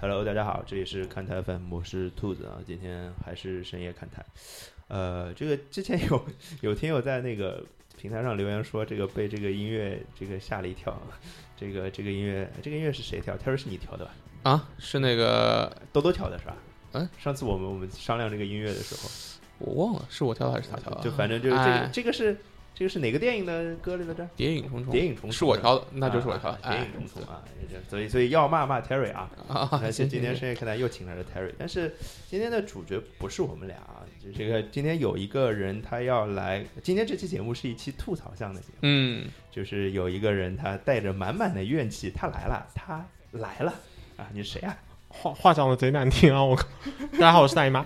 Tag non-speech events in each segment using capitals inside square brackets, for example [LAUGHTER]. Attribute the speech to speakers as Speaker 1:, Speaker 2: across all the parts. Speaker 1: Hello，大家好，这里是看台 FM，我是兔子啊，今天还是深夜看台。呃，这个之前有 [LAUGHS] 有听友在那个平台上留言说，这个被这个音乐这个吓了一跳， [LAUGHS] 这个这个音乐这个音乐是谁调？他说是你调的吧？
Speaker 2: 啊，是那个
Speaker 1: 多多调的是吧？
Speaker 2: 嗯，
Speaker 1: 上次我们我们商量这个音乐的时候，
Speaker 2: 我忘了是我挑的还是他挑的，
Speaker 1: 就反正就是这个
Speaker 2: 哎
Speaker 1: 这个是这个是哪个电影的歌来着？
Speaker 2: 谍影重重，
Speaker 1: 谍影重重
Speaker 2: 是我
Speaker 1: 吧
Speaker 2: 挑的，那就是我挑的
Speaker 1: 啊，啊谍
Speaker 2: 哎
Speaker 1: 影，重重啊，所以所以要骂骂 Terry 啊。
Speaker 2: [LAUGHS] 啊，
Speaker 1: 那今
Speaker 2: 行
Speaker 1: 今天
Speaker 2: 行
Speaker 1: 深夜看台又请来了 Terry，但是今天的主角不是我们俩啊，就这个今天有一个人他要来，今天这期节目是一期吐槽向的节目，
Speaker 2: 嗯，
Speaker 1: 就是有一个人他带着满满的怨气，他来了，他来了啊，你是谁啊？
Speaker 3: 话话讲的贼难听啊！我靠！大家好，我是
Speaker 1: [LAUGHS]
Speaker 3: 大姨妈。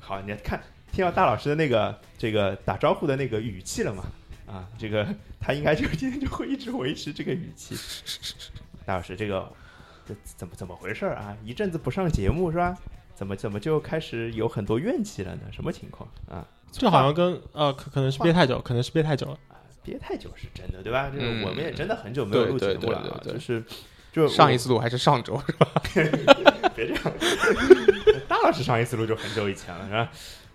Speaker 1: 好，你看听到大老师的那个这个打招呼的那个语气了嘛？啊，这个他应该就 [LAUGHS] 今天就会一直维持这个语气。大老师，这个这怎么怎么回事儿啊？一阵子不上节目是吧？怎么怎么就开始有很多怨气了呢？什么情况啊？
Speaker 3: 这好像跟呃，可可能是憋太久，可能是憋太久了。
Speaker 1: 啊，憋太久是真的，对吧？就是
Speaker 2: 嗯
Speaker 1: 我们也真的很久没有
Speaker 2: 对
Speaker 1: 录节
Speaker 2: 对
Speaker 1: 目了啊，
Speaker 2: 对对对
Speaker 1: 就是就是
Speaker 2: 上
Speaker 1: 我
Speaker 2: 一次录还是上周，
Speaker 1: 别这样，大老师上一次录就很久以前了，是吧？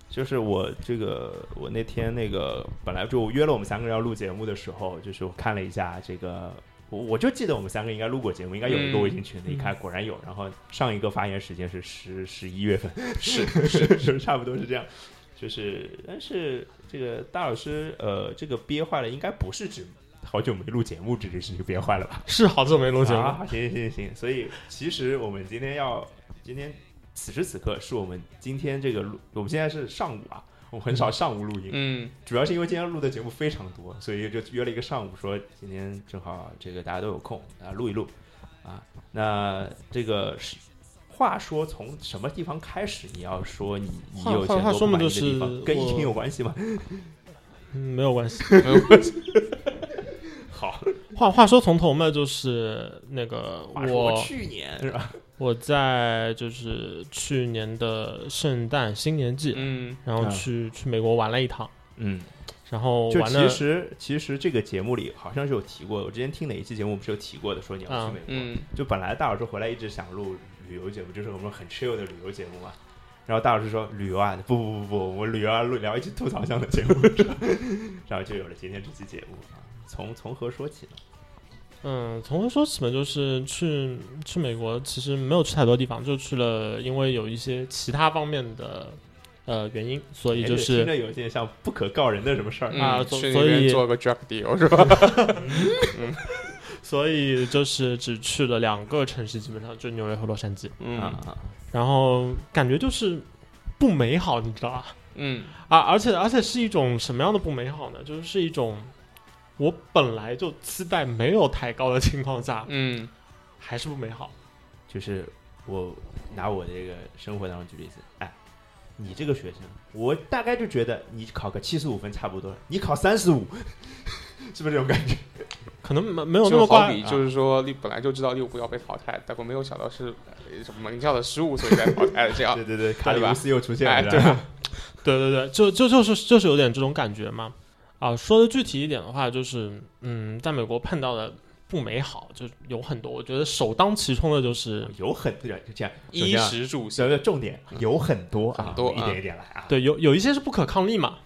Speaker 1: 就是我这个，我那天那个本来就约了我们三个人要录节目的时候，就是我看了一下这个，我我就记得我们三个应该录过节目，应该有一个
Speaker 2: 嗯
Speaker 1: 微信群的，一看果然有。然后上一个发言时间是十十一月份，
Speaker 2: 是
Speaker 1: [LAUGHS] 是是差不多是这样。就是，但是这个大老师，呃，这个憋坏了，应该不是指好久没录节目这件事情憋坏了吧？
Speaker 3: 是好久没录节目，
Speaker 1: 啊，行行行行，所以其实我们今天要，今天此时此刻是我们今天这个录，我们现在是上午啊，我们很少上午录音，
Speaker 2: [LAUGHS] 嗯，
Speaker 1: 主要是因为今天录的节目非常多，所以就约了一个上午，说今天正好这个大家都有空啊，录一录啊。那这个是话说从什么地方开始？你要说你你
Speaker 3: 话
Speaker 1: 有
Speaker 3: 话
Speaker 1: 钱
Speaker 3: 话
Speaker 1: 多不
Speaker 3: 说嘛
Speaker 1: 满意
Speaker 3: 就
Speaker 1: 的地
Speaker 3: 是
Speaker 1: 方，跟疫
Speaker 3: 我
Speaker 1: 情有关系吗？
Speaker 3: 嗯，没有关系。
Speaker 2: 没有关系
Speaker 3: [LAUGHS]
Speaker 1: 好，
Speaker 3: 话话说从头嘛，就是那个
Speaker 1: 话说
Speaker 3: 我
Speaker 1: 去年是吧？
Speaker 3: 我在就是去年的圣诞新年季，
Speaker 2: 嗯，
Speaker 3: 然后
Speaker 1: 嗯
Speaker 3: 去、去美国玩了一趟，
Speaker 1: 嗯，
Speaker 3: 然后
Speaker 1: 就
Speaker 3: 玩
Speaker 1: 其
Speaker 3: 了
Speaker 1: 实其实这个节目里好像是有提过，我之前听哪一期节目我们是有提过的，说你要去
Speaker 3: 嗯
Speaker 1: 美国。
Speaker 2: 嗯，
Speaker 1: 就本来大老师回来一直想录旅游节目，就是我们很 chill 的旅游节目嘛。然后大老师说旅游啊，不不不不，我旅游要啊录聊一期吐槽向的节目， [LAUGHS] 然后就有了今天这期节目。啊从从何说起呢？
Speaker 3: 嗯，从何说起嘛，就是去去美国，其实没有去太多地方，就去了，因为有一些其他方面的呃原因，所以就
Speaker 1: 哎
Speaker 3: 是
Speaker 1: 听着有点像不可告人的什么事儿、
Speaker 3: 啊
Speaker 2: 嗯
Speaker 3: 所
Speaker 2: 去那
Speaker 3: 所
Speaker 2: 边
Speaker 3: 以
Speaker 2: 做个 drug deal
Speaker 1: [LAUGHS]
Speaker 2: 是吧？
Speaker 3: 所以就是只去了两个城市，基本上就纽约和洛杉矶。
Speaker 2: 嗯
Speaker 1: 啊！
Speaker 3: 然后感觉就是不美好，你知道吧？
Speaker 2: 嗯，
Speaker 3: 啊，而且而且是一种什么样的不美好呢？就是一种我本来就期待没有抬高的情况下，
Speaker 2: 嗯，
Speaker 3: 还是不美好。
Speaker 1: 就是我拿我这个生活当中举例子，哎，你这个学生，我大概就觉得你考个七十五分差不多了，你考三十五， [LAUGHS] 是不是这种感觉？
Speaker 3: 可能没没有那
Speaker 2: 就
Speaker 3: 么
Speaker 2: 好
Speaker 3: 怪
Speaker 2: 比
Speaker 1: 啊
Speaker 2: 就是说，利本来就知道利物浦要被淘汰，但我没有想到是呃什么门将的失误，所以才淘汰了这
Speaker 1: [LAUGHS]
Speaker 2: 样
Speaker 1: 对。对对，卡里
Speaker 2: 啊对吧
Speaker 1: 乌斯又出现了，
Speaker 2: 哎，
Speaker 1: 是
Speaker 2: 对 [LAUGHS]
Speaker 1: 吧
Speaker 2: 吧？
Speaker 3: 对对对，就就就是就是有点这种感觉嘛。啊，说的具体一点的话，就是嗯，在美国碰到的不美好就有很多。我觉得首当其冲的就是
Speaker 1: 有很多就这样，就这
Speaker 2: 衣
Speaker 1: 样。
Speaker 2: 食住行，
Speaker 1: 所以说重点有很多啊，
Speaker 2: 很多
Speaker 1: 一
Speaker 2: 啊
Speaker 1: 点一点来啊。
Speaker 3: 对，有有一些是不可抗力嘛，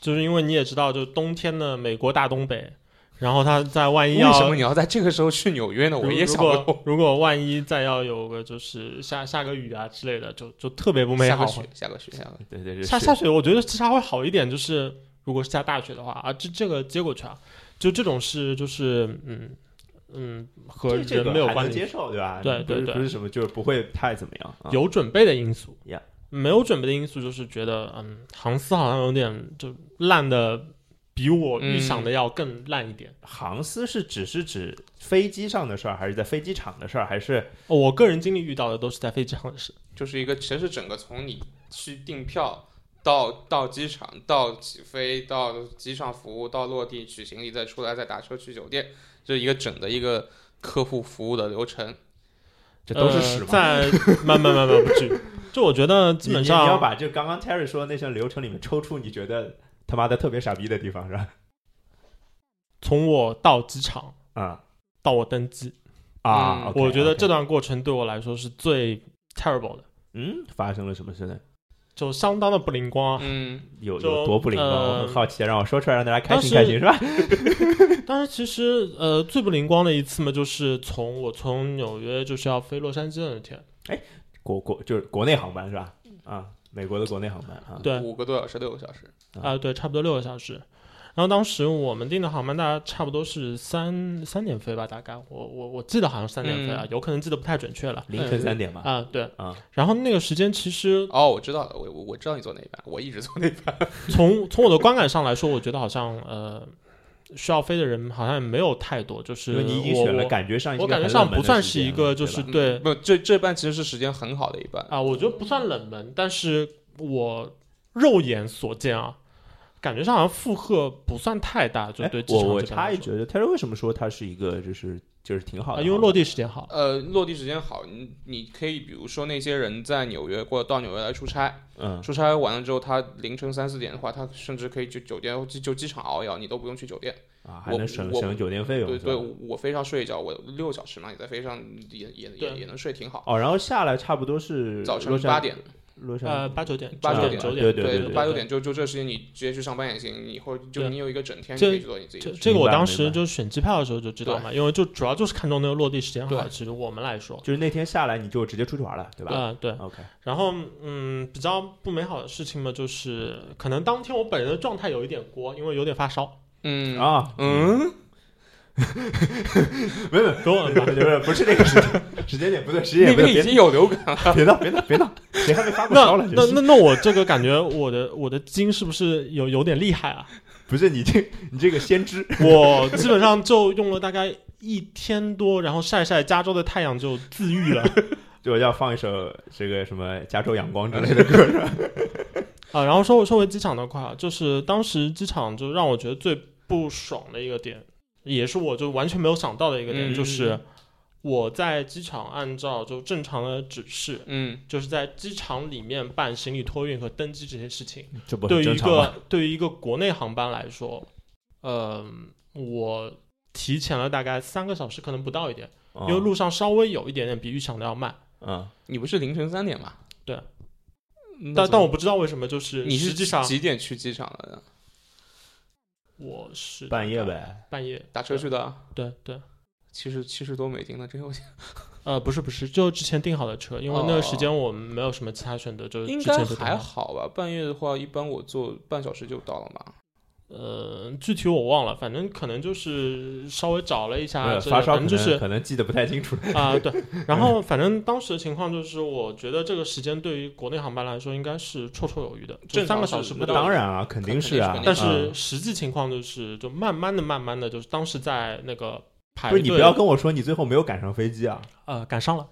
Speaker 3: 就是因为你也知道，就冬天的美国大东北，然后他在万一
Speaker 2: 为
Speaker 3: 要
Speaker 2: 什么你要在这个时候去纽约呢？
Speaker 3: 如
Speaker 2: 我也想
Speaker 3: 如
Speaker 2: 不通
Speaker 3: 果。如果万一再要有个就是下下个雨啊之类的，就就特别不美
Speaker 2: 下
Speaker 3: 好
Speaker 2: 个。雪，下个雪，下个雪
Speaker 1: 对对对，
Speaker 3: 下
Speaker 1: 是
Speaker 3: 下雪，我觉得至少会好一点，就是如果是下大雪的话啊，这这个接过去啊，就这种事就是嗯嗯和
Speaker 1: 这这
Speaker 3: 人
Speaker 1: 个
Speaker 3: 没有
Speaker 1: 还
Speaker 3: 关
Speaker 1: 能接
Speaker 3: 系，
Speaker 1: 受对吧？
Speaker 3: 对对
Speaker 1: 不是
Speaker 3: 对
Speaker 1: 不是什么，就是不会太怎么样。啊、
Speaker 3: 有准备的因素嗯
Speaker 1: Yeah
Speaker 3: 没有准备的因素就是觉得嗯航司好像有点就烂的比我预想的要更烂一点。
Speaker 1: 航司是只是指飞机上的事儿，还是在飞机场的事儿，还是
Speaker 3: 哦我个人经历遇到的都是在飞机上的事，
Speaker 2: 就是一个其实是整个从你去订票到到机场到起飞到机上服务到落地取行李再出来再打车去酒店，这一个整的一个客户服务的流程。
Speaker 1: 这都是屎
Speaker 3: 呃、
Speaker 1: 吗？
Speaker 3: 在慢慢慢慢不至于。就我觉得基
Speaker 1: 你
Speaker 3: 本
Speaker 1: 你你要
Speaker 3: 上
Speaker 1: 把这刚刚 Terry 说的那些流程里面抽出你觉得他妈的特别傻逼的地方是吧？
Speaker 3: 从我到机场
Speaker 1: 啊
Speaker 3: 到我登机，
Speaker 1: 啊
Speaker 2: 嗯
Speaker 1: OK，
Speaker 3: 我觉得
Speaker 1: OK
Speaker 3: 这段过程对我来说是最 terrible 的，
Speaker 1: 嗯发生了什么事呢？
Speaker 3: 就相当的不灵光啊。
Speaker 2: 嗯
Speaker 1: 有
Speaker 3: 就
Speaker 1: 有多不灵光？
Speaker 3: 呃
Speaker 1: 我很好奇，让我说出来让大家开心
Speaker 3: 当
Speaker 1: 开
Speaker 3: 时
Speaker 1: 心是吧？嗯
Speaker 3: 当然，其实呃，最不灵光的一次嘛，就是从我从纽约就是要飞洛杉矶的那天，
Speaker 1: 国国就是国内航班是吧？啊，美国的国内航班啊，
Speaker 3: 对
Speaker 2: 五个多小时，六个小时，
Speaker 3: 啊、对，差不多六个小时。然后当时我们订的航班大概差不多是三三点飞吧，大概我我我记得好像是三点飞啊，
Speaker 2: 嗯
Speaker 3: 有可能记得不太准确了
Speaker 1: 凌晨三点嘛。
Speaker 3: 啊、对
Speaker 1: 啊
Speaker 3: 然后那个时间其实
Speaker 2: 哦，我知道了，我我我知道你坐哪一班，我一直坐那班。
Speaker 3: 从 [LAUGHS] 从我的观感上来说，我觉得好像呃需要飞的人好像也没有太多，就是
Speaker 1: 因为你已经
Speaker 3: 我
Speaker 1: 选了，
Speaker 3: 我
Speaker 1: 感觉上已经
Speaker 3: 我感觉
Speaker 1: 很
Speaker 3: 上
Speaker 1: 冷门
Speaker 3: 不
Speaker 1: 的
Speaker 3: 算
Speaker 1: 时
Speaker 3: 是
Speaker 1: 间
Speaker 3: 一
Speaker 1: 了
Speaker 3: 个就
Speaker 1: 对
Speaker 3: 是
Speaker 1: 吧
Speaker 3: 对
Speaker 2: 不，这这班其实是时间很好的一班。
Speaker 3: 啊，我觉得不算冷门，但是我肉眼所见啊，感觉上好像负荷不算太大，就
Speaker 1: 哎
Speaker 3: 对机
Speaker 1: 我
Speaker 3: 场
Speaker 1: 我
Speaker 3: 这边
Speaker 1: 插
Speaker 3: 来
Speaker 1: 一
Speaker 3: 说
Speaker 1: 句，就 Terry 为什么说它是一个就是就是挺好的航
Speaker 3: 啊，
Speaker 1: 班，
Speaker 3: 因为落地时间好，
Speaker 2: 呃，落地时间好，你你可以比如说那些人在纽约或者到纽约来出差，
Speaker 1: 嗯
Speaker 2: 出差完了之后，他凌晨三四点的话，他甚至可以就酒店就就机场熬一熬，你都不用去酒店。
Speaker 1: 啊还
Speaker 2: 我
Speaker 1: 能省
Speaker 2: 我
Speaker 1: 省酒店费用，
Speaker 2: 对
Speaker 1: 是
Speaker 2: 对，
Speaker 1: 吧
Speaker 2: 我飞上睡一觉，我六小时嘛，你在飞上也也也
Speaker 3: 对
Speaker 2: 也能睡挺好。
Speaker 1: 哦，然后下来差不多是
Speaker 2: 早晨
Speaker 1: 洛杉
Speaker 2: 八点，
Speaker 1: 洛杉
Speaker 3: 呃，八九点，
Speaker 2: 八九
Speaker 3: 九点，
Speaker 2: 点
Speaker 3: 九
Speaker 1: 对对
Speaker 3: 对
Speaker 1: 对
Speaker 2: 八九点就就这时间你直接去上班也行，你或者就
Speaker 3: 对
Speaker 2: 你有一个整天你
Speaker 3: 这
Speaker 2: 可以去做你自己
Speaker 3: 这
Speaker 2: 的事。
Speaker 3: 这个
Speaker 1: 明
Speaker 3: 我
Speaker 1: 白
Speaker 3: 当
Speaker 1: 明
Speaker 3: 时
Speaker 1: 白
Speaker 3: 就选机票的时候就知道嘛，因为就主要就是看中那个落地时间好。
Speaker 2: 对
Speaker 3: 其实我们来说，
Speaker 1: 就是那天下来你就直接出去玩了，对吧？
Speaker 3: 啊、对。
Speaker 1: OK，
Speaker 3: 然后嗯，比较不美好的事情嘛，就是可能当天我本人的状态有一点锅，因为有点发烧，
Speaker 2: 嗯
Speaker 1: 啊，
Speaker 2: 嗯，
Speaker 1: 没有没有，[LAUGHS]
Speaker 3: 给我
Speaker 1: 不是不是这个时间时间点不对，
Speaker 3: [LAUGHS]
Speaker 1: 时间点不
Speaker 2: 那边
Speaker 1: 对，
Speaker 2: 已
Speaker 1: 别
Speaker 2: 经有流感了。
Speaker 1: 别闹别闹别闹，谁还没发过烧
Speaker 3: 那
Speaker 1: 了？
Speaker 3: 那
Speaker 1: 真是
Speaker 3: 那那我这个感觉，我的我的筋是不是有有点厉害啊？
Speaker 1: 不是你这你这个先知，
Speaker 3: 我基本上就用了大概一天多，然后晒晒加州的太阳就自愈了
Speaker 1: 就要放一首这个什么《加州阳光》之类的歌是吧？
Speaker 3: 啊。然后说说回机场那块啊，就是当时机场就让我觉得最不爽的一个点，也是我就完全没有想到的一个点，
Speaker 2: 嗯
Speaker 3: 就是我在机场按照就正常的指示，
Speaker 2: 嗯，
Speaker 3: [LAUGHS] 就是在机场里面办行李托运和登机这些事情。
Speaker 1: 这不
Speaker 3: 对
Speaker 1: 很
Speaker 3: 于
Speaker 1: 正
Speaker 3: 一
Speaker 1: 常吗？嗯
Speaker 3: 个对于一个国内航班来说，呃，我提前了大概三个小时，可能不到一点，因为
Speaker 1: 嗯
Speaker 3: 路上稍微有一点点比预想的要慢。
Speaker 1: 嗯，
Speaker 2: 你不是凌晨三点吗？
Speaker 3: 对
Speaker 2: 那
Speaker 3: 但
Speaker 2: 怎么
Speaker 3: 但我不知道为什么，就是
Speaker 2: 你是
Speaker 3: 实际上
Speaker 2: 几点去机场的呢？
Speaker 3: 我是
Speaker 1: 半夜，呗，
Speaker 3: 半夜
Speaker 2: 打车去的啊，
Speaker 3: 对对，
Speaker 2: 七十七十多美金呢，真有钱。
Speaker 3: 呃，不是不是，就之前订好的车，因为那个时间我们没有什么其他选择，就是
Speaker 2: 应
Speaker 3: 呃之
Speaker 2: 该
Speaker 3: 前就订
Speaker 2: 还
Speaker 3: 好。
Speaker 2: 好吧？半夜的话，一般我坐半小时就到了嘛。
Speaker 3: 呃，具体我忘了，反正可能就是稍微找了一下
Speaker 1: 呃
Speaker 3: 之类的，
Speaker 1: 发烧
Speaker 3: 反
Speaker 1: 可
Speaker 3: 正
Speaker 1: 能
Speaker 3: 就是
Speaker 1: 可能记得不太清楚，
Speaker 3: 啊、对。然后反正当时的情况就是，我觉得这个时间对于国内航班来说应该是绰绰有余的，就
Speaker 2: 正常
Speaker 3: 三个
Speaker 2: 是
Speaker 3: 小时不
Speaker 2: 那
Speaker 3: 到。
Speaker 1: 当然啊，肯定是啊
Speaker 2: 肯，定
Speaker 3: 但
Speaker 2: 是
Speaker 3: 是实际情况就是，就慢慢的、慢慢的，就是当时在那个排
Speaker 1: 不
Speaker 3: 队，
Speaker 1: 是你不要跟我说你最后没有赶上飞机啊，
Speaker 3: 呃赶上了，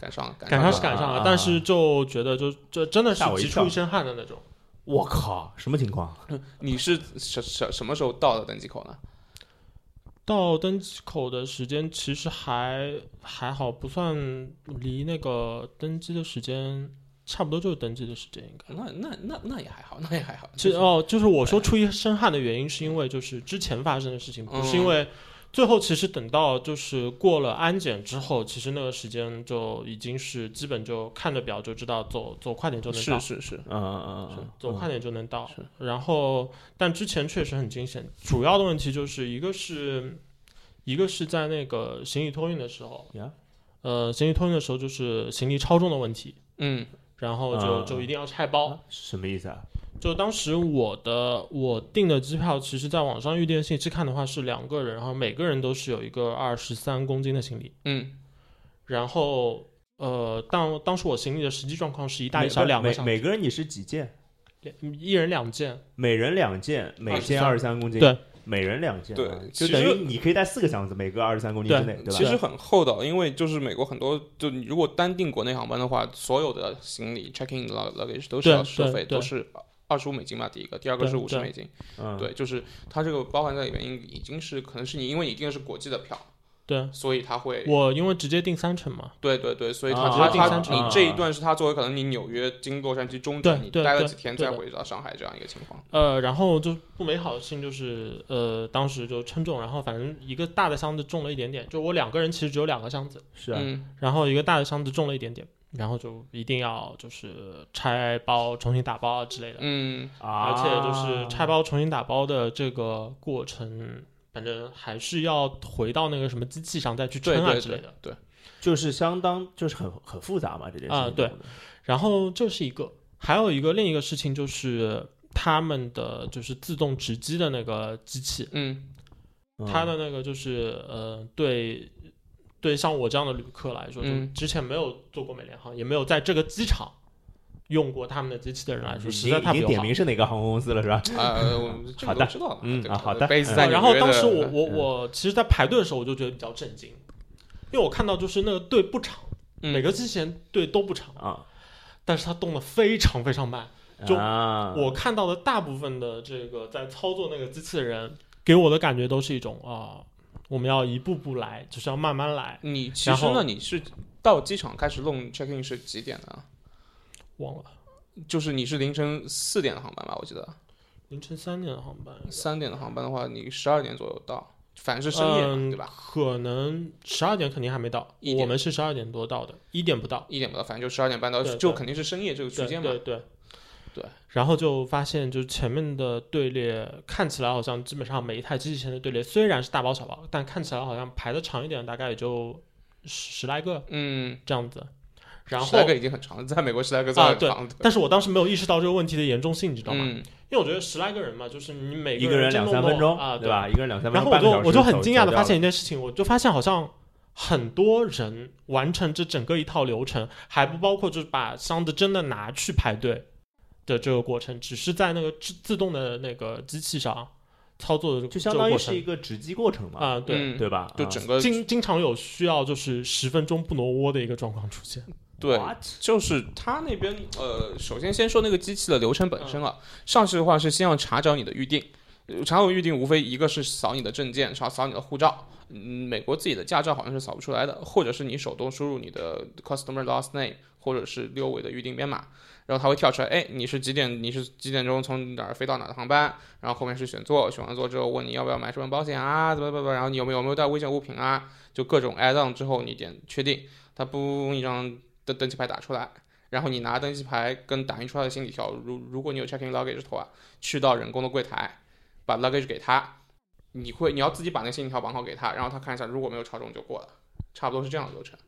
Speaker 2: 赶上了，
Speaker 3: 赶
Speaker 2: 上
Speaker 3: 上是赶上
Speaker 1: 啊啊
Speaker 3: 了
Speaker 1: 啊，
Speaker 3: 但是就觉得就这真的是
Speaker 1: 吓我一
Speaker 3: 急
Speaker 1: 跳
Speaker 3: 出一身汗的那种。
Speaker 1: 我靠，什么情况？
Speaker 2: 你是什什什么时候到的登机口呢？
Speaker 3: 到登机口的时间其实还还好，不算离那个登机的时间差不多，就是登机的时间应该。
Speaker 2: 那那那那也还好，那也还好。
Speaker 3: 其实哦，就是我说出一身汗的原因，是因为就是之前发生的事情，不是
Speaker 2: 嗯
Speaker 3: 因为最后其实等到就是过了安检之后，其实那个时间就已经是基本就看着表就知道走走快点就能到
Speaker 2: 是，是是，
Speaker 1: 嗯嗯嗯嗯，
Speaker 3: 走快点就能到
Speaker 2: 是。
Speaker 3: 然后，但之前确实很惊险，主要的问题就是一个是一个是在那个行李托运的时候
Speaker 1: 呀，
Speaker 3: 呃，行李托运的时候就是行李超重的问题，
Speaker 2: 嗯
Speaker 3: 然后就
Speaker 1: 嗯
Speaker 3: 就一定要拆包。
Speaker 1: 啊什么意思啊？
Speaker 3: 就当时我的我订的机票，其实在网上预订信息看的话是两个人，然后每个人都是有一个二十三公斤的行李，
Speaker 2: 嗯，
Speaker 3: 然后呃，当当时我行李的实际状况是一大一小
Speaker 1: 每
Speaker 3: 两个
Speaker 1: 每
Speaker 3: 箱，
Speaker 1: 每个人你是几件？
Speaker 3: 两一人两件，
Speaker 1: 每人两件，每件二十
Speaker 3: 23
Speaker 1: 三公斤，
Speaker 3: 对，
Speaker 1: 每人两件啊，
Speaker 2: 对
Speaker 1: 就
Speaker 2: 其
Speaker 1: 等
Speaker 2: 实
Speaker 1: 于你可以带四个箱子，每个二十三公斤
Speaker 3: 对
Speaker 1: 之内，对
Speaker 2: 其
Speaker 1: 吧？
Speaker 2: 实很厚道，因为就是美国很多，就你如果单订国内航班的话，所有的行李 check in lug- luggage 都是
Speaker 3: 对
Speaker 2: 要收
Speaker 3: 对
Speaker 2: 费，
Speaker 3: 对
Speaker 2: 都是二十五美金吧，第一个，第二个
Speaker 3: 对
Speaker 2: 是五十
Speaker 3: 对
Speaker 2: 美金。
Speaker 1: 嗯，
Speaker 2: 对，就是它这个包含在里面，应已经是可能是你因为你订的是国际的票，
Speaker 3: 对
Speaker 2: 所以他会，
Speaker 3: 我因为直接订三程嘛，
Speaker 2: 对对对，所以他
Speaker 1: 啊
Speaker 2: 他
Speaker 1: 直接订
Speaker 2: 他
Speaker 1: 三
Speaker 2: 你
Speaker 1: 程
Speaker 2: 这一段是他作为可能你纽约经洛杉矶中
Speaker 3: 对
Speaker 2: 转，你
Speaker 3: 对
Speaker 2: 待了
Speaker 3: 对
Speaker 2: 几天
Speaker 3: 对
Speaker 2: 再
Speaker 3: 的
Speaker 2: 回到上海这样一个情况。
Speaker 3: 呃，然后就不美好的事情就是，呃，当时就称重，然后反正一个大的箱子重了一点点，就我两个人其实只有两个箱子，
Speaker 1: 是啊，
Speaker 2: 嗯，
Speaker 3: 然后一个大的箱子重了一点点，然后就一定要就是拆包重新打包啊之类的，
Speaker 2: 嗯，
Speaker 1: 啊
Speaker 3: 而且就是拆包重新打包的这个过程，反正还是要回到那个什么机器上再去
Speaker 2: 对
Speaker 3: 称啊
Speaker 2: 对
Speaker 3: 之类
Speaker 2: 对
Speaker 3: 的。
Speaker 2: 对，
Speaker 1: 就是相当就是很很复杂嘛，这件事情
Speaker 3: 啊对然后这是一个，还有一个另一个事情就是他们的就是自动直机的那个机器，
Speaker 2: 嗯
Speaker 1: 嗯
Speaker 3: 它的那个就是呃对。对，像我这样的旅客来说，就
Speaker 2: 嗯
Speaker 3: 之前没有做过美联航，也没有在这个机场用过他们的机器的人来
Speaker 1: 你
Speaker 3: 说，
Speaker 1: 已
Speaker 3: 实
Speaker 1: 经
Speaker 3: 在
Speaker 1: 嗯已
Speaker 3: 太不
Speaker 1: 经
Speaker 3: 友
Speaker 1: 点
Speaker 3: 好了
Speaker 1: 名是哪个航空公司了是吧？
Speaker 2: 啊，我们这
Speaker 1: 好
Speaker 2: 个
Speaker 1: 的
Speaker 2: 都知道了嘛。
Speaker 1: 嗯
Speaker 2: 对
Speaker 1: 啊
Speaker 2: 吧
Speaker 1: 好的
Speaker 2: base
Speaker 1: 嗯
Speaker 2: 在
Speaker 3: 对，然后
Speaker 2: 纽约
Speaker 3: 当时
Speaker 2: 的
Speaker 3: 我我
Speaker 1: 嗯
Speaker 3: 我其实，在排队的时候我就觉得比较震惊，因为我看到就是那个队不长，
Speaker 2: 嗯
Speaker 3: 每个机器人队都不长，
Speaker 1: 啊，
Speaker 3: 但是它动得非常非常慢。就
Speaker 1: 啊
Speaker 3: 我看到的大部分的这个在操作那个机器的人，给我的感觉都是一种啊、我们要一步步来，就是要慢慢来。
Speaker 2: 你其
Speaker 3: 然
Speaker 2: 实
Speaker 3: 后
Speaker 2: 呢，你是到机场开始弄 check in 是几点呢？
Speaker 3: 忘了
Speaker 2: 就是你是凌晨四点的航班吧？我记得
Speaker 3: 凌晨三点的航班，
Speaker 2: 三点的航班的话，你十二点左右到，反正是深夜嘛，
Speaker 3: 嗯
Speaker 2: 对吧？
Speaker 3: 可能十二点肯定还没到，
Speaker 2: 一点
Speaker 3: 我们是十二点多到的，一点不到。
Speaker 2: 一点不到，反正就十二点半到，
Speaker 3: 对
Speaker 2: 就
Speaker 3: 对
Speaker 2: 肯定是深夜这个区
Speaker 3: 对
Speaker 2: 间嘛
Speaker 3: 对。对
Speaker 2: 对
Speaker 3: 然后就发现，就是前面的队列看起来好像基本上每一台机器人的队列虽然是大包小包，但看起来好像排的长一点，大概也就十十来个
Speaker 2: 嗯，
Speaker 3: 这样子。然
Speaker 2: 十来
Speaker 3: 后
Speaker 2: 个，已经很长了，在美国十来个算
Speaker 3: 啊
Speaker 2: 很
Speaker 3: 对
Speaker 2: 长的。
Speaker 3: 但是我当时没有意识到这个问题的严重性，你知道吗？
Speaker 2: 嗯，
Speaker 3: 因为我觉得十来个人嘛，就是你每
Speaker 1: 一
Speaker 3: 个
Speaker 1: 个人
Speaker 3: 这
Speaker 1: 两
Speaker 3: 么
Speaker 1: 三
Speaker 3: 弄
Speaker 1: 分钟
Speaker 3: 啊，
Speaker 1: 对？吧？一个人两三分
Speaker 3: 然
Speaker 1: 钟，
Speaker 3: 后
Speaker 1: 半个小
Speaker 3: 我就
Speaker 1: 时
Speaker 3: 我就很惊讶的
Speaker 1: 走
Speaker 3: 发现一件事情，我就发现好像很多人完成这整个一套流程，还不包括就是把箱子真的拿去排队的这个过程，只是在那个自自动的那个机器上操作的
Speaker 1: 就
Speaker 3: 这
Speaker 1: 相
Speaker 3: 个
Speaker 1: 当于
Speaker 3: 过
Speaker 1: 是一
Speaker 3: 程
Speaker 1: 个直击过程嘛，
Speaker 3: 啊、对。
Speaker 2: 嗯
Speaker 1: 对吧？
Speaker 2: 就
Speaker 1: 啊
Speaker 2: 整个
Speaker 3: 经经常有需要就是十分钟不挪窝的一个状况出现，
Speaker 1: 嗯
Speaker 2: 对，
Speaker 1: What？
Speaker 2: 就是他那边呃，首先先说那个机器的流程本身啊，上去的话是先要查找你的预定，呃查找预定无非一个是扫你的证件，扫扫你的护照，嗯，美国自己的驾照好像是扫不出来的，或者是你手动输入你的 customer last name 或者是六位的预定编码。然后它会跳出来，哎，你是几点？你是几点钟从哪儿飞到哪儿的航班？然后后面是选座，选完座之后问你要不要买什么保险啊，怎么怎么，然后你有没有有没有带危险物品啊？就各种 add on 之后，你点确定，它嘣一张登登记牌打出来，然后你拿登记牌跟打印出来的行李条，如如果你有 check in luggage 的话，去到人工的柜台，把 luggage 给他，你会你要自己把那行李条绑好给他，然后他看一下，如果没有超重就过了，差不多是这样的流程。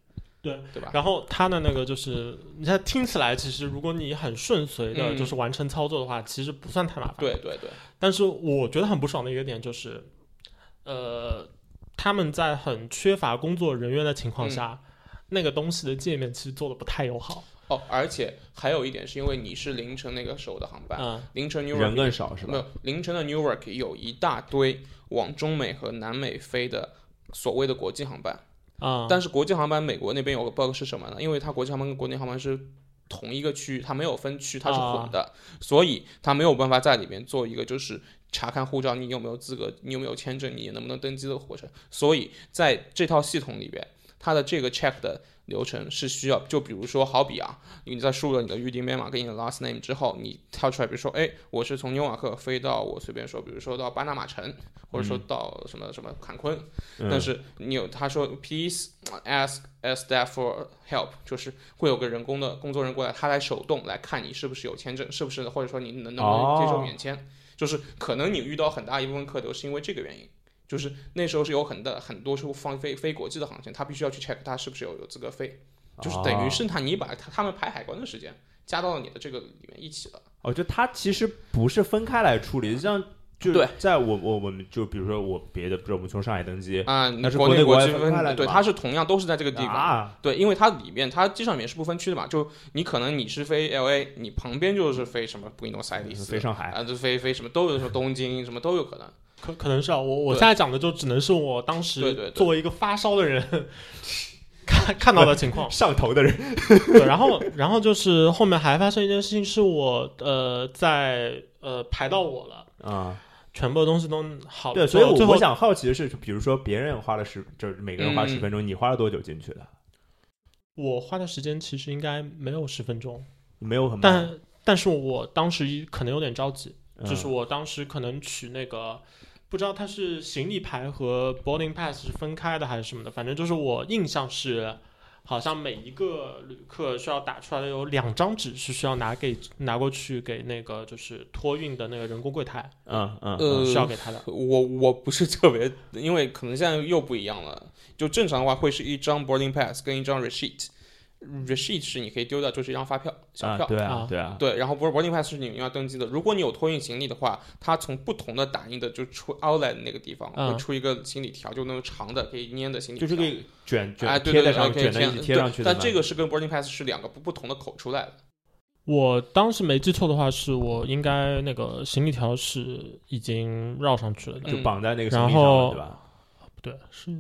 Speaker 3: 对
Speaker 2: 对吧？
Speaker 3: 然后它的那个就是，你看听起来其实如果你很顺遂的
Speaker 2: 嗯
Speaker 3: 就是完成操作的话，其实不算太麻烦。
Speaker 2: 对对对，
Speaker 3: 但是我觉得很不爽的一个点就是，呃，他们在很缺乏工作人员的情
Speaker 2: 嗯
Speaker 3: 况下，那个东西的界面其实做的不太友好。
Speaker 2: 哦，而且还有一点是因为你是凌晨那个时候的航班，
Speaker 3: 嗯，
Speaker 2: 凌晨 New
Speaker 1: 人
Speaker 2: York
Speaker 1: 更少是
Speaker 2: 没
Speaker 1: 吧？
Speaker 2: 有凌晨的 Newark 有一大堆往中美和南美飞的所谓的国际航班，
Speaker 3: 啊、
Speaker 2: 但是国际航班美国那边有个 bug 是什么呢？因为它国际航班跟国内航班是同一个区域，它没有分区，它是混的，所以它没有办法在里面做一个就是查看护照，你有没有资格，你有没有签证，你能不能登机的过程。所以在这套系统里边，它的这个 check 的流程是需要，就比如说，好比啊，你在输入了你的预订编码跟你的 last name 之后，你跳出来，比如说，哎，我是从纽瓦克飞到我随便说，比如说到巴拿马城，或者说到什么什么坎昆，
Speaker 1: 嗯
Speaker 2: 但是你有他说 please ask a staff for help，就是会有个人工的工作人员过来，他来手动来看你是不是有签证，是不是或者说你能能不能接受
Speaker 1: 哦
Speaker 2: 免签，就是可能你遇到很大一部分客流是因为这个原因。就是那时候是有很大很多是放飞飞国际的航线，他必须要去 check 他是不是有有资格飞，就是等于是他你把他他们排海关的时间加到了你的这个里面一起了。
Speaker 1: 哦，就它其实不是分开来处理，像就
Speaker 2: 对
Speaker 1: 在我我我们就比如说我别的，比如我们从上海登机
Speaker 2: 啊、
Speaker 1: 那是
Speaker 2: 国
Speaker 1: 国内国
Speaker 2: 国
Speaker 1: 外
Speaker 2: 际
Speaker 1: 分
Speaker 2: 分
Speaker 1: 开来的
Speaker 2: 对，
Speaker 1: 吧
Speaker 2: 它是同样都是在这个地方。
Speaker 1: 啊，
Speaker 2: 对，因为它里面它机上面是不分区的嘛，就你可能你是飞 L A，你旁边就是飞什么布宜诺斯艾利斯，
Speaker 1: 嗯飞上海
Speaker 2: 啊，就飞飞什么都有，什么东京什么都有可能。
Speaker 3: 可可能是啊，我我
Speaker 2: 对
Speaker 3: 现在讲的就只能是我当
Speaker 2: 对
Speaker 3: 时
Speaker 2: 对对
Speaker 3: 作为一个发烧的人 [LAUGHS] 看看到的情况。
Speaker 1: 上头的人
Speaker 3: 对，然后然后就是后面还发生一件事情，是我呃在呃排到我了。
Speaker 1: 啊
Speaker 3: 全部的东西都好了
Speaker 1: 对，
Speaker 3: 之
Speaker 1: 所以
Speaker 3: 后
Speaker 1: 我
Speaker 3: 哦最后
Speaker 1: 我想好奇的是，就比如说别人花了十，就是每个人花
Speaker 2: 嗯
Speaker 1: 十分钟，你花了多久进去的？
Speaker 3: 我花的时间其实应该没有十分钟，
Speaker 1: 没有很慢，
Speaker 3: 但但是我当时可能有点着急，
Speaker 1: 嗯
Speaker 3: 就是我当时可能取那个。不知道它是行李牌和 boarding pass 是分开的还是什么的，反正就是我印象是，好像每一个旅客需要打出来的有两张纸是需要拿给拿过去给那个就是托运的那个人工柜台
Speaker 1: 嗯嗯
Speaker 2: 呃
Speaker 1: 嗯
Speaker 3: 需要给他的。
Speaker 2: 我我不是特别，因为可能现在又不一样了。就正常的话，会是一张 boarding pass 跟一张 receipt。receipt 是你可以丢掉，就是一张发票，小
Speaker 1: 啊
Speaker 2: 票。
Speaker 1: 对啊
Speaker 3: 啊
Speaker 1: 对啊，
Speaker 2: 对，然后不是 boarding pass 是你要登记的。如果你有托运行李的话，它从不同的打印的就出 outlet 那个地方、
Speaker 3: 嗯
Speaker 2: 会出一个行李条，就那种长的可以粘的行李
Speaker 1: 就
Speaker 2: 条。
Speaker 1: 是给卷
Speaker 2: 哎，
Speaker 1: 卷
Speaker 2: 对
Speaker 1: 贴在
Speaker 2: 对对，
Speaker 1: 上，
Speaker 2: 可以
Speaker 1: 卷
Speaker 2: 这
Speaker 1: 在一
Speaker 2: 样
Speaker 1: 起贴
Speaker 2: 对
Speaker 1: 上去的嘛。
Speaker 2: 但这个是跟 boarding pass 是两个不不同的口出来的。
Speaker 3: 我当时没记错的话，是我应该那个行李条是已经绕上去了的，
Speaker 2: 嗯
Speaker 1: 就绑在那个
Speaker 3: 然
Speaker 1: 行李上了，
Speaker 3: 后
Speaker 1: 对吧？
Speaker 3: 不对，是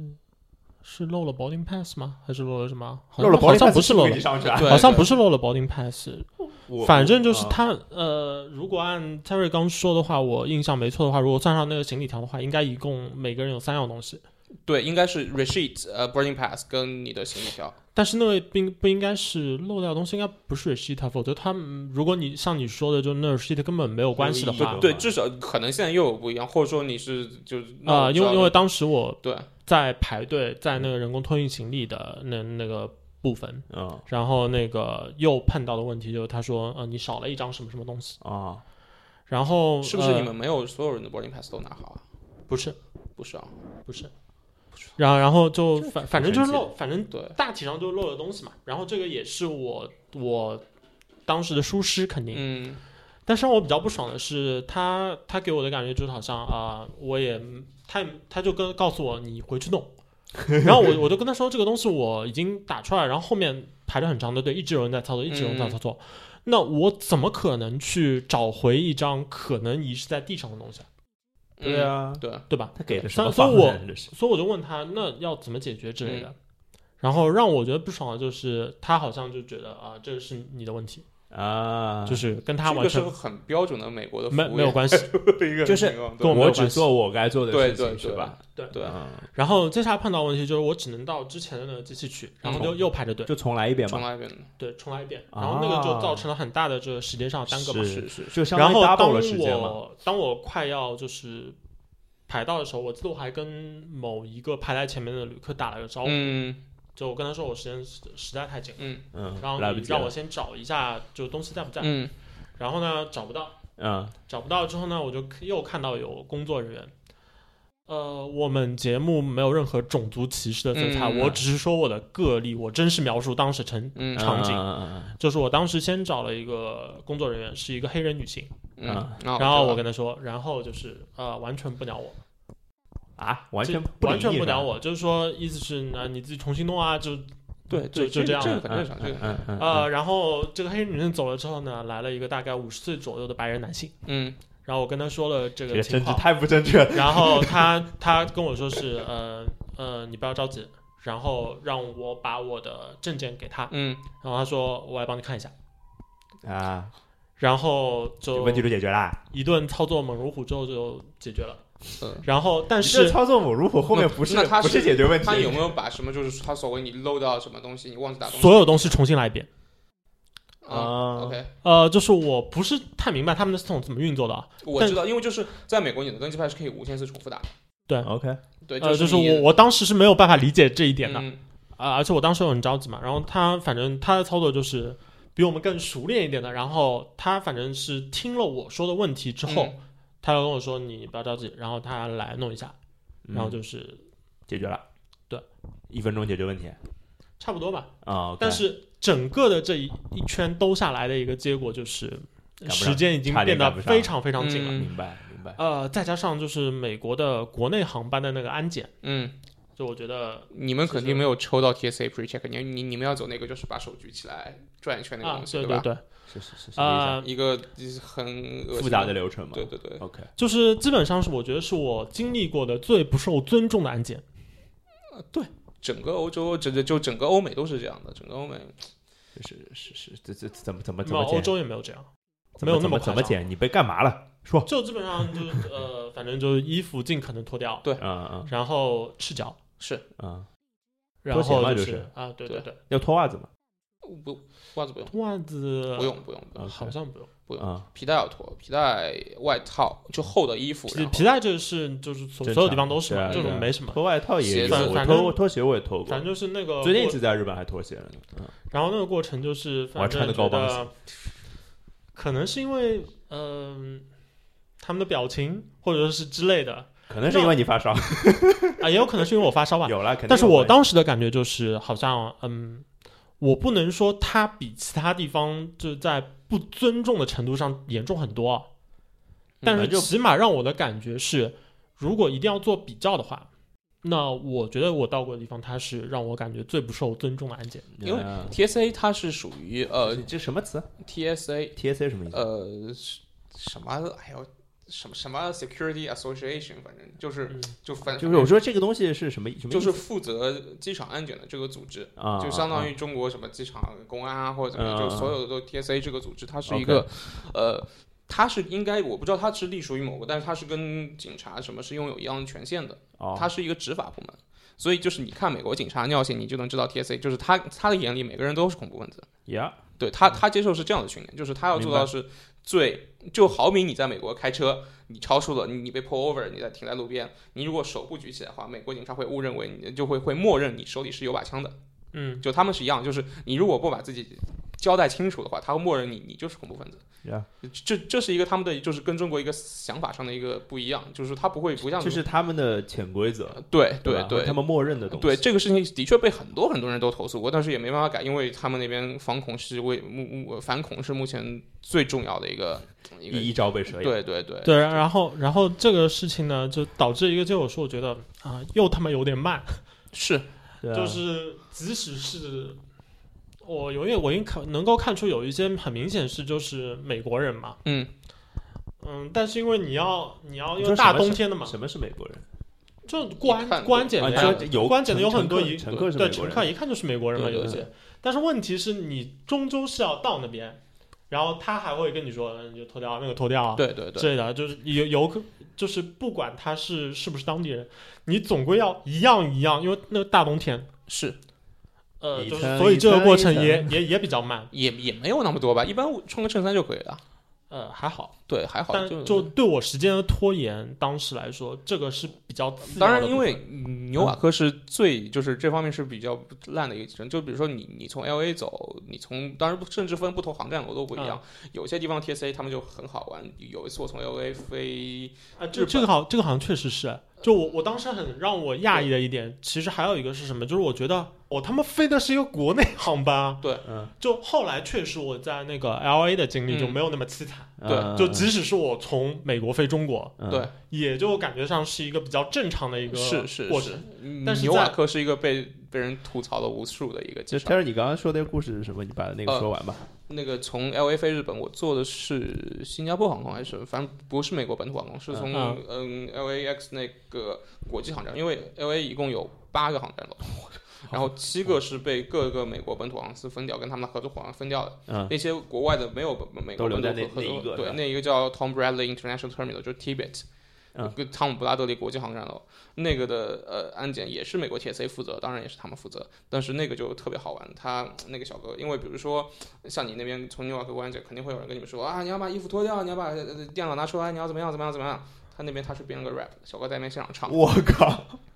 Speaker 3: 是漏了 boarding pass 吗？还是漏了什么？好
Speaker 1: 漏了保
Speaker 3: 好
Speaker 1: 险
Speaker 3: 像
Speaker 1: 杠
Speaker 3: 不是漏
Speaker 1: 给
Speaker 3: 了
Speaker 1: 你，上去啊，
Speaker 2: 对
Speaker 3: 好像不是漏了 boarding pass，
Speaker 1: 我
Speaker 3: 反正就是
Speaker 1: 啊
Speaker 3: 他呃，如果按 Terry 刚说的话，我印象没错的话，如果算上那个行李条的话，应该一共每个人有三样东西。
Speaker 2: 对，应该是 receipt、呃 boarding pass 跟你的行李条。
Speaker 3: 但是那个并不应该是漏掉的东西，应该不是 receipt，否则他们如果你像你说的，就那 receipt 根本没有关系的
Speaker 1: 没有意义
Speaker 3: 话
Speaker 1: 的，
Speaker 3: 呃
Speaker 2: 对，
Speaker 1: 嘛
Speaker 2: 至少可能现在又有不一样，或者说你是就是
Speaker 3: 啊、因为因为当时我
Speaker 2: 对
Speaker 3: 在排队，在那个人工托运行李的那那个部分，
Speaker 1: 嗯
Speaker 3: 然后那个又碰到的问题就是他说，呃，你少了一张什么什么东西，
Speaker 1: 啊，
Speaker 3: 然后
Speaker 2: 是不是
Speaker 3: 呃
Speaker 2: 你们没有所有人的 boarding pass 都拿好啊？
Speaker 3: 不是
Speaker 2: 不是啊，
Speaker 3: 不是，然后然后就反反正就是漏，反正
Speaker 2: 对，
Speaker 3: 大体上就是漏的东西嘛。然后这个也是我我当时的疏失肯定，
Speaker 2: 嗯，
Speaker 3: 但是让我比较不爽的是他他给我的感觉就是好像啊、我也他也他就跟告诉我你回去弄。然后我我就跟他说这个东西我已经打出来了，然后后面排着很长的队，一直有人在操作，一直有人
Speaker 2: 嗯
Speaker 3: 在操作。那我怎么可能去找回一张可能遗失在地上的东西啊，
Speaker 1: 对
Speaker 2: 嗯，
Speaker 1: 啊，
Speaker 2: 对，
Speaker 3: 对吧？
Speaker 1: 他给的什
Speaker 3: 所以
Speaker 1: 么
Speaker 3: 所以
Speaker 1: 方
Speaker 3: 我
Speaker 1: 案真的是
Speaker 3: 所以我就问他，那要怎么解决之类
Speaker 2: 嗯
Speaker 3: 的。然后让我觉得不爽的就是，他好像就觉得啊、这个是你的问题，
Speaker 1: 啊，
Speaker 3: 就是跟他
Speaker 2: 这
Speaker 3: 完
Speaker 2: 个是
Speaker 3: 全
Speaker 2: 很标准的美国的服务
Speaker 3: 没
Speaker 2: 业
Speaker 3: 没有
Speaker 2: [LAUGHS]
Speaker 3: 关系。
Speaker 2: 一个
Speaker 1: 就是
Speaker 2: 情况
Speaker 3: 跟我没有
Speaker 1: 我
Speaker 3: 关系
Speaker 1: 只做我该做的
Speaker 2: 对
Speaker 1: 事
Speaker 2: 对
Speaker 1: 情，
Speaker 2: 对
Speaker 1: 是吧？
Speaker 2: 对
Speaker 1: 嗯，
Speaker 3: 然后接下来碰到的问题就是，我只能到之前的那个机器去，然后就又排着队，
Speaker 1: 就重来一遍
Speaker 2: 重
Speaker 1: 嘛，
Speaker 2: 来一遍，
Speaker 3: 对，重来一遍。
Speaker 1: 嗯啊
Speaker 3: 然后那个就造成了很大的这个时间上的耽搁嘛。
Speaker 1: 是
Speaker 2: 是是，
Speaker 1: 就相当于
Speaker 3: 然后当
Speaker 1: double 了时间嘛。
Speaker 3: 我当我快要就是排到的时候，我记得我还跟某一个排在前面的旅客打了个招呼，
Speaker 2: 嗯
Speaker 3: 就我跟他说我时间实实在太紧了，
Speaker 2: 嗯
Speaker 1: 嗯，
Speaker 3: 然
Speaker 1: 来
Speaker 3: 后
Speaker 1: 不
Speaker 3: 你
Speaker 1: 及
Speaker 3: 让我
Speaker 1: 了，
Speaker 3: 先找一下就东西在不在。
Speaker 2: 嗯
Speaker 3: 然后呢找不到，
Speaker 1: 嗯
Speaker 3: 找不到之后呢，我就又看到有工作人员。呃，我们节目没有任何种族歧视的色彩，
Speaker 2: 嗯
Speaker 3: 我只是说我的个例，我真实描述当时成
Speaker 2: 嗯
Speaker 3: 场景
Speaker 1: 嗯
Speaker 3: 就是我当时先找了一个工作人员，是一个黑人女性，
Speaker 2: 嗯，
Speaker 1: 啊
Speaker 2: 然
Speaker 3: 然后我跟她说，然后就是呃，完全不鸟我，
Speaker 1: 啊，完
Speaker 3: 这
Speaker 1: 全
Speaker 3: 完全不
Speaker 1: 理
Speaker 3: 鸟我，就是说意思是呢，你自己重新弄啊，就
Speaker 2: 对
Speaker 3: 就
Speaker 2: 对，
Speaker 3: 就这样
Speaker 2: 这个
Speaker 3: 了
Speaker 2: 很正常，这个
Speaker 1: 嗯嗯
Speaker 3: 呃，然后这个黑人女性走了之后呢，来了一个大概五十岁左右的白人男性，
Speaker 2: 嗯
Speaker 3: 然后我跟他说了
Speaker 1: 这
Speaker 3: 这
Speaker 1: 个
Speaker 3: 个情
Speaker 1: 政治
Speaker 3: 况，
Speaker 1: 太不正确了。
Speaker 3: 然后他他跟我说是呃呃，你不要着急，然后让我把我的证件给他，
Speaker 2: 嗯
Speaker 3: 然后他说我来帮你看一下，
Speaker 1: 啊，
Speaker 3: 然后就
Speaker 1: 问题就解决啦。
Speaker 3: 一顿操作猛如虎之后就解决了。
Speaker 2: 呃
Speaker 3: 然后，但
Speaker 1: 你这
Speaker 3: 是
Speaker 1: 操作母乳后面不是
Speaker 2: 那那他
Speaker 1: 不
Speaker 2: 是
Speaker 1: 是解决问
Speaker 3: [LAUGHS]
Speaker 1: 题，
Speaker 2: 他有没有把什么就是他所谓你漏掉什么东西，你忘记打东西，
Speaker 3: 所有东西重新来一遍。
Speaker 2: 啊
Speaker 1: 啊？
Speaker 2: ，OK，
Speaker 3: 呃，就是我不是太明白他们的系统怎么运作的啊。
Speaker 2: 我
Speaker 3: 但
Speaker 2: 知道，因为就是在美国你的登记牌是可以无限次重复打的，
Speaker 1: OK，
Speaker 2: 对，
Speaker 3: 呃，就是是
Speaker 2: 你
Speaker 3: 我我当时是没有办法理解这一点的啊、
Speaker 2: 嗯
Speaker 3: 而且我当时有很着急嘛。然后他反正他的操作就是比我们更熟练一点的。然后他反正是听了我说的问题之后，
Speaker 2: 嗯
Speaker 3: 他要跟我说你不要着急，然后他来弄一下，
Speaker 1: 嗯
Speaker 3: 然后就是
Speaker 1: 解决了。
Speaker 3: 对，
Speaker 1: 一分钟解决问题
Speaker 3: 差不多吧。
Speaker 1: 啊。OK
Speaker 3: 但是整个的这一一圈兜下来的一个结果就是，
Speaker 1: 不上
Speaker 3: 时间已经
Speaker 1: 差点
Speaker 3: 变得
Speaker 1: 赶不上
Speaker 3: 非常非常近了。
Speaker 2: 嗯
Speaker 1: 明白明白，
Speaker 3: 呃，再加上就是美国的国内航班的那个安检，
Speaker 2: 嗯。
Speaker 3: 就我觉得
Speaker 2: 你们肯
Speaker 3: 就
Speaker 2: 定
Speaker 3: 是
Speaker 2: 没有抽到 TSA pre check，你你你们要走那个就是把手举起来转一圈那个
Speaker 3: 啊
Speaker 2: 东，西，
Speaker 3: 对
Speaker 2: 吧？
Speaker 3: 对，
Speaker 1: 是是是是
Speaker 3: 啊、
Speaker 2: 一个就是很恶心
Speaker 1: 复杂的，流程嘛。
Speaker 2: 对对对，
Speaker 1: OK，
Speaker 3: 就是基本上是我觉得是我经历过的最不受尊重的安检。
Speaker 2: 整个欧洲，整就整个欧美都是这样的，整个欧美
Speaker 1: 是是是，这这怎么怎么
Speaker 3: 没
Speaker 1: 怎
Speaker 3: 有
Speaker 1: 么
Speaker 3: 欧
Speaker 1: 解？
Speaker 3: 洲也没有这样，
Speaker 1: 怎
Speaker 3: 没有那
Speaker 1: 怎么
Speaker 3: 夸
Speaker 1: 怎
Speaker 3: 张
Speaker 1: 么解？你被干嘛了？说，
Speaker 3: 就基本上就是呃，反正就是衣服尽可能脱掉，
Speaker 1: 嗯嗯
Speaker 3: 然后赤脚，
Speaker 1: 嗯，
Speaker 3: 然
Speaker 1: 脱鞋嘛
Speaker 3: 后
Speaker 1: 就是
Speaker 3: 是啊，对对对，
Speaker 1: 要脱袜子嘛？
Speaker 2: 不袜子不用，
Speaker 3: 袜子
Speaker 2: 不用不用，不用
Speaker 1: 啊，
Speaker 3: 好像不用。
Speaker 2: 不用
Speaker 1: 啊，
Speaker 2: 皮带要脱，皮带、外套就厚的衣服，
Speaker 3: 皮
Speaker 2: 然后
Speaker 3: 皮带这个是就是所
Speaker 1: 正
Speaker 3: 所有地
Speaker 1: 常
Speaker 3: 方都是
Speaker 1: 对
Speaker 3: 嘛，
Speaker 1: 啊
Speaker 3: 这
Speaker 2: 对
Speaker 3: 种
Speaker 1: 啊
Speaker 3: 没什么。
Speaker 1: 脱外套也
Speaker 2: 鞋
Speaker 1: 有，
Speaker 2: 子
Speaker 1: 我
Speaker 3: 反
Speaker 1: 脱
Speaker 3: 正
Speaker 1: 我脱鞋我也脱过
Speaker 3: 反正，就是那个
Speaker 1: 最近一
Speaker 3: 过
Speaker 1: 次在日本还脱鞋了呢。嗯
Speaker 3: 然后那个过程就是，
Speaker 1: 我还
Speaker 3: 反
Speaker 1: 穿
Speaker 3: 正
Speaker 1: 的
Speaker 3: 觉
Speaker 1: 高帮
Speaker 3: 得可能是因为嗯、他们的表情或者是之类的
Speaker 1: 可能是因为你发烧，
Speaker 3: 啊，也有可能是因为我发烧吧。
Speaker 1: 有了，肯定有关系。
Speaker 3: 但是我当时的感觉就是，好像嗯，我不能说它比其他地方就在不尊重的程度上严重很多啊，但是
Speaker 1: 嗯就
Speaker 3: 起码让我的感觉是，如果一定要做比较的话，那我觉得我到过的地方，它是让我感觉最不受尊重的案件。
Speaker 2: 因为
Speaker 1: 嗯
Speaker 2: TSA 它是属于呃
Speaker 1: 你这什么词
Speaker 2: TSA
Speaker 1: ？TSA 什么意思？
Speaker 2: 呃是什么哎呦什么什么 Security Association，反正就是
Speaker 3: 嗯
Speaker 2: 就反
Speaker 1: 就是我说这个东西是什么什么意思？
Speaker 2: 就是负责机场安检的这个组织，
Speaker 1: 啊，
Speaker 2: 就相当
Speaker 1: 啊
Speaker 2: 于中国什么机场公安啊，或者怎么
Speaker 1: 嗯
Speaker 2: 样，就
Speaker 1: 嗯
Speaker 2: 所有的都 TSA 这个组织，它是一个，呃，它是应该我不知道它是隶属于某个，但是它是跟警察什么是拥有一样的权限的，
Speaker 1: 哦
Speaker 2: 它是一个执法部门。所以就是你看美国警察尿性，你就能知道 TSA，就是他他的眼里每个人都是恐怖分子。
Speaker 1: 呀，
Speaker 2: 对他，他接受是这样的训练，就是他要做到是最，就好比你在美国开车，你超速了，你你被 pull over，你在停在路边，你如果手不举起来的话，美国警察会误认为你就会会默认你手里是有把枪的，
Speaker 3: 嗯，
Speaker 2: 就他们是一样，就是你如果不把自己交代清楚的话，他会默认你你就是恐怖分子。
Speaker 1: Yeah
Speaker 2: 这这是一个他们的就是跟中国一个想法上的一个不一样，就是他不会不像
Speaker 1: 这是他们的潜规则，
Speaker 2: 对对
Speaker 1: 吧
Speaker 2: 对
Speaker 1: 他。们默认的东西。
Speaker 2: 对这个事情的确被很多很多人都投诉过，但是也没办法改，因为他们那边反恐是为目目呃反恐是目前最重要的一个一个
Speaker 1: 一一朝被蛇咬。
Speaker 2: 对对对
Speaker 3: 对，然然后然后这个事情呢，就导致一个结果是，我觉得啊、又他妈有点慢，
Speaker 2: 是
Speaker 1: 对啊，
Speaker 3: 就是即使是我有点，我已经看能够看出有一些很明显是就是美国人嘛，
Speaker 2: 嗯
Speaker 3: 嗯，但是因为你要你要
Speaker 1: 你
Speaker 3: 因
Speaker 1: 说什
Speaker 3: 为大
Speaker 1: 么
Speaker 3: 冬
Speaker 1: 是
Speaker 3: 天的嘛，
Speaker 1: 什么是美国人？
Speaker 3: 就过
Speaker 2: 你看
Speaker 3: 安过安检
Speaker 1: 啊，
Speaker 3: 的
Speaker 1: 你
Speaker 3: 呀，
Speaker 1: 说有
Speaker 3: 关检的有
Speaker 1: 乘
Speaker 3: 很多
Speaker 1: 乘客
Speaker 3: 疑
Speaker 1: 乘客是美国
Speaker 3: 对，乘
Speaker 1: 人
Speaker 3: 客一看就是美国人嘛，
Speaker 2: 对对
Speaker 3: 有一些。但是问题是你终究是要到那边，然后他还会跟你说，嗯你就脱掉啊那个脱掉啊，
Speaker 2: 对对对
Speaker 3: 之类的，就是有有可就是不管他是是不是当地人，你总归要一样一样，因为那个大冬天，
Speaker 2: 是
Speaker 3: 呃，
Speaker 1: 一
Speaker 3: 就是
Speaker 1: 层
Speaker 3: 所
Speaker 1: 一
Speaker 3: 以这个
Speaker 1: 层
Speaker 3: 过
Speaker 1: 一
Speaker 3: 程
Speaker 1: 层 [LAUGHS]
Speaker 3: 也也也比较慢，
Speaker 2: 也也没有那么多吧，一般我穿个衬衫就可以了。
Speaker 3: 呃，还好，
Speaker 2: 对，还好
Speaker 3: 但
Speaker 2: 就
Speaker 3: 就对我时间的拖延，当时来说，这个是比较次
Speaker 2: 当
Speaker 3: 要
Speaker 2: 然，
Speaker 3: 的
Speaker 2: 因
Speaker 3: 部
Speaker 2: 为
Speaker 3: 分
Speaker 2: 嗯纽瓦克是最就是这方面是比较烂的一个集成。就比如说你你从 L A 走，你从当然不甚至分不同航站楼都不一样，有些地方 T S A 他们就很好玩。有一次我从 L A 飞，
Speaker 3: 啊，
Speaker 2: 日
Speaker 3: 这
Speaker 2: 本
Speaker 3: 这个好，这个好像确实是。就我我当时很让我讶异的一点，其实还有一个是什么？就是我觉得我他妈飞的是一个国内航班啊。
Speaker 1: 嗯，
Speaker 3: 就后来确实我在那个 L A 的经历就
Speaker 2: 嗯
Speaker 3: 没有那么凄惨，
Speaker 2: 对
Speaker 1: 嗯
Speaker 3: 就即使是我从美国飞中国，
Speaker 1: 嗯
Speaker 2: 对
Speaker 3: 也就感觉上是一个比较正常的一个
Speaker 2: 是是
Speaker 3: 过
Speaker 2: 是
Speaker 3: 程。，
Speaker 2: 嗯
Speaker 3: 但是
Speaker 2: 纽瓦
Speaker 3: 在
Speaker 2: 克是一个被被人吐槽了无数的一个
Speaker 1: 就
Speaker 2: 机
Speaker 1: 但
Speaker 2: 场。
Speaker 1: 是你刚刚说那个故事是什么？你把那个
Speaker 2: 呃
Speaker 1: 说完吧。
Speaker 2: 那个从 L A 飞日本，我坐的是新加坡航空还是反正不是美国本土航空，是从
Speaker 1: 啊
Speaker 3: 嗯
Speaker 2: 嗯 L A X 那个国际航站，因为 L A 一共有八个航站楼。
Speaker 1: [LAUGHS]
Speaker 2: 然后七个是被各个美国本土航司分掉，跟他们的合作伙伴分掉的。
Speaker 1: 嗯
Speaker 2: 那些国外的没有本美
Speaker 1: 都
Speaker 2: 国
Speaker 1: 留
Speaker 2: 本
Speaker 1: 在
Speaker 2: 土
Speaker 1: 那
Speaker 2: 合
Speaker 1: 那一个
Speaker 2: 作，
Speaker 1: 是
Speaker 2: 对
Speaker 1: 吧，
Speaker 2: 那一个叫 Tom Bradley International Terminal，就是 Tibet，
Speaker 1: 嗯
Speaker 2: 跟汤姆布拉德利国际航站楼那个的呃安检也是美国 TSA 负责，当然也是他们负责，但是那个就特别好玩。他那个小哥，因为比如说像你那边从纽瓦克过安检，肯定会有人跟你们说啊，你要把衣服脱掉，你要把呃呃电脑拿出来，你要怎么样怎么样怎么样。他那边他是编了个 rap，小哥在那边现场唱，
Speaker 1: 我靠，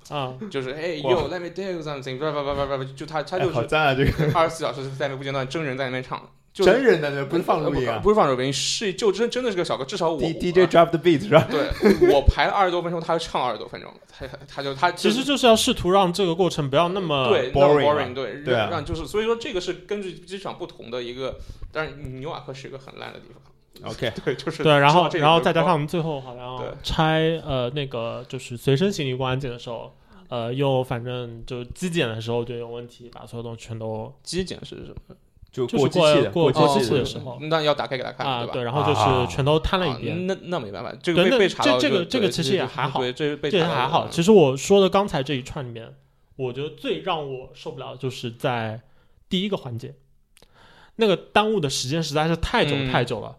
Speaker 3: 啊，
Speaker 2: 就是 Hey
Speaker 1: 哇
Speaker 2: yo，let me tell you something，blah blah blah blah blah，就他他
Speaker 1: 哎
Speaker 2: 就是
Speaker 1: 好赞啊！这个
Speaker 2: 二十四小时在那边不间断，真人在那边唱，就是
Speaker 1: 真人的那不是放录音
Speaker 2: 呃
Speaker 1: 啊
Speaker 2: 不是放录音，是就真真的是个小哥，至少我啊
Speaker 1: D DJ drop the beat 是吧？
Speaker 2: 对我排了二十多分钟，他就唱二十多分钟，他他就他
Speaker 3: 其实就是要试图让这个过程不要那么
Speaker 2: 对那
Speaker 1: boring 嘛
Speaker 2: boring 对
Speaker 1: 对啊
Speaker 2: 让就是所以说这个是根据机场不同的一个，但是纽瓦克是一个很烂的地方， [LAUGHS]
Speaker 1: OK，
Speaker 2: 对，就是
Speaker 3: 对，然
Speaker 2: 知道
Speaker 3: 后
Speaker 2: 这个
Speaker 3: 然后
Speaker 2: 就
Speaker 3: 再加
Speaker 2: 高
Speaker 3: 上我们最后好像
Speaker 2: 对
Speaker 3: 拆呃那个就是随身行李过安检的时候，呃又反正就机检的时候就有问题，把所有东西全都
Speaker 2: 机检是什么？
Speaker 1: 就
Speaker 3: 就是
Speaker 1: 过机器的，
Speaker 3: 过
Speaker 1: 机
Speaker 3: 过机
Speaker 1: 器
Speaker 3: 器的
Speaker 1: 的
Speaker 3: 时候
Speaker 2: 那要打开给他看，
Speaker 3: 啊
Speaker 2: 吧？
Speaker 3: 对，然后就是全都摊了一
Speaker 2: 啊
Speaker 3: 遍。
Speaker 2: 那那没办法，这个被
Speaker 3: 对那
Speaker 2: 被查
Speaker 3: 这
Speaker 2: 到
Speaker 3: 这个
Speaker 2: 就
Speaker 3: 这个
Speaker 2: 对
Speaker 3: 其实
Speaker 2: 就
Speaker 3: 也还好
Speaker 2: 对，这被
Speaker 3: 这也
Speaker 2: 查到
Speaker 3: 还
Speaker 2: 就
Speaker 3: 好。
Speaker 2: 嗯
Speaker 3: 其实我说的刚才这一串里面，我觉得最让我受不了的就是在第一个环节，那个耽误的时间实在是太久
Speaker 2: 嗯
Speaker 3: 太久了。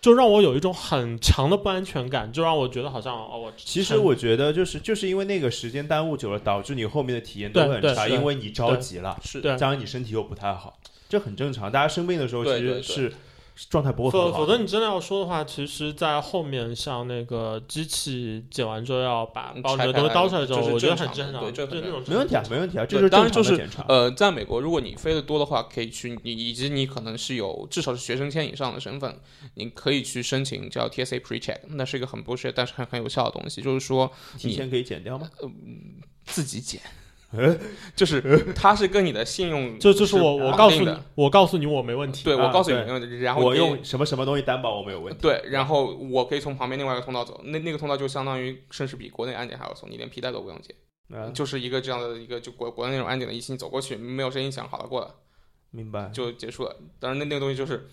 Speaker 3: 就让我有一种很强的不安全感，就让我觉得好像哦，我
Speaker 1: 其实
Speaker 3: 很
Speaker 1: 我觉得就是就是因为那个时间耽误久了，导致你后面的体验都
Speaker 3: 对
Speaker 1: 很
Speaker 3: 对
Speaker 1: 差，
Speaker 3: 是
Speaker 1: 因为你着急了，
Speaker 2: 是
Speaker 3: 对
Speaker 1: 加上你身体又不太好，这很正常。大家生病的时候其
Speaker 2: 对对
Speaker 1: 实
Speaker 2: 对
Speaker 1: 是状态不会
Speaker 3: 否
Speaker 1: 很好
Speaker 3: 否
Speaker 1: 的。
Speaker 3: 则你真的要说的话，其实，在后面像那个机器剪完之后要把
Speaker 2: 嗯
Speaker 3: 包
Speaker 2: 拆
Speaker 3: 着
Speaker 2: 开
Speaker 3: 东西
Speaker 2: 来
Speaker 3: 刀出来之后，
Speaker 2: 这是
Speaker 3: 我觉得
Speaker 2: 正
Speaker 3: 很正
Speaker 2: 常的
Speaker 3: 常，
Speaker 2: 对这
Speaker 3: 就
Speaker 2: 很
Speaker 3: 那种
Speaker 1: 没问题啊，没问题啊，这
Speaker 2: 对
Speaker 1: 是正
Speaker 2: 当然
Speaker 1: 常
Speaker 2: 就
Speaker 1: 的
Speaker 2: 是
Speaker 1: 检查。
Speaker 2: 呃，在美国，如果你飞得多的话，可以去你以及你可能是有至少是学生签以上的身份，你可以去申请叫 TSA PreCheck，那是一个很 bullshit 但是很很有效的东西，就是说
Speaker 1: 提前可以减掉吗？
Speaker 2: 自己减， [LAUGHS]
Speaker 1: [LAUGHS]
Speaker 2: 就是它是跟你的信用
Speaker 3: 这就是我我告诉
Speaker 2: 绑定
Speaker 3: 你
Speaker 2: 的，
Speaker 3: 我告诉你我没问题，
Speaker 2: 对我
Speaker 1: 啊
Speaker 2: 告诉你
Speaker 1: 对
Speaker 2: 没问题，然后
Speaker 1: 我
Speaker 2: 你
Speaker 1: 用什么什么东西担保我没有问题。
Speaker 2: 对，然后我可以从旁边另外一个通道走，那那个通道就相当于甚至比国内安检还要松，你连皮带都不用解，
Speaker 1: 啊，
Speaker 2: [LAUGHS] 就是一个这样的一个就国国内那种安检的一起你走过去，没有声音响，好了过了
Speaker 1: 明白。
Speaker 2: 就结束了。当然那那个东西就是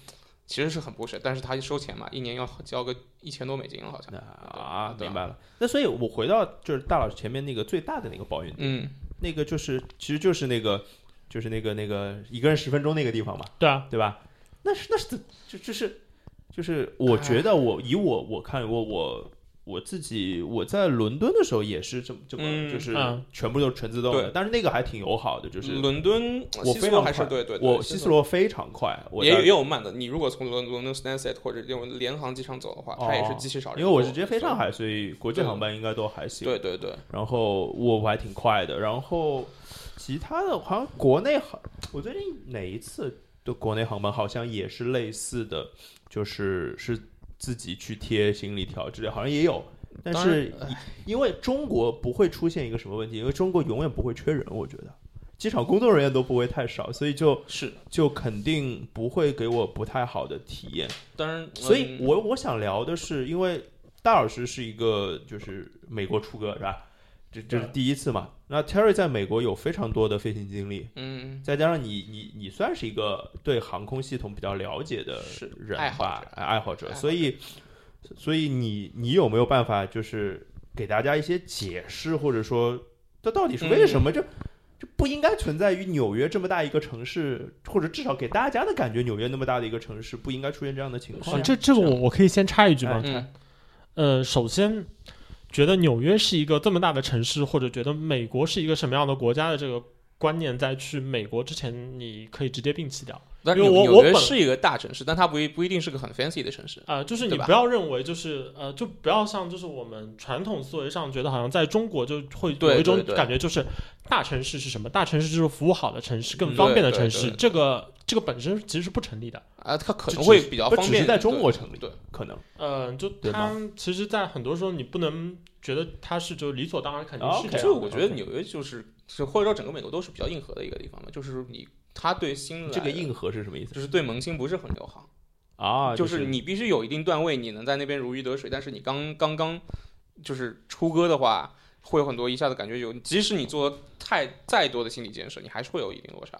Speaker 2: 其实是很不是，但是他一收钱嘛，一年要交个一千多美金好像。
Speaker 1: 啊，
Speaker 2: 对
Speaker 1: 明白了。那所以，我回到就是大老师前面那个最大的那个抱怨，
Speaker 2: 嗯，
Speaker 1: 那个就是其实就是那个就是那个那个一个人十分钟那个地方嘛，
Speaker 3: 对啊，
Speaker 1: 对吧？那是那是怎就就是就是，我觉得我以我我看我我我自己我在伦敦的时候也是这么这么
Speaker 2: 嗯
Speaker 1: 就是
Speaker 3: 嗯
Speaker 1: 全部都是全自动的，
Speaker 2: 对
Speaker 1: 但是那个还挺友好的，就是
Speaker 2: 伦敦
Speaker 1: 我
Speaker 2: 西
Speaker 1: 非
Speaker 2: 斯
Speaker 1: 常
Speaker 2: 罗还是
Speaker 1: 快
Speaker 2: 对对，对
Speaker 1: 我西斯罗非常快，我
Speaker 2: 也有
Speaker 1: 在
Speaker 2: 也有慢的。你如果从伦伦敦 Stansted 或者用联航机场走的话，它也是
Speaker 1: 哦
Speaker 2: 机器少人
Speaker 1: 因
Speaker 2: 多。
Speaker 1: 为我是直接飞上
Speaker 2: 海。
Speaker 1: 海，所以国际航班应该都还行。
Speaker 2: 对对对，
Speaker 1: 然后我还挺快的，然后其他的好像国内航，我最近哪一次的国内航班好像也是类似的，就是是自己去贴行李条之类，好像也有。但是
Speaker 2: 当，
Speaker 1: 因为中国不会出现一个什么问题，因为中国永远不会缺人，我觉得机场工作人员都不会太少，所以就是就肯定不会给我不太好的体验。
Speaker 2: 当然，
Speaker 1: 所以
Speaker 2: 嗯
Speaker 1: 我我想聊的是，因为大老师是一个就是美国出歌是吧？这这是第一次嘛？那 Terry 在美国有非常多的飞行经历，
Speaker 2: 嗯，
Speaker 1: 再加上你你你算是一个对航空系统比较了解的
Speaker 2: 是
Speaker 1: 人
Speaker 2: 爱好
Speaker 1: 吧，爱爱好者，
Speaker 2: 爱好
Speaker 1: 所以所以你你有没有办法就是给大家一些解释，或者说这到底是为
Speaker 2: 嗯
Speaker 1: 什么这？这不应该存在于纽约这么大一个城市，或者至少给大家的感觉，纽约那么大的一个城市不应该出现这样的情况
Speaker 3: 啊。这这个我我可以先插一句吗？
Speaker 2: 嗯
Speaker 3: 呃，首先觉得纽约是一个这么大的城市，或者觉得美国是一个什么样的国家的这个观念，在去美国之前，你可以直接摒弃掉。
Speaker 2: 但
Speaker 3: 因为
Speaker 2: 纽
Speaker 3: 我
Speaker 2: 纽
Speaker 3: 我
Speaker 2: 约
Speaker 3: 本
Speaker 2: 是一个大城市，但它不一不一定是个很 fancy 的城市。
Speaker 3: 啊、就是你
Speaker 2: 对吧
Speaker 3: 不要认为就是呃，就不要像就是我们传统思维上觉得好像在中国就会
Speaker 2: 对
Speaker 3: 有一种
Speaker 2: 对对
Speaker 3: 感觉，就是大城市是什么？大城市就是服务好的城市，更
Speaker 2: 嗯
Speaker 3: 方便的
Speaker 2: 对对
Speaker 3: 城
Speaker 2: 对
Speaker 3: 市。
Speaker 2: 对
Speaker 3: 这个这个本身其实是不成立的。
Speaker 2: 啊，它可
Speaker 1: 这
Speaker 2: 能
Speaker 1: 只
Speaker 2: 会
Speaker 1: 是
Speaker 2: 比较
Speaker 1: 不
Speaker 2: 方
Speaker 1: 只
Speaker 2: 便。
Speaker 1: 是在中
Speaker 2: 对
Speaker 1: 国成立
Speaker 2: 对，
Speaker 1: 可能
Speaker 3: 呃，就
Speaker 1: 对吗
Speaker 3: 它其实，在很多时候你不能觉得它是就理所当然，肯定是
Speaker 1: OK
Speaker 3: 这样
Speaker 2: 就
Speaker 3: 的。
Speaker 2: 我觉得纽约就是，就或者说整个美国都是比较硬核的一个地方嘛，就是你他对新来
Speaker 1: 这个
Speaker 2: 的
Speaker 1: 硬核是什么意思
Speaker 2: 就是对萌新不是很友好，
Speaker 1: 啊？
Speaker 2: 就是是你必须有一定段位，你能在那边如鱼得水，但是你刚刚刚就是出歌的话，会有很多一下子感觉有，即使你做太再多的心理建设，你还是会有一定落差，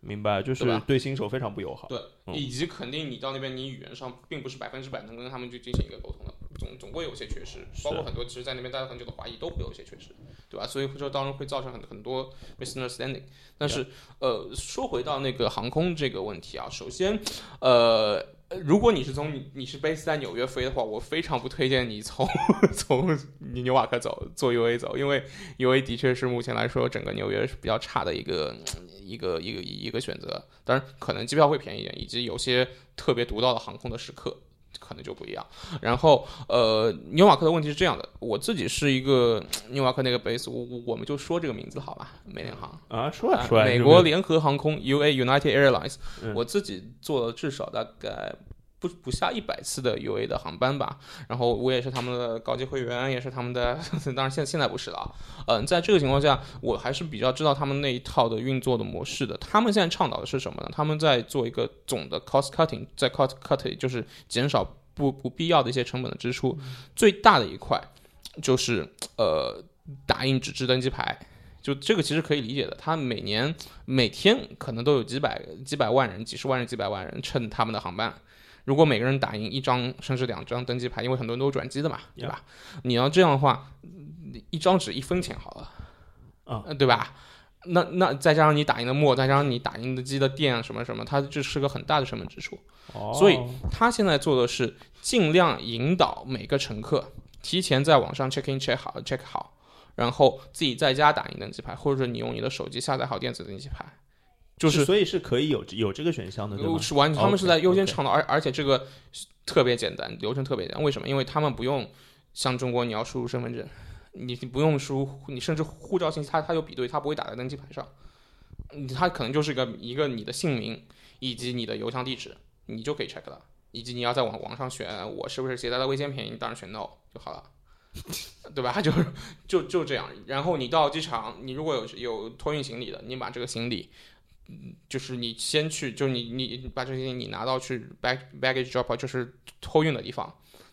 Speaker 1: 明白，就
Speaker 2: 对
Speaker 1: 是
Speaker 2: 吧
Speaker 1: 对新手非常不友好。
Speaker 2: 对，
Speaker 1: 嗯
Speaker 2: 以及肯定你到那边你语言上并不是百分之百能跟他们去进行一个沟通的，总总会有些缺失，
Speaker 1: 是
Speaker 2: 包括很多其实在那边待了很久的华裔都会有一些缺失，对吧？所以说当然会造成很很多 misunderstanding。但是呃，说回到那个航空这个问题啊，首先呃。如果你是从你你是 base 在纽约飞的话，我非常不推荐你从 [LAUGHS] 从纽瓦克走坐 UA 走，因为 UA 的确是目前来说整个纽约是比较差的一个一个一个一个选择。当然，可能机票会便宜一点，以及有些特别独到的航空的时刻。可能就不一样。然后，呃，纽瓦克的问题是这样的，我自己是一个纽瓦克那个 base，我我我们就说这个名字好吧，美联航。
Speaker 1: 啊，说呀
Speaker 2: 啊
Speaker 1: 说呀，
Speaker 2: 美
Speaker 1: 就
Speaker 2: 国
Speaker 1: 是
Speaker 2: 联合航空 UA United Airlines，、
Speaker 1: 嗯
Speaker 2: 我自己做了至少大概不不下一百次的 UA 的航班吧，然后我也是他们的高级会员，也是他们的， [LAUGHS] 当然现现在不是了啊。嗯、在这个情况下，我还是比较知道他们那一套的运作的模式的。他们现在倡导的是什么呢？他们在做一个总的 cost cutting，在 cost cutting 就是减少不不必要的一些成本的支出，
Speaker 1: 嗯
Speaker 2: 最大的一块就是呃打印纸质登机牌。就这个其实可以理解的，他每年每天可能都有几百几百万人、几十万人、几百万人乘他们的航班。如果每个人打印一张甚至两张登机牌，因为很多人都有转机的嘛，对吧？你要这样的话，嗯一张纸一分钱好了，
Speaker 1: 啊
Speaker 2: 呃，对吧？那那再加上你打印的墨，再加上你打印的机的电啊什么什么，它这是个很大的成本支出。
Speaker 1: 哦
Speaker 2: 所以他现在做的是尽量引导每个乘客提前在网上 check in check 好 check 好，然后自己在家打印登记牌，或者你用你的手机下载好电子登记牌，就是
Speaker 1: 所以是可以有有这个选项的，对吗？哦
Speaker 2: 是完，他们是在
Speaker 1: OK，OK
Speaker 2: 优先场的，而而且这个特别简单，流程特别简单。为什么？因为他们不用像中国你要输入身份证，你你不用输入，你甚至护照信息，他他有比对，他不会打在登记牌上，嗯他可能就是个一个你的姓名以及你的邮箱地址，你就可以 check 了。以及你要在网网上选我是不是携带了未签便宜，你当然选 no 就好了，对吧？就是就就这样。然后你到机场，你如果有有托运行李的，你把这个行李，嗯就是你先去，就是你你你把这些你拿到去 bag baggage drop，就是托运的地方。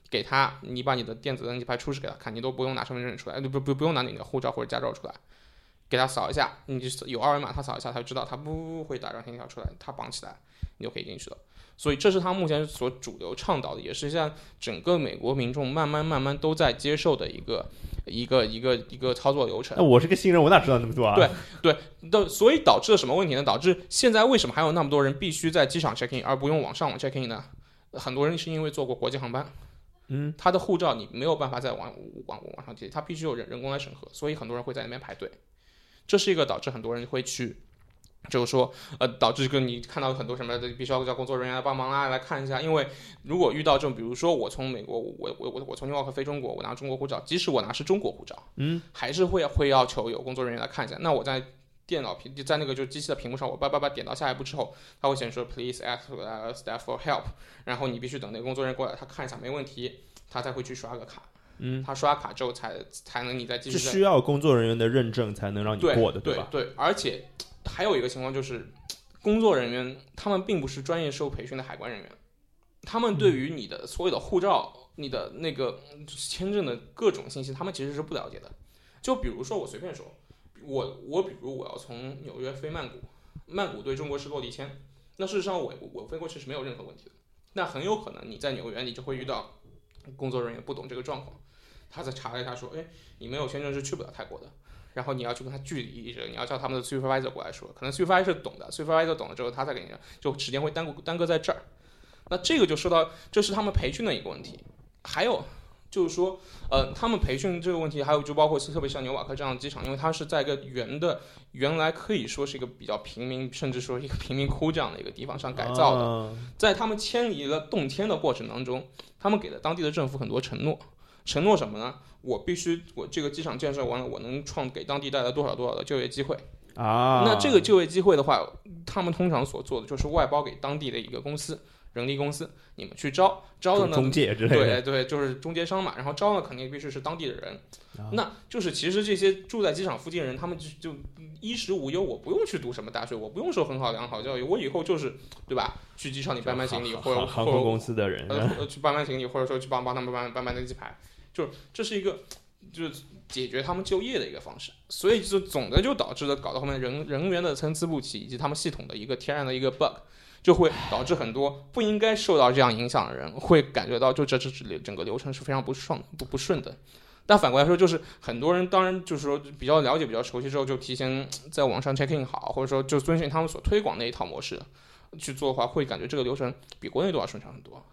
Speaker 2: 给他，你把你的电子登记牌出示给他看，你都不用拿身份证出来，呃不不不用拿你的护照或者驾照出来，给他扫一下，你就有二维码，他扫一下，他就知道他不会打张信条出来，他绑起来，你就可以进去了。所以这是他目前所主流倡导的，也是像整个美国民众慢慢慢慢都在接受的一个一个一个一个操作流程
Speaker 1: 那。我是个新人，我哪知道那么多啊？
Speaker 2: 对的，所以导致了什么问题呢？导致现在为什么还有那么多人必须在机场 check in 而不用网上网 check in 呢？很多人是因为坐过国际航班，
Speaker 1: 嗯，
Speaker 2: 他的护照你没有办法在网网网上接，他必须有人人工来审核，所以很多人会在那边排队。这是一个导致很多人会去，就是说，呃，导致跟你看到很多什么的，必须要叫工作人员来帮忙啦，来看一下。因为如果遇到这种，比如说我从美国，我我我我从纽奥克飞中国，我拿中国护照，即使我拿是中国护照，
Speaker 1: 嗯，
Speaker 2: 还是会会要求有工作人员来看一下。那我在电脑屏在那个就是机器的屏幕上，我叭叭叭点到下一步之后，它会显示说 please ask uh, staff for help，然后你必须等那个工作人员过来，他看一下没问题，他才会去刷个卡。
Speaker 1: 嗯，
Speaker 2: 他刷卡之后才才能你再继续
Speaker 1: 是
Speaker 2: 再
Speaker 1: 需要工作人员的认证才能让你
Speaker 2: 对
Speaker 1: 过的，
Speaker 2: 对
Speaker 1: 吧？
Speaker 2: 对，而且还有一个情况就是，工作人员他们并不是专业受培训的海关人员，他们
Speaker 1: 嗯
Speaker 2: 对于你的所有的护照、你的那个签证的各种信息，他们其实是不了解的。就比如说我随便说，我我比如我要从纽约飞曼谷，曼谷对中国是落地签，那事实上我我飞过去是没有任何问题的。那很有可能你在纽约，你就会遇到工作人员不懂这个状况，他再查了一下说，哎，你没有签证是去不了泰国的。然后你要去跟他据理力争，你要叫他们的 supervisor 过来说，可能 supervisor 懂的，supervisor 懂了之后，他再给你，就时间会耽搁耽搁在这儿。那这个就说到，这是他们培训的一个问题。还有就是说，呃，他们培训这个问题，还有就包括特别像纽瓦克这样的机场，因为它是在一个原的，原来可以说是一个比较平民，甚至说一个贫民窟这样的一个地方上改造的。
Speaker 1: 的，
Speaker 2: 在他们迁移了动迁的过程当中，他们给了当地的政府很多承诺，承诺什么呢？我必须，我这个机场建设完了，我能创给当地带来多少多少的就业机会。
Speaker 1: 啊，
Speaker 2: 那这个就业机会的话，他们通常所做的就是外包给当地的一个公司，人力公司，你们去招，招的
Speaker 1: 中
Speaker 2: 呢，
Speaker 1: 中介之类的，
Speaker 2: 对对，就是中间商嘛。然后招呢，肯定必须是当地的人。
Speaker 1: 啊
Speaker 2: 那就是其实这些住在机场附近的人，他们就就衣食无忧，我不用去读什么大学，我不用受很好良好教育，我以后就是对吧？去机场里搬搬行李，
Speaker 1: 航
Speaker 2: 或者
Speaker 1: 航
Speaker 2: 或者
Speaker 1: 空公司的人，
Speaker 2: 呃，或去搬搬行李，或者说去帮帮他们搬搬搬登机牌，就是这是一个就是解决他们就业的一个方式。所以就总的就导致了搞到后面人人员的参差不齐，以及他们系统的一个天然的一个 bug，就会导致很多不应该受到这样影响的人会感觉到，就这这这整个流程是非常不顺不不顺的。但反过来说，就是很多人当然就是说比较了解、比较熟悉之后，就提前在网上 check in 好，或者说就遵循他们所推广那一套模式去做的话，会感觉这个流程比国内都要顺畅很多。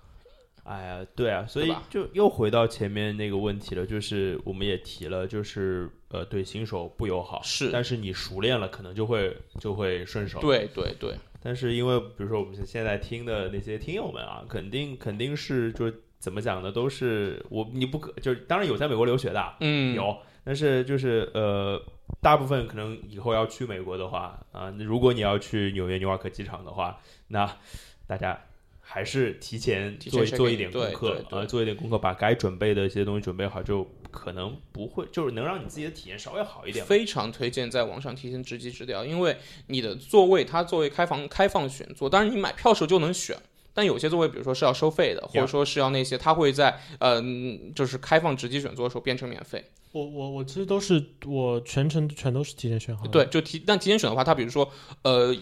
Speaker 1: 哎呀，对啊，所
Speaker 2: 对
Speaker 1: 以
Speaker 2: 吧
Speaker 1: 就又回到前面那个问题了，就是我们也提了，就是呃，对新手不友好，
Speaker 2: 是
Speaker 1: 但是你熟练了，可能就会就会顺手。
Speaker 2: 对对对，
Speaker 1: 但是因为比如说我们现在听的那些听友们啊，肯定肯定是就是怎么讲呢，都是我你不可就是当然有在美国留学的啊，
Speaker 2: 嗯，
Speaker 1: 有，但是就是呃，大部分可能以后要去美国的话啊、那如果你要去纽约纽瓦克机场的话，那大家还是提前
Speaker 2: 提
Speaker 1: 做
Speaker 2: 前 check
Speaker 1: 做一
Speaker 2: in，
Speaker 1: 点
Speaker 2: 对
Speaker 1: 功课
Speaker 2: 对，对
Speaker 1: 呃，做一点功课，把该准备的一些东西准备好，就可能不会，就是能让你自己的体验稍微好一点嘛。
Speaker 2: 非常推荐在网上提前直击直聊，因为你的座位它作为开放开放选座，当然你买票时候就能选。但有些座位，比如说是要收费的，或者说是要那些，它会在呃，嗯就是开放直接选座的时候变成免费。
Speaker 3: 我我我其实都是我全程全都是提前选好的。
Speaker 2: 对，就提但提前选的话，它比如说呃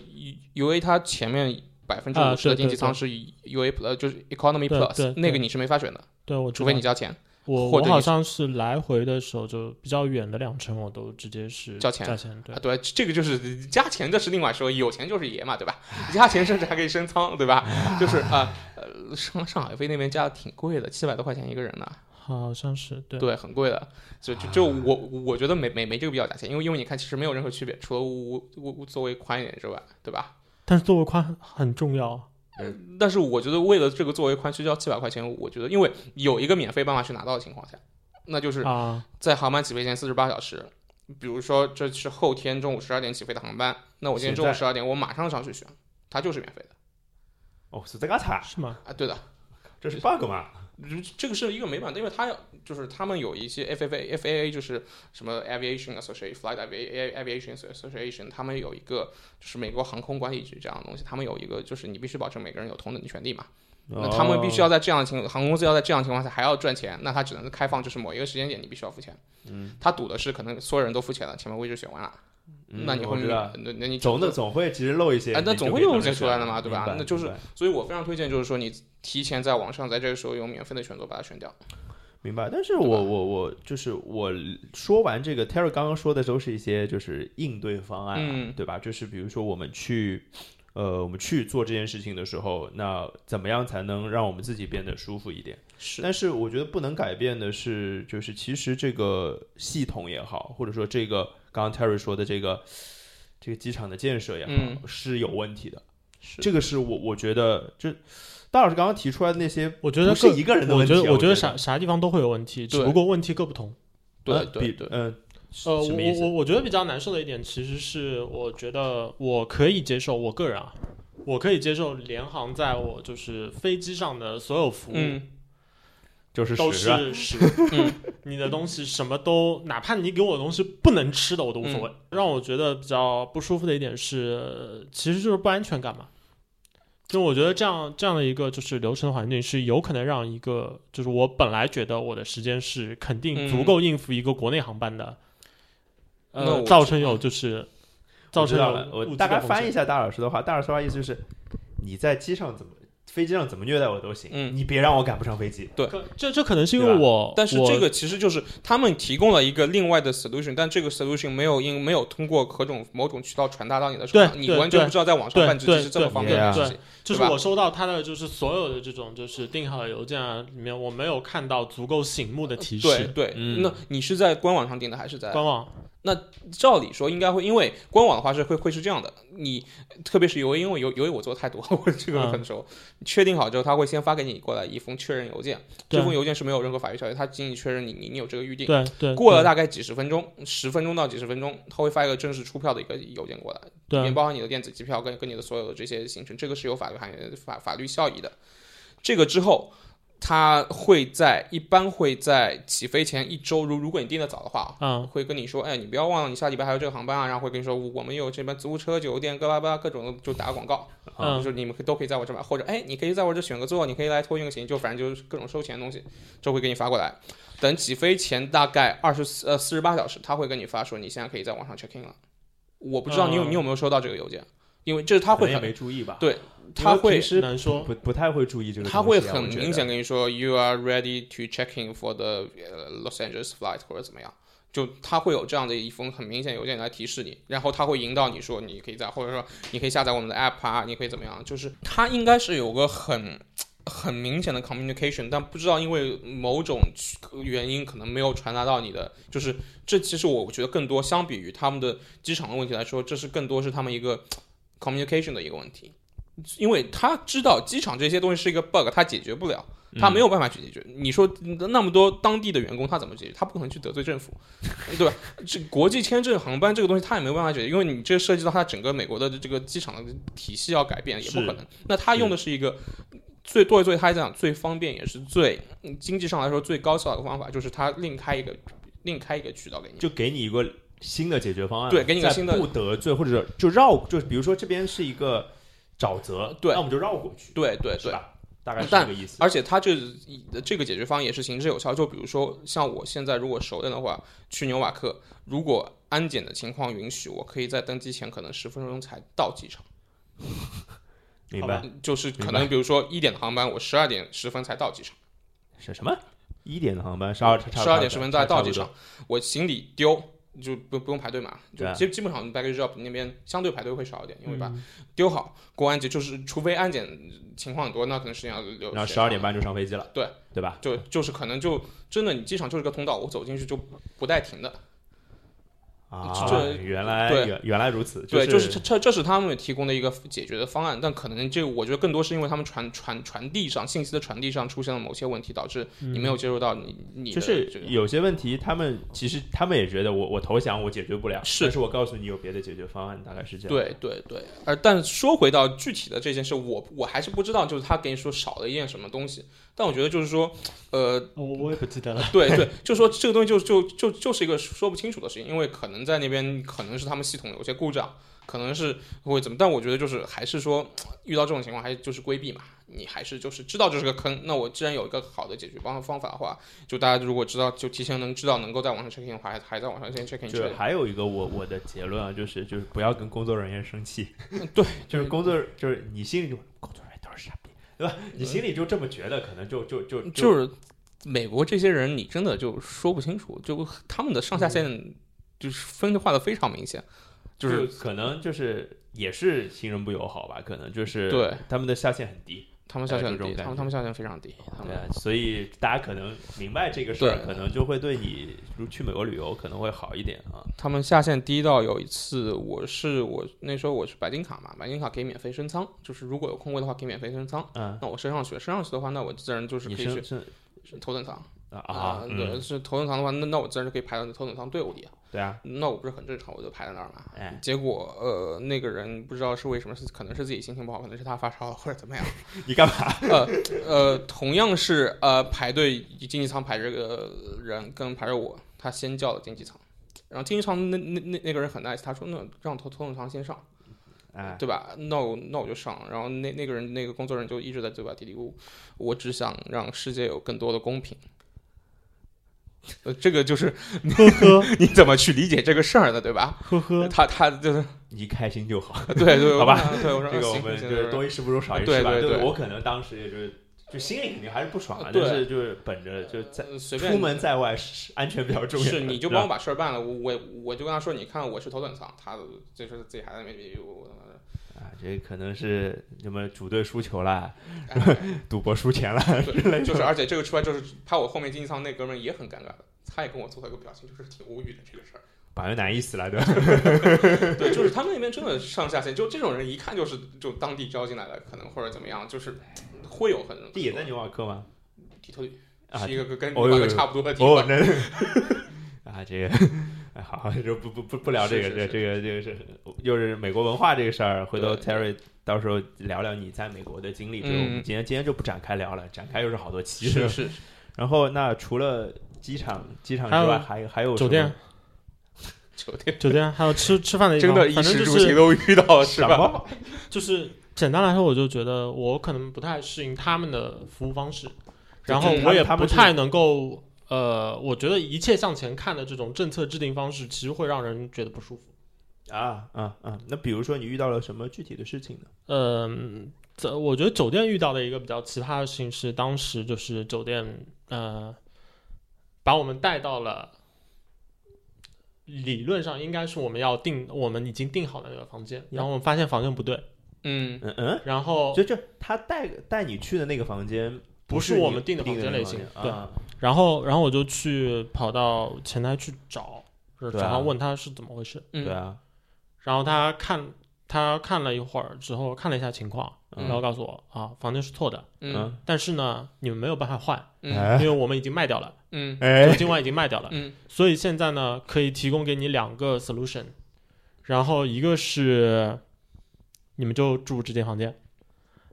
Speaker 2: ，U U A 它前面百分之
Speaker 3: 啊
Speaker 2: 五十的
Speaker 3: 对
Speaker 2: 经济
Speaker 3: 对
Speaker 2: 舱是 U A Plus，就是 Economy
Speaker 3: 对对
Speaker 2: Plus，那个
Speaker 3: 对
Speaker 2: 你是没法选的，
Speaker 3: 对，我知
Speaker 2: 除非
Speaker 3: 道
Speaker 2: 你交钱。
Speaker 3: 我
Speaker 2: 或者
Speaker 3: 我
Speaker 2: 你
Speaker 3: 好像是来回的时候，就比较远的两程，我都直接是
Speaker 2: 交钱
Speaker 3: 交钱对
Speaker 2: 啊，，对，这个就是加钱，这是另外说，有钱就是爷嘛，对吧？ [LAUGHS] 加钱甚至还可以升舱，对吧？就是啊，呃，上上海飞那边加的挺贵的，七百多块钱一个人呢，
Speaker 3: 好像是对。
Speaker 2: 对，很贵的。就就就我我觉得没没没这个必要加钱，因为因为你看，其实没有任何区别，除了我我我座位宽一点之外，对吧？
Speaker 3: 但是座位宽很重要，
Speaker 2: 但是我觉得为了这个座位宽去交七百块钱，我觉得因为有一个免费办法去拿到的情况下，那就是
Speaker 3: 啊，
Speaker 2: 在航班起飞前四十八小时，比如说这是后天中午十二点起飞的航班，那我今天中午
Speaker 1: 现
Speaker 2: 十二点我马上上去选，它就是免费的
Speaker 1: 哦，是这个惨，
Speaker 3: 是吗？
Speaker 2: 啊，对的，
Speaker 1: 这是 bug 嘛？
Speaker 2: 这个是一个没办法，因为它要就是他们有一些 FFA FAA 就是什么 Aviation Association Flight Avia- Aviation Association，他们有一个就是美国航空管理局这样的东西，他们有一个就是你必须保证每个人有同等的权利嘛，
Speaker 1: 哦
Speaker 2: 那他们必须
Speaker 1: 要
Speaker 2: 要在这样的情航空公司要在这样的情况下还要赚钱，那他只能开放就是某一个时间点你必须要付钱，
Speaker 1: 嗯，
Speaker 2: 他赌的是可能所有人都付钱了，前面位置选完了。那你
Speaker 1: 嗯我
Speaker 2: 会
Speaker 1: 知道，
Speaker 2: 那那你
Speaker 1: 总的
Speaker 2: 的，
Speaker 1: 总会其实漏一些，
Speaker 2: 哎那
Speaker 1: 你
Speaker 2: 总
Speaker 1: 就
Speaker 2: 会
Speaker 1: 可以
Speaker 2: 漏
Speaker 1: 当
Speaker 2: 一些
Speaker 1: 成
Speaker 2: 出来
Speaker 1: 选
Speaker 2: 的嘛对吧
Speaker 1: 明白
Speaker 2: 那就是
Speaker 1: 明白
Speaker 2: 所以我非常推荐就是说你提前在网上在这个时候有免费的选择把它选掉。
Speaker 1: 明白，但是
Speaker 2: 对吧
Speaker 1: 我我我就是我说完这个，Terry 刚刚说的都是一些就是应对方案、啊，
Speaker 2: 嗯
Speaker 1: 对吧？就是比如说我们去，呃，我们去做这件事情的时候，那怎么样才能让我们自己变得舒服一点？
Speaker 2: 是，
Speaker 1: 但是我觉得不能改变的是，就是其实这个系统也好，或者说这个刚刚 Terry 说的这个这个机场的建设也好，
Speaker 2: 嗯
Speaker 1: 是有问题的。
Speaker 2: 是
Speaker 1: 这个是我我觉得，就大老师刚刚提出来的那些，
Speaker 3: 我觉得
Speaker 1: 不是
Speaker 3: 各
Speaker 1: 一个人的问题啊
Speaker 3: 我觉得
Speaker 1: 我觉
Speaker 3: 觉
Speaker 1: 得
Speaker 3: 得啥啥地方都会有问题，只
Speaker 2: 对
Speaker 3: 不过问题各不同。
Speaker 2: 对
Speaker 1: 呃
Speaker 2: 对
Speaker 1: 比
Speaker 2: 对，
Speaker 1: 嗯、
Speaker 3: 呃，我
Speaker 1: 什么意
Speaker 3: 我
Speaker 1: 思
Speaker 3: 我我觉得比较难受的一点，其实是我觉得我可以接受，我个人啊，我可以接受联航在我就是飞机上的所有服务、
Speaker 2: 嗯，
Speaker 1: 就是
Speaker 3: 都
Speaker 1: 实啊
Speaker 3: 是屎，
Speaker 2: 嗯
Speaker 3: 你的东西什么都，哪怕你给我的东西不能吃的，我都无所
Speaker 2: 嗯
Speaker 3: 谓。让我觉得比较不舒服的一点是，其实就是不安全感嘛。就我觉得这样这样的一个就是流程环境是有可能让一个就是我本来觉得我的时间是肯定足够应付一个国内航班的，
Speaker 2: 嗯那我
Speaker 3: 呃，造成有就是造
Speaker 1: 我知
Speaker 3: 成
Speaker 1: 道了，
Speaker 3: 有
Speaker 1: 我
Speaker 3: 物资
Speaker 1: 大概
Speaker 3: 的风
Speaker 1: 翻译
Speaker 3: 险
Speaker 1: 一下大老师的话，大老师的话意思就是，你在机上怎么飞机上怎么虐待我都行，
Speaker 2: 嗯
Speaker 1: 你别让我赶不上飞机。
Speaker 3: 可这这可能是因为
Speaker 1: 对吧
Speaker 3: 我，
Speaker 2: 但是
Speaker 3: 我
Speaker 2: 这个其实就是他们提供了一个另外的 solution，但这个 solution 没有因没有通过何种某种渠道传达到你的手
Speaker 3: 对
Speaker 2: 上，你
Speaker 3: 对
Speaker 2: 完全
Speaker 3: 对
Speaker 2: 不知道在网上
Speaker 3: 对
Speaker 2: 办只
Speaker 3: 对
Speaker 2: 是这么
Speaker 3: 对
Speaker 2: 方便的
Speaker 1: 对
Speaker 2: 事情。
Speaker 3: 就是
Speaker 2: 对吧
Speaker 3: 我收到他的就是所有的这种就是订好的邮件啊，里面我没有看到足够醒目的提
Speaker 2: 对
Speaker 3: 示。
Speaker 2: 对，
Speaker 1: 嗯
Speaker 2: 那你是在官网上订的还是在？
Speaker 3: 官网
Speaker 2: 照理说应该会，因为官网的话是会会是这样的，你特别是邮，因为邮邮我做的太多 [LAUGHS] 了，我这个
Speaker 3: 嗯
Speaker 2: 很熟。你确定好之后，他会先发给你过来一封确认邮件，
Speaker 3: 对
Speaker 2: 这封邮件是没有任何法律效力，他仅仅确认你你你有这个预定。
Speaker 3: 对对，
Speaker 2: 过了
Speaker 3: 对
Speaker 2: 大概几十分钟，十分钟到几十分钟，他会发一个正式出票的一个邮件过来，里面
Speaker 3: 对
Speaker 2: 包含你的电子机票跟跟你的所有的这些行程，这个是有法律含义法法律效益的。这个之后，他会在一般会在起飞前一周，如如果你订的早的话，
Speaker 3: 嗯
Speaker 2: 会跟你说，哎，你不要忘了，你下礼拜还有这个航班啊。然后会跟你说，我们有这边租车、酒店、各巴巴各种的，就打广告，
Speaker 3: 嗯
Speaker 2: 啊就是你们可以都可以在我这买，或者哎，你可以在我这选个座，你可以来托运个行，就反正就是各种收钱的东西，就会给你发过来。等起飞前大概二十四呃四十八小时，他会跟你发说，你现在可以在网上 check in 了。我不知道你有、
Speaker 3: 嗯
Speaker 2: 你有没有收到这个邮件，因为这是他
Speaker 1: 可能
Speaker 2: 会
Speaker 1: 也
Speaker 2: 很
Speaker 1: 没注意吧？
Speaker 2: 对他会
Speaker 1: 平时
Speaker 3: 难说。
Speaker 1: 不不太会注意这个东西啊，
Speaker 2: 他会
Speaker 1: 我
Speaker 2: 很
Speaker 1: 觉得
Speaker 2: 明显跟你说，you are ready to check in for the 呃 Los Angeles flight 或者怎么样，就他会有这样的一封很明显邮件来提示你，然后他会引导你说你可以在，或者说你可以下载我们的 app 啊，你可以怎么样，就是他应该是有个很。很明显的 communication，但不知道因为某种原因可能没有传达到你的，就是这其实我觉得更多相比于他们的机场的问题来说，这是更多是他们一个 communication 的一个问题。因为他知道机场这些东西是一个 bug，他解决不了，他
Speaker 1: 嗯
Speaker 2: 没有办法去解决。你说那么多当地的员工，他怎么解决？他不可能去得罪政府， [LAUGHS] 对吧？这国际签证航班这个东西，他也没有办法解决，因为你这涉及到他整个美国的这个机场的体系要改变，也不
Speaker 1: 是
Speaker 2: 可能。那他用的是一个最对对他来讲最方便，也是最嗯经济上来说最高效的一个方法，就是他另开一个另开一个渠道给你。
Speaker 1: 就给你一个新的解决方案，
Speaker 2: 对给你个
Speaker 1: 在
Speaker 2: 新的
Speaker 1: 不得罪或者就绕，就比如说这边是一个沼泽，
Speaker 2: 对
Speaker 1: 那我们就绕过去，
Speaker 2: 对对
Speaker 1: 是
Speaker 2: 对，
Speaker 1: 吧？大概是
Speaker 2: 但
Speaker 1: 这个意思。
Speaker 2: 而且它这这个解决方案也是行之有效。就比如说，像我现在如果熟人的话，去纽瓦克，如果安检的情况允许，我可以在登机前可能十分钟才到机场，
Speaker 1: 明
Speaker 3: 好吧
Speaker 1: 白
Speaker 2: 就是可
Speaker 1: 明白
Speaker 2: 能比如说一点的航班，我十二点十分才到机场。
Speaker 1: 是什么？一点的航班，十二
Speaker 2: 十二点十分在到机场，，我行李丢就不不用排队嘛，就
Speaker 1: 对啊
Speaker 2: 基基本上 baggage drop 那边相对排队会少一点，因为
Speaker 1: 嗯
Speaker 2: 把丢好过安检就是，除非安检情况很多，那可能时间要留。
Speaker 1: 然后十二点。半就上飞机了，
Speaker 2: 对
Speaker 1: 对吧？
Speaker 2: 就就是可能就真的，你机场就是个通道，我走进去就不带停的。
Speaker 1: 啊
Speaker 2: 这，
Speaker 1: 原来
Speaker 2: 对
Speaker 1: 原原来如此，
Speaker 2: 对，
Speaker 1: 就是
Speaker 2: 这这这是他们提供的一个解决的方案，但可能这个我觉得更多是因为他们传传传递上信息的传递上出现了某些问题，导致你没有接受到你你的
Speaker 1: 嗯就是
Speaker 2: 这个
Speaker 1: 有些问题，他们其实他们也觉得我我投降我解决不了，
Speaker 2: 是
Speaker 1: 但是我告诉你有别的解决方案，大概是这样。
Speaker 2: 对对对，而但说回到具体的这件事，我我还是不知道，就是他给你说少了一件什么东西，但我觉得就是说，呃，
Speaker 3: 我我也不记得了。
Speaker 2: 对对， [LAUGHS] 就说这个东西就就就就是一个说不清楚的事情，因为可能在那边可能是他们系统有些故障，可能是会怎么，但我觉得就是还是说遇到这种情况还就是规避嘛，你还是就是知道这是个坑，那我既然有一个好的解决方方法的话，就大家如果知道就提前能知道能够在网上 check in 的话，还还在网上先 check in
Speaker 1: 就是
Speaker 2: check，
Speaker 1: 还有一个我我的结论啊，就是就是不要跟工作人员生气，
Speaker 2: in [LAUGHS]
Speaker 1: [LAUGHS]
Speaker 2: 对，嗯
Speaker 1: 就是工作就是你心里就工作人员都是傻逼，对吧？啊你心里就这么觉得，可能就就就
Speaker 2: 就是是美国这些人，你真的就说不清楚，就他们的上下线就是分化的非常明显，就是
Speaker 1: 可能就是也是新人不友好吧，可能就是
Speaker 2: 对
Speaker 1: 他们的下限很低，
Speaker 2: 他们下线
Speaker 1: 哎就这
Speaker 2: 低，
Speaker 1: 种
Speaker 2: 他
Speaker 1: 感觉
Speaker 2: 们他们下线非常低，他
Speaker 1: 对
Speaker 2: 们
Speaker 1: 啊，所以大家可能明白这个事儿，
Speaker 2: 对
Speaker 1: 可能就会对你如去美国旅游可能会好一点啊。
Speaker 2: 他们下线低到有一次，我是我那时候我是白金卡嘛，白金卡可以免费升舱，就是如果有空位的话可以免费升舱。
Speaker 1: 嗯，
Speaker 2: 那我升上去，升上去的话，那我自然就是
Speaker 1: 你
Speaker 2: 可以
Speaker 1: 是
Speaker 2: 去
Speaker 1: 是
Speaker 2: 头等舱
Speaker 1: 啊啊，
Speaker 2: 对，
Speaker 1: 嗯
Speaker 2: 是头等舱的话，那那我自然就可以排到头等舱队伍里啊。
Speaker 1: 对啊，
Speaker 2: 那我不是很正常，我就排在那儿嘛。
Speaker 1: 哎，
Speaker 2: 结果呃，那个人不知道是为什么，是可能是自己心情不好，可能是他发烧了或者怎么样。
Speaker 1: 你干嘛？ [LAUGHS]
Speaker 2: 呃呃，同样是呃排队经济舱排这个人跟排着我，他先叫了经济舱。然后经济舱那那那那个人很 nice，他说那让头头等舱先上，
Speaker 1: 哎，
Speaker 2: 对吧？那我那我就上。然后那那个人那个工作人员就一直在对吧嘀嘀咕咕，我只想让世界有更多的公平。呃，这个就是
Speaker 3: 呵呵
Speaker 2: [LAUGHS] 你怎么去理解这个事儿呢，对吧？
Speaker 3: 呵呵，
Speaker 2: 他他就是
Speaker 1: 你开心就好。
Speaker 2: 对对，
Speaker 1: 好吧
Speaker 2: 我说，对我说
Speaker 1: 这个我
Speaker 2: 行
Speaker 1: 们
Speaker 2: 行
Speaker 1: 就是多一事不如少一
Speaker 2: 对
Speaker 1: 事吧。
Speaker 2: 对
Speaker 1: 就
Speaker 2: 对
Speaker 1: 我可能当时也就是就心里肯定还是不爽啊，
Speaker 2: 对
Speaker 1: 但是就是本着就在
Speaker 2: 呃随便
Speaker 1: 出门在外是安全比较重要。
Speaker 2: 是你就
Speaker 1: 对吧
Speaker 2: 帮我把事儿办了，我我我就跟他说，你看我是头等舱，他就是自己还在那边嘀嘀咕咕的。
Speaker 1: 啊，这可能是什么组队输球啦，
Speaker 2: 哎
Speaker 1: [LAUGHS] 赌博输钱啦。
Speaker 2: 对，就是而且这个出来就是拍我后面经济舱那哥们儿也很尴尬的，他也跟我做了一个表情，就是挺无语的这个事儿。 [LAUGHS]
Speaker 1: 板又难意思了，对吧？
Speaker 2: 对，就是他们那边真的上下线，就这种人一看就是就当地招进来的，可能或者怎么样，就是会有很
Speaker 1: 地也在纽瓦克吗？
Speaker 2: 底特律
Speaker 1: 啊
Speaker 2: 是一个跟跟
Speaker 1: 哦呦
Speaker 2: 纽瓦克差不多的地
Speaker 1: 哦，
Speaker 2: 方。
Speaker 1: 那 [LAUGHS] 啊，这个，哎，好，就不不不不聊这个，
Speaker 2: 是是
Speaker 1: 这这个这个是又是美国文化这个事儿，回头
Speaker 2: 对
Speaker 1: Terry 到时候聊聊你在美国的经历，这个我们
Speaker 2: 嗯
Speaker 1: 今天今天就不展开聊了，展开又是好多期。
Speaker 2: 是是，
Speaker 1: 然后那除了机场机场
Speaker 3: 还
Speaker 1: 之
Speaker 3: 有
Speaker 1: 外，还有还有
Speaker 2: [LAUGHS]
Speaker 3: 酒店
Speaker 2: 酒店
Speaker 3: 酒店还有吃吃饭的地
Speaker 2: 真
Speaker 3: 方，
Speaker 2: 的衣
Speaker 3: 反正
Speaker 2: 食
Speaker 3: 就
Speaker 2: 住行
Speaker 3: 是
Speaker 2: 都遇到了，是
Speaker 1: 什么什
Speaker 2: 吧？
Speaker 1: 么？
Speaker 3: 就是简单来说，我就觉得我可能不太适应他们的服务方式，
Speaker 1: 就
Speaker 3: 然后
Speaker 1: 就是他
Speaker 3: 我
Speaker 1: 们
Speaker 3: 也
Speaker 1: 他
Speaker 3: 不
Speaker 1: 们是
Speaker 3: 太能够。呃，我觉得一切向前看的这种政策制定方式，其实会让人觉得不舒服。
Speaker 1: 啊啊啊！那比如说你遇到了什么具体的事情呢？
Speaker 3: 嗯，这我觉得酒店遇到的一个比较奇葩的事情是，当时就是酒店呃，把我们带到了理论上应该是我们要订我们已经订好的那个房间，然后我们发现房间不对，
Speaker 2: 嗯，
Speaker 1: 嗯嗯，
Speaker 3: 然后
Speaker 1: 就就他带带你去的那个房间
Speaker 3: 不是
Speaker 1: 是
Speaker 3: 我
Speaker 1: 你
Speaker 3: 们订的
Speaker 1: 订
Speaker 3: 房
Speaker 1: 那
Speaker 3: 间
Speaker 1: 个
Speaker 3: 类
Speaker 1: 房
Speaker 3: 型
Speaker 1: 间，
Speaker 3: 对，
Speaker 1: 啊
Speaker 3: 然后然后我就去跑到前台去找，
Speaker 1: 对啊
Speaker 3: 然后问他是怎么回事，
Speaker 2: 嗯
Speaker 1: 对啊，
Speaker 3: 然后他看他看了一会儿之后看了一下情况，
Speaker 1: 嗯
Speaker 3: 然后告诉我啊房间是错的，
Speaker 2: 嗯
Speaker 3: 但是呢你们没有办法换，
Speaker 2: 嗯
Speaker 3: 因为我们已经卖掉了。
Speaker 2: 嗯
Speaker 3: 就
Speaker 1: 哎，
Speaker 3: 今晚已经卖掉了。
Speaker 2: 嗯
Speaker 3: 所以现在呢，可以提供给你两个 solution，然后一个是你们就住这间房间，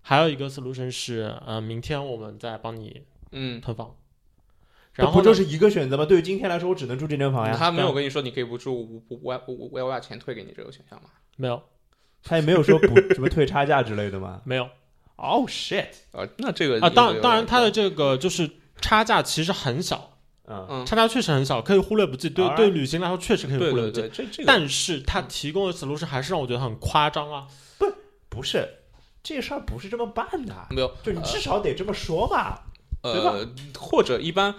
Speaker 3: 还有一个 solution 是，呃，明天我们再帮你
Speaker 2: 嗯，
Speaker 3: 退房。
Speaker 1: 这
Speaker 3: 然
Speaker 1: 不
Speaker 3: 后
Speaker 1: 就
Speaker 3: 呢
Speaker 1: 是一个选择吗？对于今天来说，我只能住这间房呀。
Speaker 2: 嗯他没有跟你说你可以不住，我我我我我要把钱退给你这个选项吗？
Speaker 3: 没有
Speaker 1: 他也没有说补什么退差价之类的吗
Speaker 3: 没有
Speaker 1: ？Oh shit！
Speaker 2: 啊，那这个
Speaker 3: 啊？当当然，它的这个就是差价其实很小，
Speaker 1: 嗯，
Speaker 2: 嗯，
Speaker 3: 差价确实很小，可以忽略不计。对
Speaker 1: Alright
Speaker 3: 对，旅行来说确实可以
Speaker 2: 对
Speaker 3: 忽略
Speaker 2: 对
Speaker 3: 不计。
Speaker 2: 对，这这个
Speaker 3: 但是它提供的 solution 还是让我觉得很夸张啊！
Speaker 1: 不是，这事儿不是这么办的，
Speaker 2: 没有
Speaker 1: 就你至少得这么说吧。对
Speaker 2: 呃，或者一般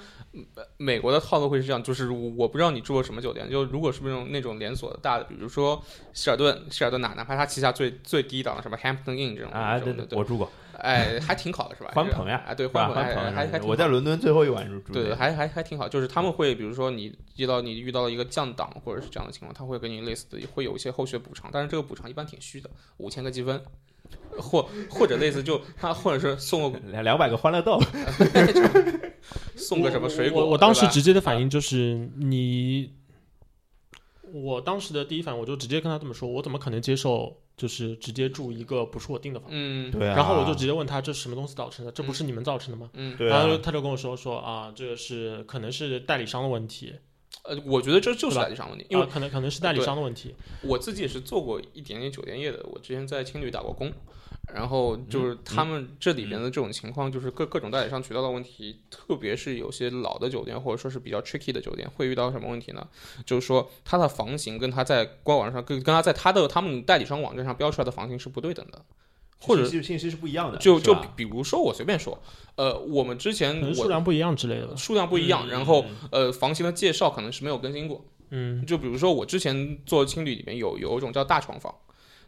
Speaker 2: 美国的套路会是这样，就是我不知道你住过什么酒店，就如果是那种那种连锁的大的，比如说希尔顿，希尔顿哪哪怕它旗下最最低档的什么 Hampton Inn 这种
Speaker 1: 啊，
Speaker 2: 这
Speaker 1: 对
Speaker 2: 种的，
Speaker 1: 我住过，
Speaker 2: 哎，还挺好的是吧？
Speaker 1: 欢朋呀
Speaker 2: 啊，对，
Speaker 1: 是吧
Speaker 2: 欢
Speaker 1: 欢
Speaker 2: 还
Speaker 1: 朋友
Speaker 2: 还还挺好
Speaker 1: 我在伦敦最后一晚住住
Speaker 2: 对
Speaker 1: 的
Speaker 2: 对，还还还挺好。就是他们会，比如说你遇到你遇到了一个降档或者是这样的情况，他会给你类似的会有一些后续补偿，但是这个补偿一般挺虚的，五千个积分，或或者类似就他或者是送个
Speaker 1: 两两百个欢乐豆，
Speaker 2: 送个什么水果。
Speaker 3: 我我我当
Speaker 2: 对
Speaker 3: 时
Speaker 2: 吧啊
Speaker 3: 直接的反应就是你，我当时的第一反应我就直接跟他这么说，我怎么可能接受就是直接住一个不是我订的房？
Speaker 2: 嗯
Speaker 1: 对啊，
Speaker 3: 然后我就直接问他这是什么东西造成的？这不是你们造成的吗？
Speaker 2: 嗯，
Speaker 1: 对
Speaker 3: 然
Speaker 1: 啊
Speaker 3: 后，他就跟我说说啊，这个是可能是代理商的问题，
Speaker 2: 呃，我觉得这就是
Speaker 3: 对吧
Speaker 2: 代理商问题，因为
Speaker 3: 啊可能可能是代理商的问题。
Speaker 2: 我自己也是做过一点点酒店业的，我之前在青旅打过工，然后
Speaker 3: 嗯
Speaker 2: 就是他们这里边的这种情况，就是各各种代理商渠道的问题，特别是有些老的酒店或者说是比较 tricky 的酒店，会遇到什么问题呢？就是说它的房型跟它在官网上跟跟它在它的他们代理商网站上标出来的房型是不对等的，或者
Speaker 1: 信息信息是不一样的，
Speaker 2: 就是就
Speaker 1: 吧
Speaker 2: 比如说我随便说，呃，我们之前
Speaker 3: 可能数
Speaker 2: 我
Speaker 3: 量不一嗯样之类的，
Speaker 2: 数量不一样，然后呃房型的介绍可能是没有更新过。
Speaker 3: 嗯，
Speaker 2: 就比如说我之前做青旅里面有有一种叫大床房，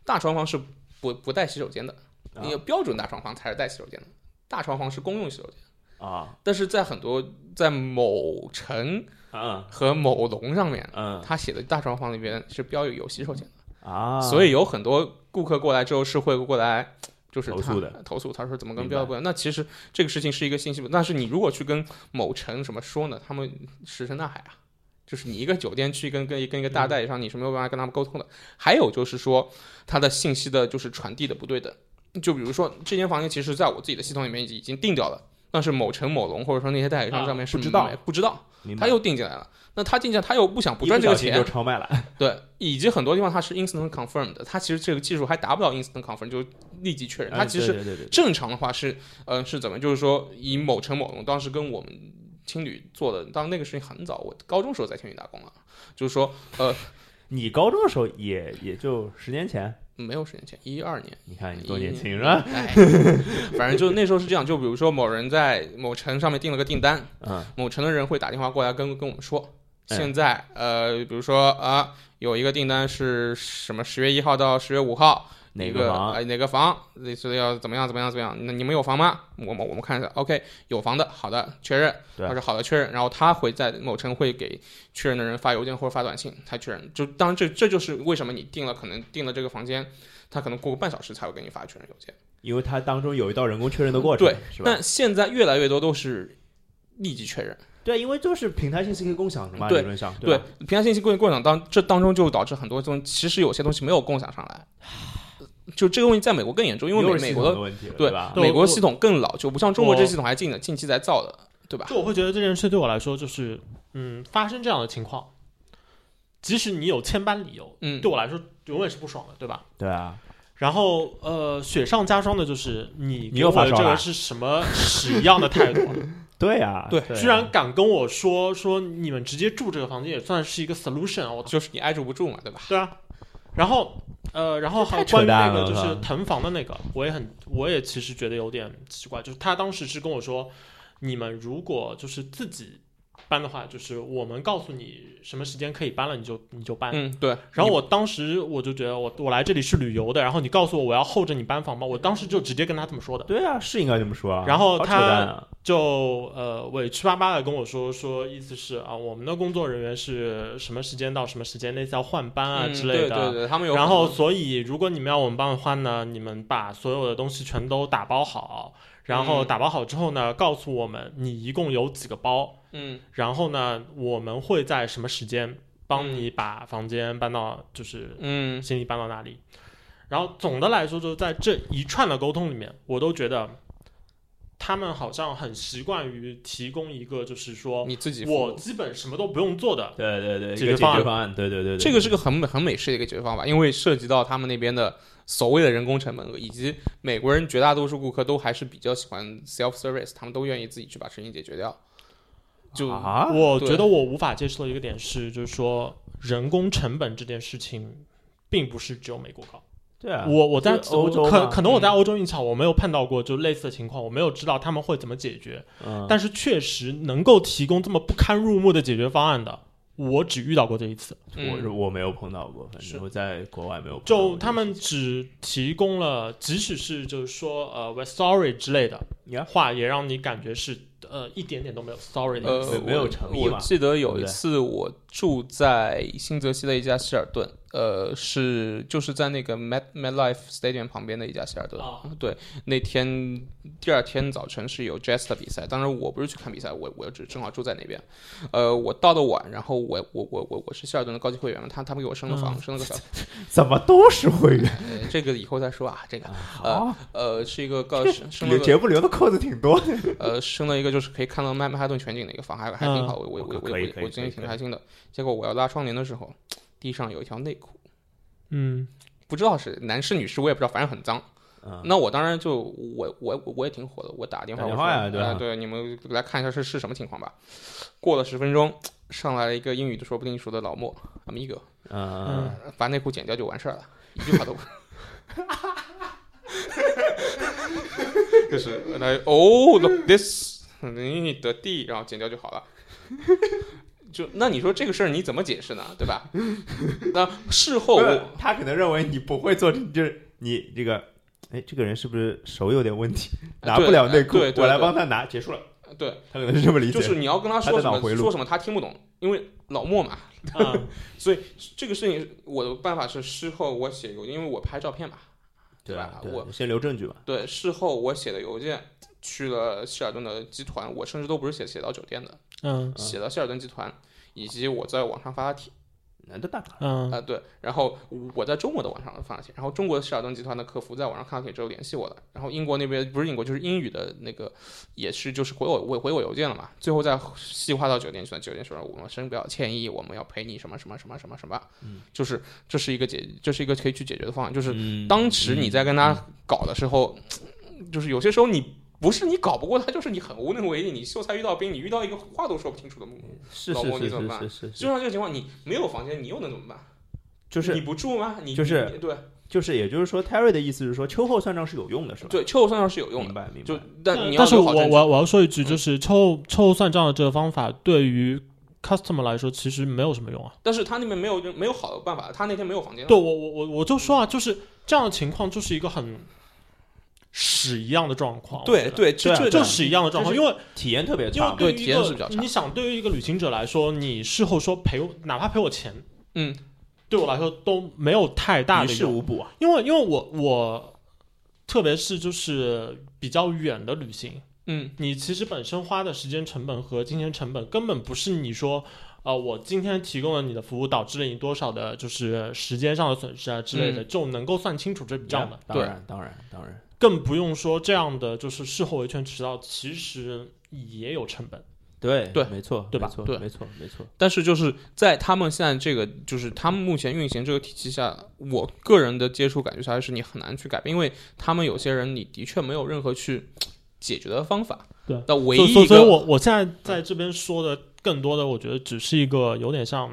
Speaker 2: 大床房是不不带洗手间的，
Speaker 1: 啊
Speaker 2: 那个标准大床房才是带洗手间的，大床房是公用洗手间。
Speaker 1: 啊
Speaker 2: 但是在很多在某城
Speaker 1: 嗯
Speaker 2: 和某龙上面，
Speaker 1: 嗯
Speaker 2: 他写的大床房里边是标有有洗手间的，
Speaker 1: 啊，
Speaker 2: 所以有很多顾客过来之后是会过来。就是
Speaker 1: 投
Speaker 2: 他
Speaker 1: 诉的，
Speaker 2: 投诉他说怎么跟
Speaker 1: 明
Speaker 2: 标的
Speaker 1: 白
Speaker 2: 不一样？那其实这个事情是一个信息，但是你如果去跟某城什么说呢，他们石沉大海啊。就是你一个酒店去跟跟跟一个大代理商，你是没有办法跟他们沟通的。还有就是说，它的信息的就是传递的不对等。就比如说这间房间，其实在我自己的系统里面已经已经定掉了，但是某城某龙或者说那些代理商上面是
Speaker 1: 啊不知道
Speaker 2: 没不知道，
Speaker 1: 明白
Speaker 2: 他又定进来了。那他定进来，他又不想不
Speaker 1: 一
Speaker 2: 赚这个
Speaker 1: 小心
Speaker 2: 钱
Speaker 1: 就，超卖了，
Speaker 2: 对，以及很多地方它是 instant confirm 的，它其实这个技术还达不到 instant confirm，就是立即确认。它
Speaker 1: 嗯
Speaker 2: 其实
Speaker 1: 对对对对
Speaker 2: 正常的话是，呃，是怎么？就是说，以某城某龙当时跟我们青旅做的，当那个事情很早，我高中时候在青旅打工了，就是说，呃，
Speaker 1: 你高中的时候也也就十年前，
Speaker 2: 没有十年前，一二年，
Speaker 1: 你看哎你多年轻
Speaker 2: 一
Speaker 1: 是吧？
Speaker 2: 哎，反正就是那时候是这样，就比如说某人在某城上面订了个订单，
Speaker 1: 嗯，
Speaker 2: 某城的人会打电话过来跟跟我们说，
Speaker 1: 嗯
Speaker 2: 现在呃，比如说啊，有一个订单是什么十月一号到十月五号。
Speaker 1: 哪
Speaker 2: 一个
Speaker 1: 房？
Speaker 2: 哎，哪个房？类似的要怎么样怎么样怎么样？那你们有房吗？我们我们看一下，OK，有房的，好的，确认。
Speaker 1: 对
Speaker 2: 他说好的，确认。然后他会在某城会给确认的人发邮件或者发短信，他确认。就当然这这就是为什么你定了可能定了这个房间，他可能过个半小时才会给你发确认邮件。
Speaker 1: 因为它当中有一道人工确认的过程，
Speaker 2: 对
Speaker 1: 是吧？
Speaker 2: 但现在越来越多都是立即确认。
Speaker 1: 对，啊因为就是平台信息可以共享的嘛，
Speaker 2: 对
Speaker 1: 理论上
Speaker 2: 对
Speaker 1: 吧，
Speaker 2: 平台信息共共享当这当中就导致很多东西，其实有些东西没有共享上来。就这个问题在美国更严重，因为
Speaker 1: 又
Speaker 2: 美
Speaker 1: 是
Speaker 2: 美
Speaker 1: 系
Speaker 2: 国
Speaker 1: 统
Speaker 2: 的
Speaker 1: 的问题了，
Speaker 2: 对
Speaker 1: 吧？
Speaker 3: 对
Speaker 2: 啊美国
Speaker 3: 我
Speaker 2: 系统更老，就不像中国
Speaker 3: 我
Speaker 2: 这系统还近的，近期才造的，对吧？
Speaker 3: 就我会觉得这件事对我来说就是，嗯，发生这样的情况，即使你有千般理由，
Speaker 2: 嗯
Speaker 3: 对，我来说永远是不爽的，对吧？
Speaker 1: 对啊，
Speaker 3: 然后呃，雪上加霜的就是你
Speaker 1: 你又
Speaker 3: 给我
Speaker 1: 发
Speaker 3: 的
Speaker 1: 烧
Speaker 3: 这
Speaker 1: 了
Speaker 3: 个是什么屎一样的态度啊？
Speaker 1: [LAUGHS] 对啊，
Speaker 2: 对
Speaker 1: 啊
Speaker 3: 居然敢跟我说说你们直接住这个房间也算是一个 solution 啊！我
Speaker 2: 就是你挨住不住嘛，对吧？
Speaker 3: 对啊，然后呃，然后还有
Speaker 1: 这太扯
Speaker 3: 关于
Speaker 1: 淡
Speaker 3: 那
Speaker 1: 了
Speaker 3: 个就
Speaker 1: 我
Speaker 3: 是
Speaker 1: 靠
Speaker 3: 腾房的那个，我也很，我也其实觉得有点奇怪，就是他当时是跟我说，你们如果就是自己搬的话，就是我们告诉你什么时间可以搬了，你就你就搬。
Speaker 2: 嗯，对。
Speaker 3: 然后我当时我就觉得我我来这里是旅游的，然后你告诉我我要候着你搬房吗？我当时就直接跟他这么说的。
Speaker 1: 对啊，是应该这么说啊。
Speaker 3: 然后
Speaker 1: 好扯
Speaker 3: 他
Speaker 1: 淡啊
Speaker 3: 就呃委屈巴巴的跟我说说，意思是啊，我们的工作人员是什么时间到什么时间，类似要换班啊
Speaker 2: 嗯
Speaker 3: 之
Speaker 2: 对
Speaker 3: 类的。
Speaker 2: 对对，他们有很
Speaker 3: 然
Speaker 2: 多。
Speaker 3: 后，所以如果你们要我们帮的话呢，你们把所有的东西全都打包好，然后
Speaker 2: 嗯
Speaker 3: 打包好之后呢，告诉我们你一共有几个包，
Speaker 2: 嗯，
Speaker 3: 然后呢，我们会在什么时间帮
Speaker 2: 嗯
Speaker 3: 你把房间搬到，就是
Speaker 2: 嗯
Speaker 3: 行李搬到哪里。然后总的来说，就是在这一串的沟通里面，我都觉得他们好像很习惯于提供一个，就是说
Speaker 2: 你自己服务
Speaker 3: 我基本什么都不用做的。
Speaker 1: 对对对，
Speaker 3: 解
Speaker 1: 一个
Speaker 3: 决
Speaker 1: 解
Speaker 3: 方
Speaker 1: 决
Speaker 3: 案
Speaker 1: 方案，对对对对，
Speaker 2: 这个是个很很美式的一个解决方法，因为涉及到他们那边的所谓的人工成本额，以及美国人绝大多数顾客都还是比较喜欢 self service，他们都愿意自己去把事情解决掉。就
Speaker 1: 啊，
Speaker 3: 我
Speaker 2: 对
Speaker 3: 觉得我无法接受的一个点是，就是说人工成本这件事情，并不是只有美国高，
Speaker 1: 对啊，
Speaker 3: 我我在
Speaker 1: 就欧洲
Speaker 3: 可
Speaker 1: 嘛
Speaker 3: 可能我在
Speaker 2: 嗯
Speaker 3: 欧洲运场我没有碰到过就类似的情况，我没有知道他们会怎么解决，
Speaker 1: 嗯
Speaker 3: 但是确实能够提供这么不堪入目的解决方案的，我只遇到过这一次。
Speaker 1: 我
Speaker 2: 嗯
Speaker 1: 是我没有碰到过，反
Speaker 3: 是
Speaker 1: 正我在国外没有碰到过这
Speaker 3: 就
Speaker 1: 个
Speaker 3: 他们只提供了，即使是就是说呃，we're sorry 之类的
Speaker 1: Yeah
Speaker 3: 话，也让你感觉是呃一点点都没有 sorry 的意思。
Speaker 2: 呃，
Speaker 1: 没有
Speaker 2: 我
Speaker 1: 诚意嘛
Speaker 2: 我记得有
Speaker 1: 对
Speaker 2: 一
Speaker 1: 不对
Speaker 2: 次我住在新泽西的一家希尔顿，呃，是就是在那个 Met MetLife Stadium 旁边的一家希尔顿。
Speaker 1: 哦
Speaker 3: 啊
Speaker 2: 对，那天第二天早晨是有 Jazz 的比赛，当然我不是去看比赛，我我只正好住在那边。呃，我到的晚，然后我我我我我是希尔顿的高级会员嘛，他他们给我升了
Speaker 1: 嗯
Speaker 2: 房，升了个小，
Speaker 1: 怎么都是会员，
Speaker 2: 呃，这个以后再说啊，这个
Speaker 1: 啊，
Speaker 2: 呃是一个高升升了
Speaker 1: 留
Speaker 2: 个
Speaker 1: 节目留的扣子挺多。
Speaker 2: 呃，升了一个就是可以看到曼曼哈顿全景的一个房，还还挺好，我我
Speaker 1: 哦
Speaker 2: 我我
Speaker 1: 可以可以
Speaker 2: 我我今
Speaker 1: 可以
Speaker 2: 天挺
Speaker 1: 可以
Speaker 2: 开心的。结果我要拉窗帘的时候，地上有一条内裤，
Speaker 3: 嗯，
Speaker 2: 不知道是男士女士，我也不知道，反正很脏。
Speaker 1: 嗯，
Speaker 2: 那我当然就我我我也挺火的，我打电话
Speaker 1: 打
Speaker 2: 我
Speaker 1: 电
Speaker 2: 说
Speaker 1: 话呀对
Speaker 2: 对
Speaker 1: 吧
Speaker 2: 对，你们来看一下是是什么情况吧。过了十分钟，上来了一个英语都说不清楚的老莫，amigo，
Speaker 1: 嗯，
Speaker 2: 把内裤剪掉就完事儿了，一句话都不。 [LAUGHS] 就是来哦、look this，你的地，然后剪掉就好了。就那你说这个事儿你怎么解释呢？对吧？那事后
Speaker 1: 不是
Speaker 2: 我
Speaker 1: 他可能认为你不会做，就是你这个，哎，这个人是不是手有点问题，拿不了内裤
Speaker 2: 对对，对
Speaker 1: 我来帮他拿，结束了。
Speaker 2: 对，
Speaker 1: 他可能是这么理解。
Speaker 2: 就是你要跟他
Speaker 1: 他
Speaker 2: 说
Speaker 1: 在
Speaker 2: 什
Speaker 1: 脑回
Speaker 2: 么
Speaker 1: 路
Speaker 2: 说什么他听不懂，因为老莫嘛，
Speaker 3: 啊，
Speaker 2: 所以这个事情我的办法是事后我写邮件，因为我拍照片嘛，对吧？
Speaker 1: 对
Speaker 2: 我
Speaker 1: 先留证据吧。
Speaker 2: 对事后我写的邮件去了希尔顿的集团，我甚至都不是写写到酒店的，
Speaker 3: 嗯
Speaker 2: 写到希尔顿集团，以及我在网上发的帖
Speaker 1: 那就大了。
Speaker 2: 啊、
Speaker 3: 嗯
Speaker 2: 对，然后我在中国的网上发的帖，然后中国希尔顿集团的客服在网上看到帖之后联系我了，然后英国那边不是英国就是英语的那个也是就是回我我回我邮件了嘛，最后再细化到酒店去了，酒店说我们深表歉意，我们要赔你什么什么什么什么什么，
Speaker 1: 嗯
Speaker 2: 就是这是一个解这是一个可以去解决的方案，就是
Speaker 1: 嗯
Speaker 2: 当时你在跟他搞的时候，就是有些时候你。不是你搞不过他，就是你很无能为力。你秀才遇到兵，你遇到一个话都说不清楚的木木，
Speaker 1: 是
Speaker 2: 老
Speaker 1: 嗯是
Speaker 2: 莫
Speaker 1: 是
Speaker 2: 你怎
Speaker 1: 是
Speaker 2: 么办
Speaker 1: 是是，
Speaker 2: 就像这个情况，你没有房间，你又能怎么办？
Speaker 1: 就
Speaker 2: 你
Speaker 1: 是
Speaker 2: 不住吗？你
Speaker 1: 就是
Speaker 2: 你对
Speaker 1: 就是，也就是说，Terry 的意思是说，秋后算账是有用的，是吧？，
Speaker 2: 对，秋后算账是有用
Speaker 1: 明
Speaker 2: 的，
Speaker 1: 白明白。
Speaker 2: 就但你要
Speaker 3: 但是
Speaker 2: 留
Speaker 3: 我
Speaker 2: 好证据
Speaker 3: 我我要说一
Speaker 2: 嗯
Speaker 3: 句，就是抽抽算账的这个方法对于 customer 来说其实没有什么用啊。
Speaker 2: 但是他那边没有没有好的办法，他那天没有房间，
Speaker 3: 对我我我我就说啊，就是这样的情况就是一个很屎一样的状况。我
Speaker 2: 对
Speaker 3: 觉得。
Speaker 2: 对，这
Speaker 1: 对啊
Speaker 2: 这
Speaker 3: 就
Speaker 2: 这
Speaker 3: 屎一样的状况，
Speaker 1: 就
Speaker 3: 因为
Speaker 1: 体验特别
Speaker 3: 因为
Speaker 1: 差。
Speaker 3: 对
Speaker 2: 啊对
Speaker 3: 于
Speaker 2: 体
Speaker 3: 一
Speaker 2: 验
Speaker 3: 个
Speaker 2: 是比较差
Speaker 3: 你想，对于一个旅行者来说，你事后说赔我，哪怕赔我钱，
Speaker 2: 嗯，
Speaker 3: 对我来说都没有太大
Speaker 1: 于
Speaker 3: 的
Speaker 1: 事
Speaker 3: 用，
Speaker 1: 无补啊，
Speaker 3: 因为因为我我，特别是就是比较远的旅行，
Speaker 2: 嗯
Speaker 3: 你其实本身花的时间成本和金钱成本根本不是你说。呃，我今天提供了你的服务，导致了你多少的，就是时间上的损失啊之类
Speaker 2: 嗯
Speaker 3: 的，就能够算清楚这笔账的。
Speaker 1: 当然当然当然，
Speaker 3: 更不用说这样的，就是事后维权渠道，其实也有成本。
Speaker 1: 对
Speaker 2: 对
Speaker 1: 没错
Speaker 3: 对吧
Speaker 1: 没错
Speaker 2: 对
Speaker 1: 没错没错，
Speaker 2: 但是就是在他们现在这个，就是他们目前运行这个体系下，我个人的接触感觉下来是你很难去改变，因为他们有些人你的确没有任何去解决的方法。
Speaker 3: 对，
Speaker 2: 那唯
Speaker 3: 所
Speaker 2: 一
Speaker 3: 以
Speaker 2: 一
Speaker 3: 所
Speaker 2: 个
Speaker 3: 以所以我我现在在这边说的更多的，我觉得只是一个有点像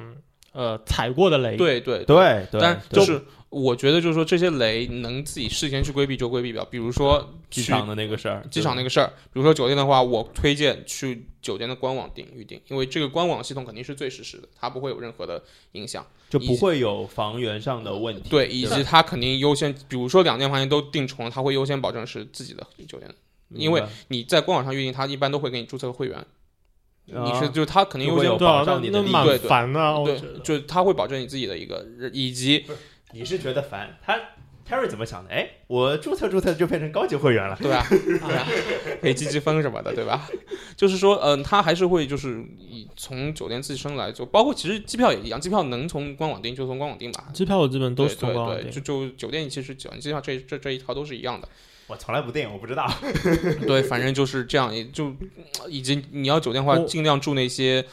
Speaker 3: 呃踩过的雷。，
Speaker 2: 对对
Speaker 1: 对对，
Speaker 2: 但
Speaker 1: 对
Speaker 2: 就是我觉得就是说这些雷能自己事先去规避就规避掉，比如说
Speaker 1: 机
Speaker 2: 去
Speaker 1: 场的那个事儿，
Speaker 2: 机场那个事儿，比如说酒店的话，我推荐去酒店的官网订预订，因为这个官网系统肯定是最实时的，它不会有任何的影响。
Speaker 1: 就不会有房源上的问题。
Speaker 2: 对，以
Speaker 1: 吧
Speaker 2: 及它肯定优先，比如说两间房间都订重了，它会优先保证是自己的酒店。因为
Speaker 1: 明白
Speaker 2: 你在官网上预订，它一般都会给你注册个会员，你
Speaker 1: 啊
Speaker 2: 是就是它肯定
Speaker 1: 如果
Speaker 2: 优先
Speaker 1: 有。
Speaker 3: 对啊
Speaker 1: 保，
Speaker 3: 那
Speaker 1: 障你的
Speaker 3: 那
Speaker 1: 利益
Speaker 3: 蛮
Speaker 2: 对对
Speaker 3: 烦的啊，我觉
Speaker 2: 对，
Speaker 3: 得。
Speaker 2: 就是它会保证你自己的一个，以及
Speaker 1: 你是觉得烦他 Terry 怎么想的？哎，我注册注册就变成高级会员了。
Speaker 2: 对吧？对啊吧？可以积积分什么的，对吧？就是说，嗯、他还是会就是以从酒店自身来做，包括其实机票也一样，机票能从官网订就从官网订吧。
Speaker 3: 机票我基本都是从
Speaker 2: 对
Speaker 3: 官网
Speaker 2: 对对，
Speaker 3: 订
Speaker 2: 就，就酒店其实酒店机票这这这一套都是一
Speaker 3: [LAUGHS]
Speaker 2: 样的。
Speaker 1: 我从来不订，我不知道。
Speaker 2: 对，反正就是这样，也就以及你要酒店的话，
Speaker 3: 我
Speaker 2: 尽量住那些。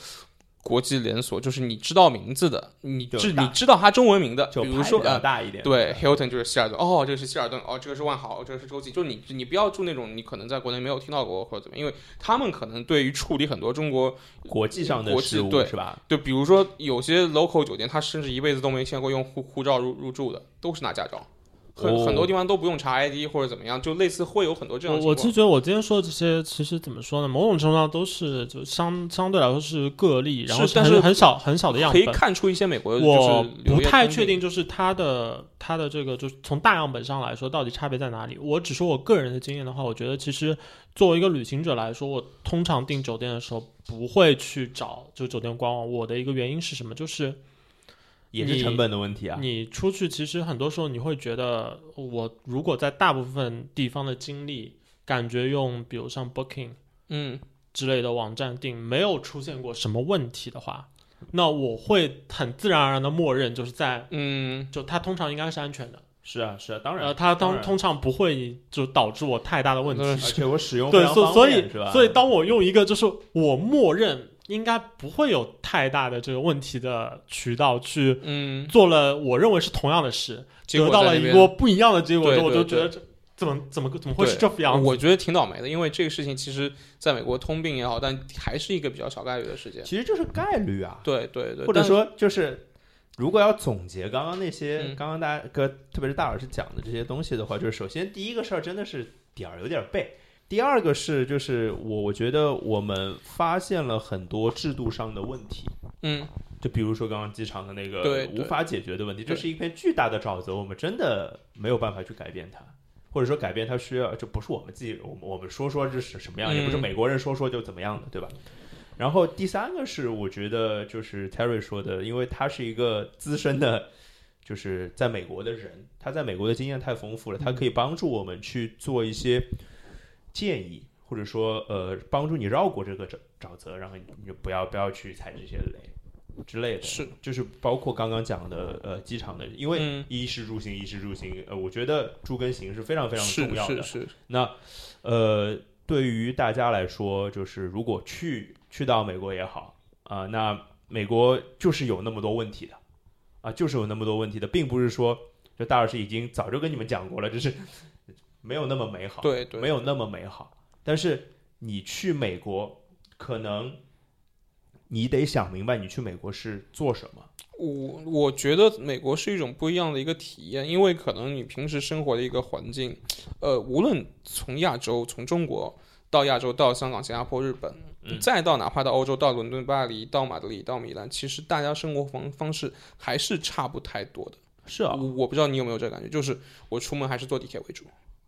Speaker 2: 国际连锁就是你知道名字的，你
Speaker 1: 就
Speaker 2: 知
Speaker 1: 大
Speaker 2: 你知道它中文名的，
Speaker 1: 就
Speaker 2: 比
Speaker 1: 牌
Speaker 2: 如
Speaker 1: 比
Speaker 2: 说
Speaker 1: 较
Speaker 2: 呃，
Speaker 1: 大一点。
Speaker 2: 对，Hilton 就是希尔顿，哦，这个是希尔顿，哦，这个是万豪，这个是洲际，就你你不要住那种你可能在国内没有听到过或者怎么样，因为他们可能对于处理很多中国，
Speaker 1: 国际上的
Speaker 2: 国际
Speaker 1: 事务
Speaker 2: 对
Speaker 1: 是吧？
Speaker 2: 就比如说有些 local 酒店，他甚至一辈子都没见过用护护照入入住的，都是拿驾照。很
Speaker 1: 哦
Speaker 2: 很多地方都不用查 ID 或者怎么样，就类似会有很多这样
Speaker 3: 我
Speaker 2: 的
Speaker 3: 我
Speaker 2: 情况。
Speaker 3: 其实觉得我今天说的这些，其实怎么说呢？某种程度上都是就相相对来说是个例，然后
Speaker 2: 是但
Speaker 3: 很
Speaker 2: 是
Speaker 3: 很少很少的样
Speaker 2: 可以
Speaker 3: 本。
Speaker 2: 看出一些美国的
Speaker 3: 我
Speaker 2: 就是
Speaker 3: 不
Speaker 2: 留业
Speaker 3: 太
Speaker 2: 通
Speaker 3: 确
Speaker 2: 病
Speaker 3: 定，就是它的它的这个，就是从大样本上来说，到底差别在哪里？我只说我个人的经验的话，我觉得其实作为一个旅行者来说，我通常订酒店的时候不会去找就酒店官网。我的一个原因是什么？就是
Speaker 1: 也是
Speaker 3: 你
Speaker 1: 成本的问题啊。
Speaker 3: 你出去，其实很多时候你会觉得，我如果在大部分地方的经历，感觉用比如像 Booking
Speaker 2: 嗯，
Speaker 3: 之类的网站订，没有出现过什么问题的话，那我会很自然而然的默认就是在
Speaker 2: 嗯，
Speaker 3: 就它通常应该是安全的，
Speaker 1: 是啊，是啊，当
Speaker 3: 呃，它
Speaker 1: 当
Speaker 3: 当
Speaker 1: 然
Speaker 3: 通常不会就导致我太大的问题。
Speaker 2: 嗯
Speaker 1: 而且我使用非
Speaker 3: 对，
Speaker 1: 常
Speaker 3: 所
Speaker 1: 方
Speaker 3: 所
Speaker 1: 便
Speaker 3: 以
Speaker 1: 是吧？
Speaker 3: 所以当我用一个就是我默认应该不会有太大的这个问题的渠道去
Speaker 2: 嗯，
Speaker 3: 做了我认为是同样的事，
Speaker 2: 结
Speaker 3: 得
Speaker 2: 果
Speaker 3: 到
Speaker 2: 在
Speaker 3: 了
Speaker 2: 那
Speaker 3: 一
Speaker 2: 边
Speaker 3: 个不一样的结果，
Speaker 2: 对
Speaker 3: 之后，我就觉
Speaker 2: 对
Speaker 3: 得这怎么怎么怎么会是
Speaker 2: 对
Speaker 3: 这副样子？
Speaker 2: 我觉得挺倒霉的，因为这个事情其实在美国通病也好，但还是一个比较小概率的事件。
Speaker 1: 其实就是概率啊，
Speaker 2: 对对对，
Speaker 1: 或者
Speaker 2: 但
Speaker 1: 说就是，如果要总结刚刚那些，
Speaker 2: 嗯
Speaker 1: 刚刚大家哥，特别是大老师讲的这些东西的话，就是首先第一个事儿真的是点儿有点儿背，第二个是就是我我觉得我们发现了很多制度上的问题，
Speaker 2: 嗯，
Speaker 1: 就比如说刚刚机场的那
Speaker 2: 对
Speaker 1: 个
Speaker 2: 对
Speaker 1: 无法解决的问题，这
Speaker 2: 对
Speaker 1: 是一片巨大的沼泽，我们真的没有办法去改变它。或者说改变它需要，就不是我们自己，我们我们说说这是什么样，也不是
Speaker 2: 嗯
Speaker 1: 美国人说说就怎么样的，对吧？然后第三个是，我觉得就是 Terry 说的，因为他是一个资深的，就是在美国的人，他在美国的经验太丰富了，
Speaker 2: 嗯
Speaker 1: 他可以帮助我们去做一些建议，或者说呃，帮助你绕过这个沼沼泽，然后你就不要不要去踩这些雷之类的。
Speaker 2: 是，
Speaker 1: 就是包括刚刚讲的呃机场的，因为
Speaker 2: 嗯，
Speaker 1: 衣食住行，衣食住行，呃，我觉得住跟行是非常非常
Speaker 2: 是
Speaker 1: 重要的
Speaker 2: 是。是，
Speaker 1: 那呃，对于大家来说，就是如果去去到美国也好啊、那美国就是有那么多问题的啊、就是有那么多问题的，并不是说就大老师已经早就跟你们讲过了，就是没有那么美好，
Speaker 2: 对对，
Speaker 1: 没有那么美好。但是你去美国，可能你得想明白你去美国是做什么。
Speaker 2: 我我觉得美国是一种不一样的一个体验，因为可能你平时生活的一个环境，呃，无论从亚洲、从中国到亚洲、到香港、新加坡、日本，
Speaker 1: 嗯
Speaker 2: 再到哪怕到欧洲、到伦敦、巴黎、到马德里、到米兰，其实大家生活方方式还是差不太多的。
Speaker 1: 是啊，
Speaker 2: 我我不知道你有没有这个感觉，就是我出门还是坐地铁为主。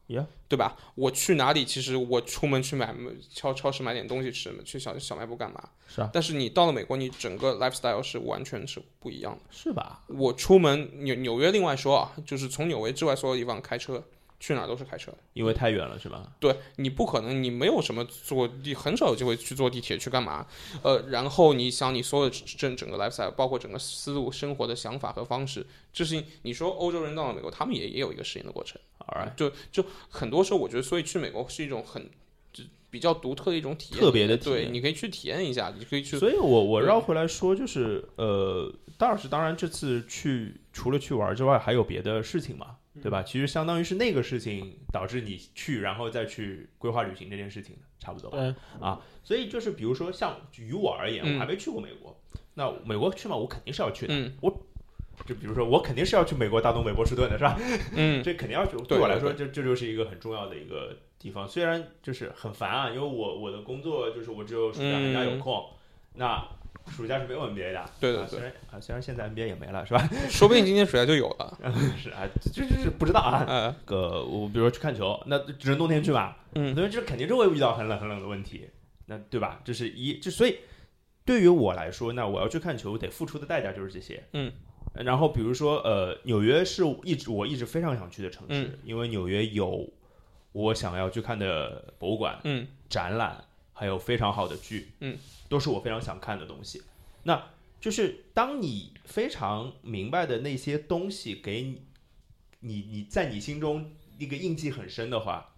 Speaker 1: Yeah
Speaker 2: 对吧？我去哪里，其实我出门去买超超市买点东西吃，去小小卖部干嘛？
Speaker 1: 是啊，
Speaker 2: 但是你到了美国，你整个 lifestyle 是完全是不一样的。
Speaker 1: 是吧？
Speaker 2: 我出门纽纽约另外说啊，就是从纽约之外所有地方开车去哪儿都是开车。
Speaker 1: 因为太远了，是吧？
Speaker 2: 对你不可能，你没有什么坐地，很少有机会去坐地铁去干嘛。呃，然后你想你所有的整整个 lifestyle，包括整个思路、生活的想法和方式，这是你说欧洲人到了美国，他们也也有一个适应的过程。
Speaker 1: a l
Speaker 2: 就就很多时候，我觉得，所以去美国是一种很就比较独特的一种体验，
Speaker 1: 特别的体验
Speaker 2: 对，你可以去体验一下，你可以去，
Speaker 1: 所以我我
Speaker 2: 对
Speaker 1: 绕回来说，就是呃，大老师当然这次去除了去玩之外，还有别的事情嘛，对吧？其实相当于是那个事情导致你去，然后再去规划旅行这件事情的，差不多吧。
Speaker 3: 对，
Speaker 1: 所以就是比如说像于我而言，
Speaker 2: 嗯
Speaker 1: 我还没去过美国，那美国去嘛，我肯定是要去的。
Speaker 2: 嗯
Speaker 1: 就比如说我肯定是要去美国大东北波士顿的，是吧？
Speaker 2: [LAUGHS] 嗯，
Speaker 1: 这肯定要去。
Speaker 2: 对
Speaker 1: 对我来
Speaker 2: 对
Speaker 1: 说，这这就是一个很重要的一个地方。虽然就是很烦啊，因为我我的工作就是我只有暑假
Speaker 2: 嗯
Speaker 1: 寒假有空，那暑假是没有 NBA 的。
Speaker 2: 对对
Speaker 1: 啊虽
Speaker 2: 对，
Speaker 1: 然啊，虽然现在 NBA 也没了，是吧？ [LAUGHS]
Speaker 2: 说不定今天暑假就有
Speaker 3: [LAUGHS]
Speaker 2: 了，
Speaker 1: 是啊，这这这不知道啊。
Speaker 2: 呃，
Speaker 1: 那个我比如说去看球，那只能冬天去嘛，
Speaker 2: 嗯
Speaker 1: 所以这肯定就会遇到很冷很冷的问题，那对吧？这是一，就所以对于我来说，那我要去看球得付出的代价就是这些，
Speaker 2: 嗯。
Speaker 1: 然后比如说，呃，纽约是一直我一直非常想去的城市，
Speaker 2: 嗯
Speaker 1: 因为纽约有我想要去看的博物馆，
Speaker 2: 嗯
Speaker 1: 展览，还有非常好的剧，
Speaker 2: 嗯，
Speaker 1: 都是我非常想看的东西。那就是当你非常明白的那些东西给你，你你在你心中一个印记很深的话，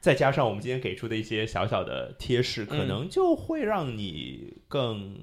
Speaker 1: 再加上我们今天给出的一些小小的贴士，可
Speaker 2: 嗯
Speaker 1: 能就会让你更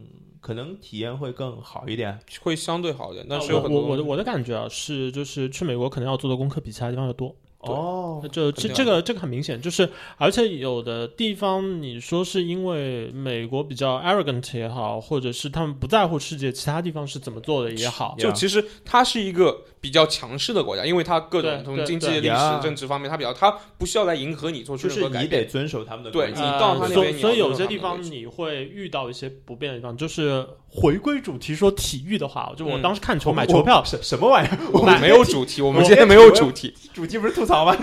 Speaker 1: 可能体验会更好一点。
Speaker 2: 会相对好一点，但是
Speaker 3: 啊
Speaker 2: 有
Speaker 3: 呃我
Speaker 2: 很多
Speaker 3: 我我的我的感觉啊是，就是去美国可能要做的功课比其他地方要多。
Speaker 2: 对
Speaker 1: 哦，
Speaker 3: 就
Speaker 2: 肯定啊
Speaker 3: 这这个这个很明显，就是而且有的地方你说是因为美国比较 arrogant 也好，或者是他们不在乎世界其他地方是怎么做的也好，
Speaker 2: 就
Speaker 1: Yeah
Speaker 2: 其实它是一个比较强势的国家，因为它各种
Speaker 3: 对
Speaker 2: 从
Speaker 3: 对
Speaker 2: 经济、
Speaker 3: 对
Speaker 2: 历史、
Speaker 1: Yeah
Speaker 2: 政治方面，它比较，它不需要来迎合你做
Speaker 1: 就
Speaker 2: 出任
Speaker 1: 是
Speaker 2: 何改
Speaker 1: 你
Speaker 2: 变。
Speaker 1: 得遵守他们的
Speaker 2: 对啊
Speaker 1: 规
Speaker 2: 你
Speaker 1: 矩
Speaker 2: 到他那边
Speaker 3: 呃所
Speaker 2: 你
Speaker 3: 以
Speaker 2: 要
Speaker 3: 所以
Speaker 2: 尊
Speaker 3: 有
Speaker 2: 重
Speaker 3: 些
Speaker 2: 他
Speaker 3: 地
Speaker 2: 们的
Speaker 3: 方
Speaker 2: 位置
Speaker 3: 你会遇到一些不便的地方，就是回归主题说体育的话，就我
Speaker 2: 嗯
Speaker 3: 当时看球
Speaker 1: 我
Speaker 3: 买球票，
Speaker 1: 什什么玩意儿？
Speaker 2: [LAUGHS] 我们没有主
Speaker 3: [LAUGHS]
Speaker 2: 题，我们
Speaker 1: 我
Speaker 2: 今天没有主题。
Speaker 1: 主题不是吐槽吗？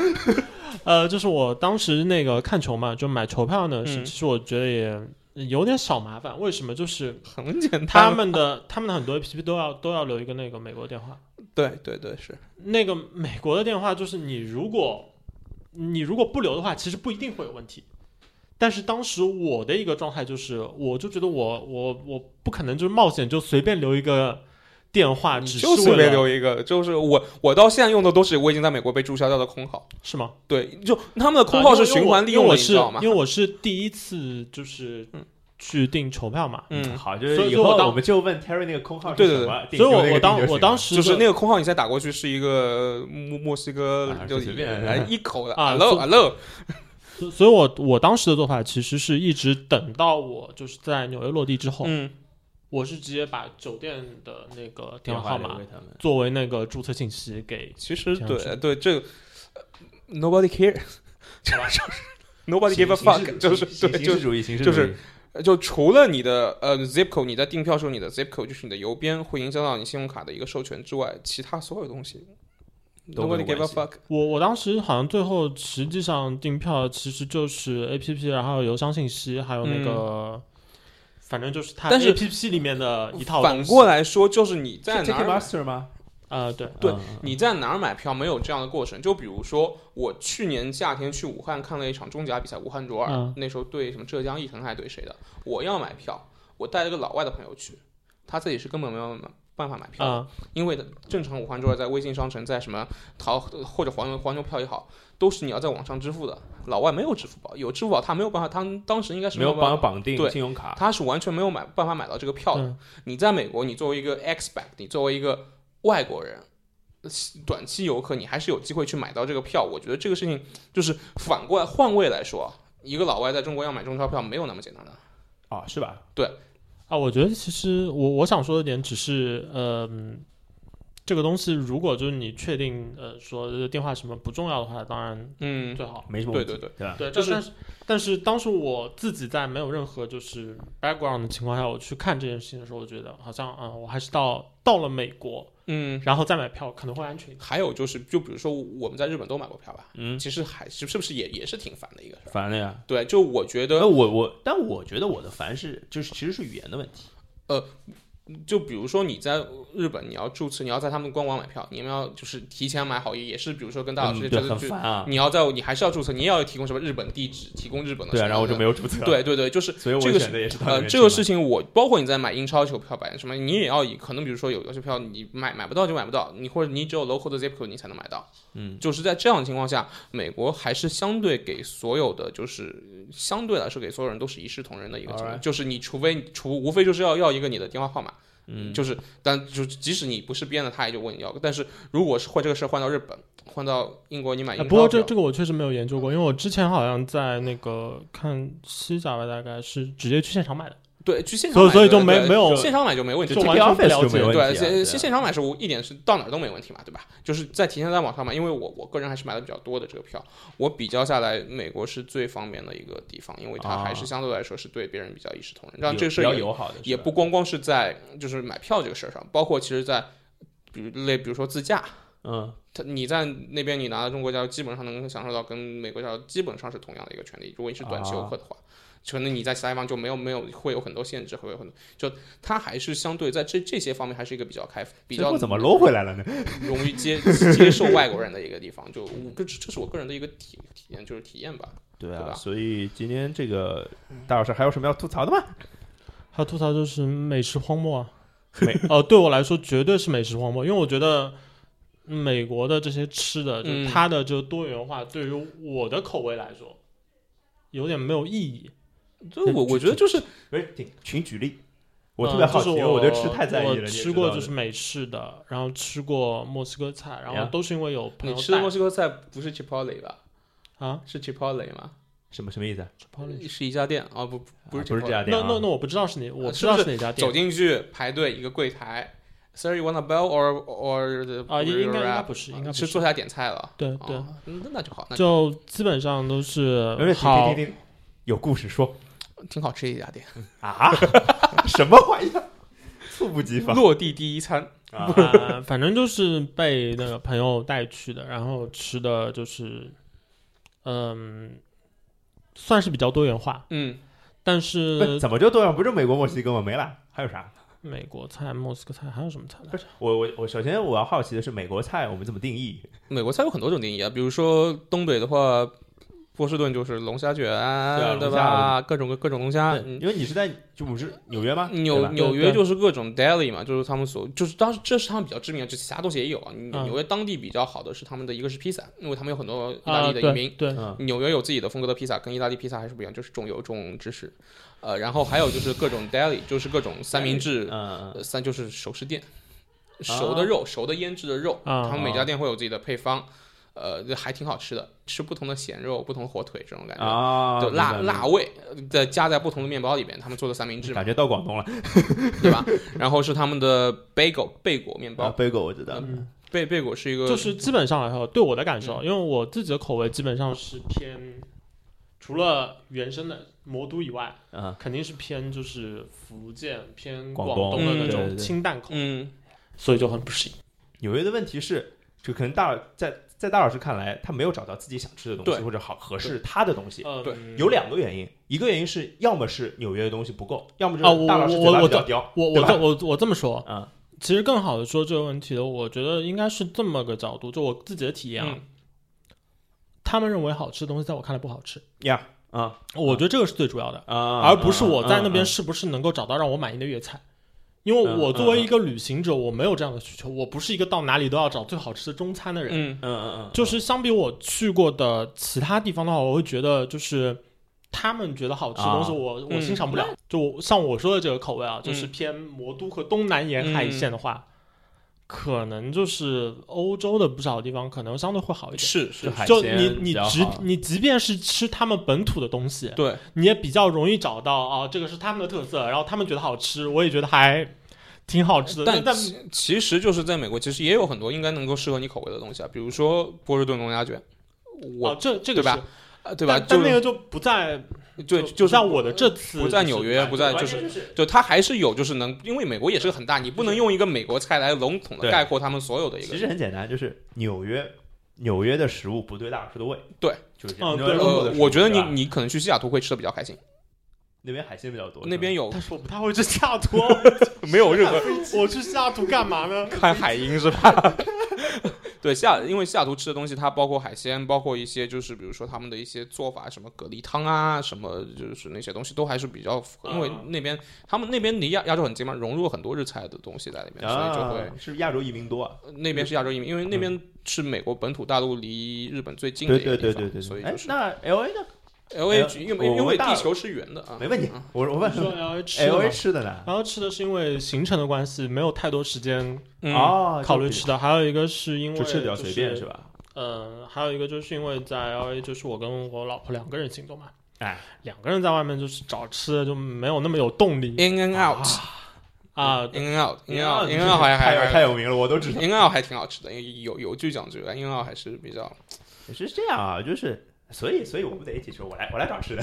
Speaker 3: 呃，就是我当时那个看球嘛，就买球票呢，是
Speaker 2: 嗯
Speaker 3: 其实我觉得也有点小麻烦，为什么？就是
Speaker 2: 很简单，
Speaker 3: 他们的他们的很多 APP 都要都要留一个那个美国电话。
Speaker 2: 对对对是，
Speaker 3: 那个美国的电话就是你如果你如果不留的话，其实不一定会有问题。但是当时我的一个状态就是，我就觉得我我我不可能就是冒险就随便留一个电话，
Speaker 2: 你
Speaker 3: 只是
Speaker 2: 就随
Speaker 3: 为
Speaker 2: 便
Speaker 3: 了
Speaker 2: 留一个，就是我我到现在用的都是我已经在美国被注销掉的空号。
Speaker 3: 是吗？
Speaker 2: 对，就他们的空号是循环利用
Speaker 3: 啊
Speaker 2: 的，
Speaker 3: 因为我
Speaker 2: 你知道吗
Speaker 3: 是？因为我是第一次就是
Speaker 2: 嗯
Speaker 3: 去订球票嘛，
Speaker 2: 嗯，
Speaker 1: 好，就是
Speaker 3: 所以
Speaker 1: 以
Speaker 3: 所以
Speaker 1: 后
Speaker 3: 我当
Speaker 1: 我们就问 Terry 那个空号
Speaker 2: 对
Speaker 1: 是什
Speaker 2: 对
Speaker 1: 么，
Speaker 3: 所以
Speaker 1: 顶
Speaker 3: 我
Speaker 1: 住
Speaker 3: 我当
Speaker 1: 那个钉就行
Speaker 3: 我当时
Speaker 2: 就是
Speaker 3: 的
Speaker 2: 那个空号，你再打过去是一个墨墨西哥
Speaker 1: 啊，
Speaker 2: 就是
Speaker 1: 随便
Speaker 2: 来一口的
Speaker 3: 啊
Speaker 2: hello
Speaker 3: 就
Speaker 2: hello，
Speaker 3: 所所以我，我当时的做法其实是一直等到我就是在纽约落地之后，
Speaker 2: 嗯，
Speaker 3: 我是直接把酒店的那个电
Speaker 1: 电
Speaker 3: 话
Speaker 1: 话
Speaker 3: 号
Speaker 1: 留
Speaker 3: 码
Speaker 1: 给他们。
Speaker 3: 作为那个注册信息给。
Speaker 2: 其实
Speaker 3: 这样
Speaker 2: 对
Speaker 3: 子
Speaker 2: 对这个呃 nobody care，就是 [LAUGHS] nobody give
Speaker 1: 形
Speaker 2: a
Speaker 1: 式
Speaker 2: fuck，就是
Speaker 1: 形
Speaker 2: 对
Speaker 1: 形
Speaker 2: 就
Speaker 1: 式主义，形式
Speaker 2: 就
Speaker 1: 主义
Speaker 2: 是就除了你的呃 zip code，你在订票时候你的 zip code 就是你的邮编会影响到你信用卡的一个授权之外，其他所有东西
Speaker 1: 都没有
Speaker 2: nobody give a
Speaker 1: 关系
Speaker 2: fuck，
Speaker 3: 我我当时好像最后实际上订票其实就是 A P P，然后邮箱信息，还有那个，反正就是它
Speaker 2: 嗯但是
Speaker 3: A P P 里面的一套
Speaker 2: 反
Speaker 3: 东西
Speaker 2: 过来说，就是你在
Speaker 1: 是
Speaker 2: 哪
Speaker 1: Ticket
Speaker 2: 儿
Speaker 1: Master 吗？
Speaker 3: 呃对，
Speaker 2: 对
Speaker 1: 嗯，
Speaker 2: 你在哪儿买票没有这样的过程？就比如说，我去年夏天去武汉看了一场中甲比赛，武汉卓尔、
Speaker 3: 嗯
Speaker 2: 那时候对什么浙江毅腾还对谁的，我要买票，我带了个老外的朋友去，他自己是根本没有办法买票的，
Speaker 3: 啊、
Speaker 2: 因为正常武汉卓尔在微信商城，在什么淘或者黄牛黄牛票也好，都是你要在网上支付的，老外没有支付宝，有支付宝他没有办法，他当时应该是
Speaker 1: 没有
Speaker 2: 办法
Speaker 1: 帮绑定
Speaker 2: 对
Speaker 1: 信用卡，
Speaker 2: 他是完全没有买办法买到这个票的
Speaker 3: 嗯。
Speaker 2: 你在美国，你作为一个 expat，你作为一个外国人，呃短期游客，你还是有机会去买到这个票。我觉得这个事情就是反过来换位来说，一个老外在中国要买中超票没有那么简单的。
Speaker 1: 哦，是吧？
Speaker 3: 啊，我觉得其实我我想说的点只是，嗯、这个东西如果就是你确定呃说呃电话什么不重要的话，当然
Speaker 2: 嗯，
Speaker 3: 最好。
Speaker 1: 没什么
Speaker 2: 对
Speaker 1: 问题，
Speaker 2: 对对，
Speaker 1: 对吧？
Speaker 3: 对，
Speaker 2: 啊就
Speaker 3: 就是是但是但是当时我自己在没有任何就是 background 的情况下，我去看这件事情的时候，我觉得好像啊、我还是到到了美国，
Speaker 2: 嗯。
Speaker 3: 然后再买票可能会安全一点。
Speaker 2: 还有就是，就比如说我们在日本都买过票吧，
Speaker 1: 嗯，
Speaker 2: 其实还是是不是也也是挺烦的一个事儿。
Speaker 1: 烦了呀。
Speaker 2: 对，就我觉得
Speaker 1: 那我我，但我觉得我的烦是就是其实是语言的问题。
Speaker 2: 就比如说你在日本，你要注册，你要在他们官网买票，你们要就是提前买好，也也是比如说跟大老师
Speaker 1: 嗯
Speaker 2: 就
Speaker 1: 对，
Speaker 2: 是
Speaker 1: 很
Speaker 2: 就
Speaker 1: 烦啊。
Speaker 2: 你要在你还是要注册，你也要提供什么日本地址，提供日本的
Speaker 1: 对
Speaker 2: 什
Speaker 1: 啊，
Speaker 2: 么
Speaker 1: 然后我就没有注册。，
Speaker 2: 对对对，就是
Speaker 1: 所以我
Speaker 2: 这个
Speaker 1: 选的也是到那
Speaker 2: 呃
Speaker 1: 边
Speaker 2: 这个
Speaker 1: 去
Speaker 2: 事情我包括你在买英超球票吧，什么你也要以可能比如说有有些票你买买不到就买不到，你或者你只有 local 的 zip code 你才能买到，
Speaker 1: 嗯，
Speaker 2: 就是在这样的情况下，美国还是相对给所有的就是相对来说给所有人都是一视同仁的一个情况
Speaker 1: Alright
Speaker 2: 就是你除非除无非就是要要一个你的电话号码。
Speaker 1: 嗯，
Speaker 2: 就是，但就即使你不是编的，他也就问你要。但是如果是换这个事儿换到日本，换到英国，你买英
Speaker 3: 呃
Speaker 2: 超
Speaker 3: 不过这
Speaker 2: 票
Speaker 3: 这个我确实没有研究过，因为我之前好像在那个看西甲吧，大概是直接去现场买的，
Speaker 2: 对，去现场
Speaker 3: 所以
Speaker 2: 买
Speaker 3: 所以就
Speaker 2: 对
Speaker 3: 没
Speaker 2: 对
Speaker 3: 没有
Speaker 2: 现场买就没问题，
Speaker 3: 就
Speaker 2: 这
Speaker 3: 完
Speaker 2: 个
Speaker 3: 全不
Speaker 1: office
Speaker 3: 了
Speaker 1: 就没
Speaker 3: 解
Speaker 1: 问题啊对
Speaker 2: 对，现
Speaker 1: 啊
Speaker 2: 现场买是无一点是到哪儿都没问题嘛，对吧？就是在提前在网上买，因为我我个人还是买的比较多的这个票，我比较下来，美国是最方便的一个地方，因为它还是
Speaker 1: 啊
Speaker 2: 相对来说是对别人比较一视同仁，让
Speaker 1: 有
Speaker 2: 这个事
Speaker 1: 比
Speaker 2: 儿
Speaker 1: 较
Speaker 2: 也
Speaker 1: 友好的是
Speaker 2: 也
Speaker 1: 吧
Speaker 2: 不光光是在就是买票这个事儿上，包括其实在比如类比如说自驾，
Speaker 1: 嗯
Speaker 2: 它你在那边你拿到中国驾照，基本上能享受到跟美国驾照基本上是同样的一个权利。如果你是短期游客的话，可能你在其他地方就没有没有会有很多限制，会有很多就它还是相对在这这些方面还是一个比较开比
Speaker 1: 最
Speaker 2: 较
Speaker 1: 后怎么搂回来了呢？
Speaker 2: 容易接接受外国人的一个地方。就我这这是我个人的一个体体验，就是体验吧。
Speaker 1: 对嗯
Speaker 2: 对
Speaker 1: 啊，
Speaker 2: 吧
Speaker 1: 所以今天这个大老师还有什么要吐槽的吗？
Speaker 3: 还有吐槽就是美食荒
Speaker 2: [LAUGHS]
Speaker 3: 漠啊，
Speaker 1: 美
Speaker 3: 呃，对我来说绝对是美食荒漠，因为我觉得美国的这些吃的，就
Speaker 2: 嗯
Speaker 3: 是它的就多元化，对于我的口味来说，有点没有意义。
Speaker 2: 就我我觉得就是
Speaker 1: 呃不是，请请举例。我特
Speaker 3: 嗯
Speaker 1: 别好奇，
Speaker 3: 就是
Speaker 1: 因为
Speaker 3: 我
Speaker 1: 对吃太在意
Speaker 3: 我
Speaker 1: 了。你也
Speaker 3: 吃
Speaker 1: 知
Speaker 3: 过
Speaker 1: 道
Speaker 3: 就
Speaker 1: 的
Speaker 3: 是美式的，然后吃过墨西哥菜，然
Speaker 1: 呀
Speaker 3: 后都是因为有朋
Speaker 2: 你
Speaker 3: 友
Speaker 2: 吃的墨
Speaker 3: 带
Speaker 2: 西哥菜不是 Chipotle 吧？
Speaker 3: 啊
Speaker 2: 是 Chipotle 吗？
Speaker 1: 什么什么意思？
Speaker 3: ，Chipotle。
Speaker 2: 是一家店啊，不不
Speaker 1: 啊
Speaker 2: 是
Speaker 1: 不是
Speaker 2: Chipotle
Speaker 1: 这家店
Speaker 3: 那
Speaker 1: 啊
Speaker 3: 那那我不知道是哪，我
Speaker 2: 呃
Speaker 3: 不
Speaker 2: 是
Speaker 3: 知
Speaker 2: 不
Speaker 3: 道
Speaker 2: 是
Speaker 3: 是哪家店
Speaker 2: 走进去排队一个柜台，Sir you want a bell or or the
Speaker 3: 啊，应应该应该
Speaker 2: wrap？
Speaker 3: 不是，
Speaker 2: 啊
Speaker 3: 应该不
Speaker 2: 是
Speaker 3: 是。
Speaker 2: 坐下点菜了。
Speaker 3: 对对
Speaker 2: 哦，那那就好，那
Speaker 3: 就基本上都是
Speaker 1: 没问题，
Speaker 3: 好
Speaker 1: 听听听，有故事说
Speaker 2: 挺好吃的一家店，
Speaker 1: 啊？ [LAUGHS] 什么玩意儿？猝不及 [LAUGHS] 防
Speaker 2: 落地第一餐。
Speaker 1: 啊！
Speaker 3: 啊，反正就是被那个朋友带去的，然后吃的就是，嗯，算是比较多元化，
Speaker 2: 嗯，
Speaker 3: 但
Speaker 1: 不是
Speaker 3: 是
Speaker 1: 怎么就多样？不就美国、墨西哥吗？没了，还有啥？
Speaker 3: 美国菜、莫斯科菜还有什么菜来着？
Speaker 1: 我我我，首先我要好奇的是美国菜我们怎么定义？
Speaker 2: 美国菜有很多种定义啊，比如说东北的话，波士顿就是龙虾卷，
Speaker 1: 啊
Speaker 2: 对
Speaker 1: 龙
Speaker 3: 嗯
Speaker 2: 吧？各种各各种龙虾。
Speaker 1: 对
Speaker 2: 嗯
Speaker 1: 因为你是在就不是纽约吗？对
Speaker 2: 纽
Speaker 1: 吧
Speaker 2: 纽
Speaker 3: 对
Speaker 2: 约
Speaker 3: 对
Speaker 2: 就是各种 deli 嘛，就是他们所就是当时这是他们比较知名的，就其他东西也有啊。纽
Speaker 3: 嗯
Speaker 2: 纽约当地比较好的是他们的一个是披萨，因为他们有很多意大
Speaker 3: 啊，
Speaker 2: 利的移
Speaker 3: 对
Speaker 2: 民，
Speaker 3: 对，
Speaker 1: 嗯
Speaker 2: 纽约有自己的风格的披萨，跟意大利披萨还是不一样，就是重油重芝士，呃，然后还有就是各种 deli，就是各种三明治，
Speaker 1: 嗯
Speaker 2: 呃，三就是熟食店，熟的肉、熟的腌制的肉，
Speaker 3: 啊
Speaker 2: 他们每家店会有自己的配方，呃，这还挺好吃的，吃不同的咸肉、不同火腿这种感
Speaker 1: 嗯
Speaker 2: 觉，
Speaker 1: 啊，
Speaker 2: 就辣
Speaker 1: 明白
Speaker 2: 辣味，呃再加在不同的面包里边，他们做的三明治嘛，
Speaker 1: 感觉到广东了。
Speaker 2: 嗯对吧？然后是他们的 bagel 贝果面
Speaker 1: 啊
Speaker 2: 包，
Speaker 1: 贝果我知道，
Speaker 3: 嗯，
Speaker 2: 贝贝果是一个
Speaker 3: 就是基本上来说，对我的感
Speaker 1: 嗯
Speaker 3: 受，因为我自己的口味基本上是偏，除了原生的魔都以外，
Speaker 1: 嗯
Speaker 3: 肯定是偏就是福建偏
Speaker 1: 广
Speaker 3: 广
Speaker 1: 东
Speaker 2: 嗯
Speaker 3: 东的那
Speaker 1: 对对
Speaker 3: 种
Speaker 1: 对
Speaker 3: 清淡口，
Speaker 2: 嗯，
Speaker 3: 所以就很不适应。
Speaker 1: 纽约的问题是，就可能大在在大老师看来，他没有找到自己想吃的东西
Speaker 2: 对呃
Speaker 1: 或者好合适他的东西。
Speaker 3: 嗯
Speaker 2: 对，
Speaker 1: 有两个原因，一个原因是要么是纽约的东西不够，要么就
Speaker 3: 啊
Speaker 1: 是
Speaker 3: 我
Speaker 1: 大老师
Speaker 3: 我
Speaker 1: 嘴巴
Speaker 3: 我
Speaker 1: 比较
Speaker 3: 懂
Speaker 1: 刁。嗯
Speaker 3: 我
Speaker 1: 对
Speaker 3: 我
Speaker 1: 吧
Speaker 3: 这我我这么说，
Speaker 1: 嗯
Speaker 2: 啊
Speaker 3: 其实更好的说这个问题的，我觉得应该是这么个角度，就我自己的体验啊。
Speaker 2: 嗯
Speaker 3: 他们认为好吃的东西，在我看来不好吃，
Speaker 1: 呀啊
Speaker 3: 我觉得这个是最主要的，
Speaker 1: 啊，
Speaker 3: 而不是我在那边
Speaker 1: 嗯
Speaker 3: 是不是能够找到让我满意的粤菜。因为我作
Speaker 1: 嗯
Speaker 3: 为一个旅行者，我没有这样的需求，我不是一个到哪里都要找最好吃的中餐的人。
Speaker 2: 嗯
Speaker 1: 嗯嗯嗯，
Speaker 3: 就是相比我去过的其他地方的话，我会觉得就是他们觉得好吃的东西
Speaker 1: 啊
Speaker 3: 我，我、
Speaker 2: 嗯
Speaker 3: 欣赏不了。就我像我说的这个口味啊，就是
Speaker 2: 嗯
Speaker 3: 偏魔都和东南沿
Speaker 1: 嗯
Speaker 3: 海一线的话，可能就是欧洲的不少地方可能相对会好一点。
Speaker 2: 是是
Speaker 1: 就，海
Speaker 3: 就
Speaker 1: 鲜
Speaker 3: 你
Speaker 1: 比
Speaker 3: 你
Speaker 1: 较
Speaker 3: 即
Speaker 1: 好
Speaker 3: 你即便是吃他们本土的东西，
Speaker 2: 对，
Speaker 3: 你也比较容易找到啊，这个是他们的特色，然后他们觉得好吃，我也觉得还挺好吃的。
Speaker 2: 但
Speaker 3: 但
Speaker 2: 其其实就是在美国，其实也有很多应该能够适合你口味的东西啊，比如说波士顿龙虾卷，
Speaker 3: 哦
Speaker 2: 我、
Speaker 3: 这这个
Speaker 2: 对吧
Speaker 3: 是？
Speaker 2: 呃对吧？
Speaker 3: 但但
Speaker 2: 就
Speaker 3: 那
Speaker 2: 是
Speaker 3: 个就不在
Speaker 2: 对，
Speaker 3: 就
Speaker 2: 就
Speaker 3: 在
Speaker 2: 是
Speaker 3: 我的这次
Speaker 2: 不在纽约，不在
Speaker 1: 关
Speaker 2: 就
Speaker 1: 键
Speaker 2: 是。
Speaker 1: 是
Speaker 2: 就它还是有，就是能，因为美国也是个很大，你不能用一个美国菜来笼统的
Speaker 1: 对
Speaker 2: 概括他们所有的一
Speaker 1: 其
Speaker 2: 个。
Speaker 1: 实很简单，就是纽约纽约的食物不对大老师的胃，
Speaker 2: 对，
Speaker 1: 就是这样。
Speaker 3: 嗯
Speaker 1: 纽
Speaker 3: 对
Speaker 1: 约中国
Speaker 2: 呃
Speaker 1: 的，食物
Speaker 2: 我觉得你
Speaker 1: 对吧
Speaker 2: 你可能去西雅图会吃的比较开心，
Speaker 1: 那边海鲜比较多，
Speaker 2: 那边
Speaker 1: 有
Speaker 2: 有
Speaker 3: 但是我不太会去西雅
Speaker 2: [LAUGHS]
Speaker 3: 图，
Speaker 2: 没有任何
Speaker 3: 我去西雅图干嘛呢？
Speaker 2: 看海鹰是吧？对，西雅因为西雅图吃的东西，它包括海鲜，包括一些就是比如说他们的一些做法，什么蛤蜊汤啊，什么就是那些东西都还是比较符合，因为
Speaker 3: 啊
Speaker 2: 那边他们那边离亚亚洲很近嘛，融入了很多日菜的东西在里面，所以就会
Speaker 1: 啊，是亚洲移民多啊。
Speaker 2: 呃那边是亚洲移民，因为那边是美国本土大陆离日本最近的
Speaker 1: 对
Speaker 2: 一个
Speaker 1: 对
Speaker 2: 地方，
Speaker 1: 对对对，
Speaker 2: 所以
Speaker 1: 哎
Speaker 2: 就是
Speaker 1: 那 L A 呢？
Speaker 2: L
Speaker 1: 哎
Speaker 2: A 因为
Speaker 1: 我
Speaker 2: 因
Speaker 1: 我
Speaker 2: 为
Speaker 1: 大
Speaker 2: 地球是圆的啊，
Speaker 1: 没问题，我我
Speaker 3: 你
Speaker 1: 问
Speaker 3: 说 L A 吃
Speaker 2: 哎
Speaker 1: L
Speaker 3: 的
Speaker 1: A
Speaker 3: 吗
Speaker 1: 吃的呢？
Speaker 3: 然后吃的是因为行程的关系，没有太多时间
Speaker 2: 嗯，
Speaker 1: 哦，
Speaker 3: 考虑
Speaker 1: 就
Speaker 3: 吃的。还有一个是因为
Speaker 1: 就吃的比较随便
Speaker 3: 就是
Speaker 1: 是吧？
Speaker 3: 嗯，还有一个就是因为在 L A，就是我跟我老婆两个人行动嘛，
Speaker 1: 哎，
Speaker 3: 两个人在外面就是找吃的就没有那么有动力
Speaker 2: In and out，
Speaker 3: 啊。
Speaker 2: In and out，In and out，In
Speaker 3: In
Speaker 2: and out 还还
Speaker 1: 啊太太
Speaker 2: 还
Speaker 1: 有名了，我都知道。
Speaker 2: [LAUGHS] ，In and out 还挺好吃的，有有据讲究，In and out 还是比较
Speaker 1: 也是这样啊，就是所以所以我们得一起说，我来我来找吃的，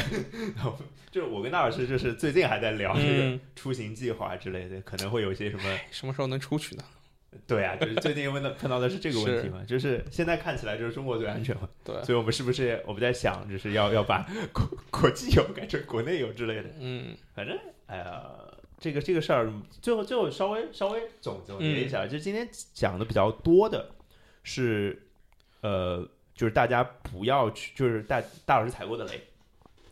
Speaker 1: [LAUGHS] 就是我跟大老师就是最近还在聊这个
Speaker 2: 嗯，哎
Speaker 1: 出行计划之类的，可能会有一些什么， [LAUGHS]
Speaker 2: 什么时候能出去呢？
Speaker 1: 对啊，就是最近问到碰到的是这个问题嘛，就是现在看起来就是中国最安全嘛，
Speaker 2: 对，
Speaker 1: 所以我们是不是我们在想，就是要要把国国际游改成国内游之类的，
Speaker 2: 嗯
Speaker 1: 反正哎呀。这个这个事儿，最后最后稍微稍微总总结一下，就今天讲的比较多的是，呃，就是大家不要去，就是大大老师踩过的雷，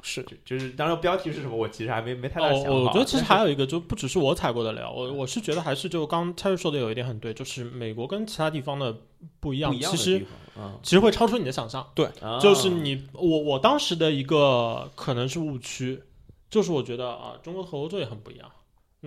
Speaker 2: 是，
Speaker 1: 就就是当然标题是什么，我其实还没没太大想好。啊嗯
Speaker 3: 哦，我觉得其实还
Speaker 1: 但是
Speaker 3: 有一个，就不只是我踩过的了，我我是觉得还是就刚 Terry 说的有一点很对，就是美国跟其他地方的不一样，
Speaker 1: 不一样
Speaker 3: 其
Speaker 1: 的
Speaker 3: 实
Speaker 1: 地方，
Speaker 3: 其实会超出你的想象。
Speaker 1: 嗯，
Speaker 3: 就是
Speaker 1: 啊
Speaker 3: 你我我当时的一个可能是误区，就是我觉得啊，中国和欧洲也很不一样。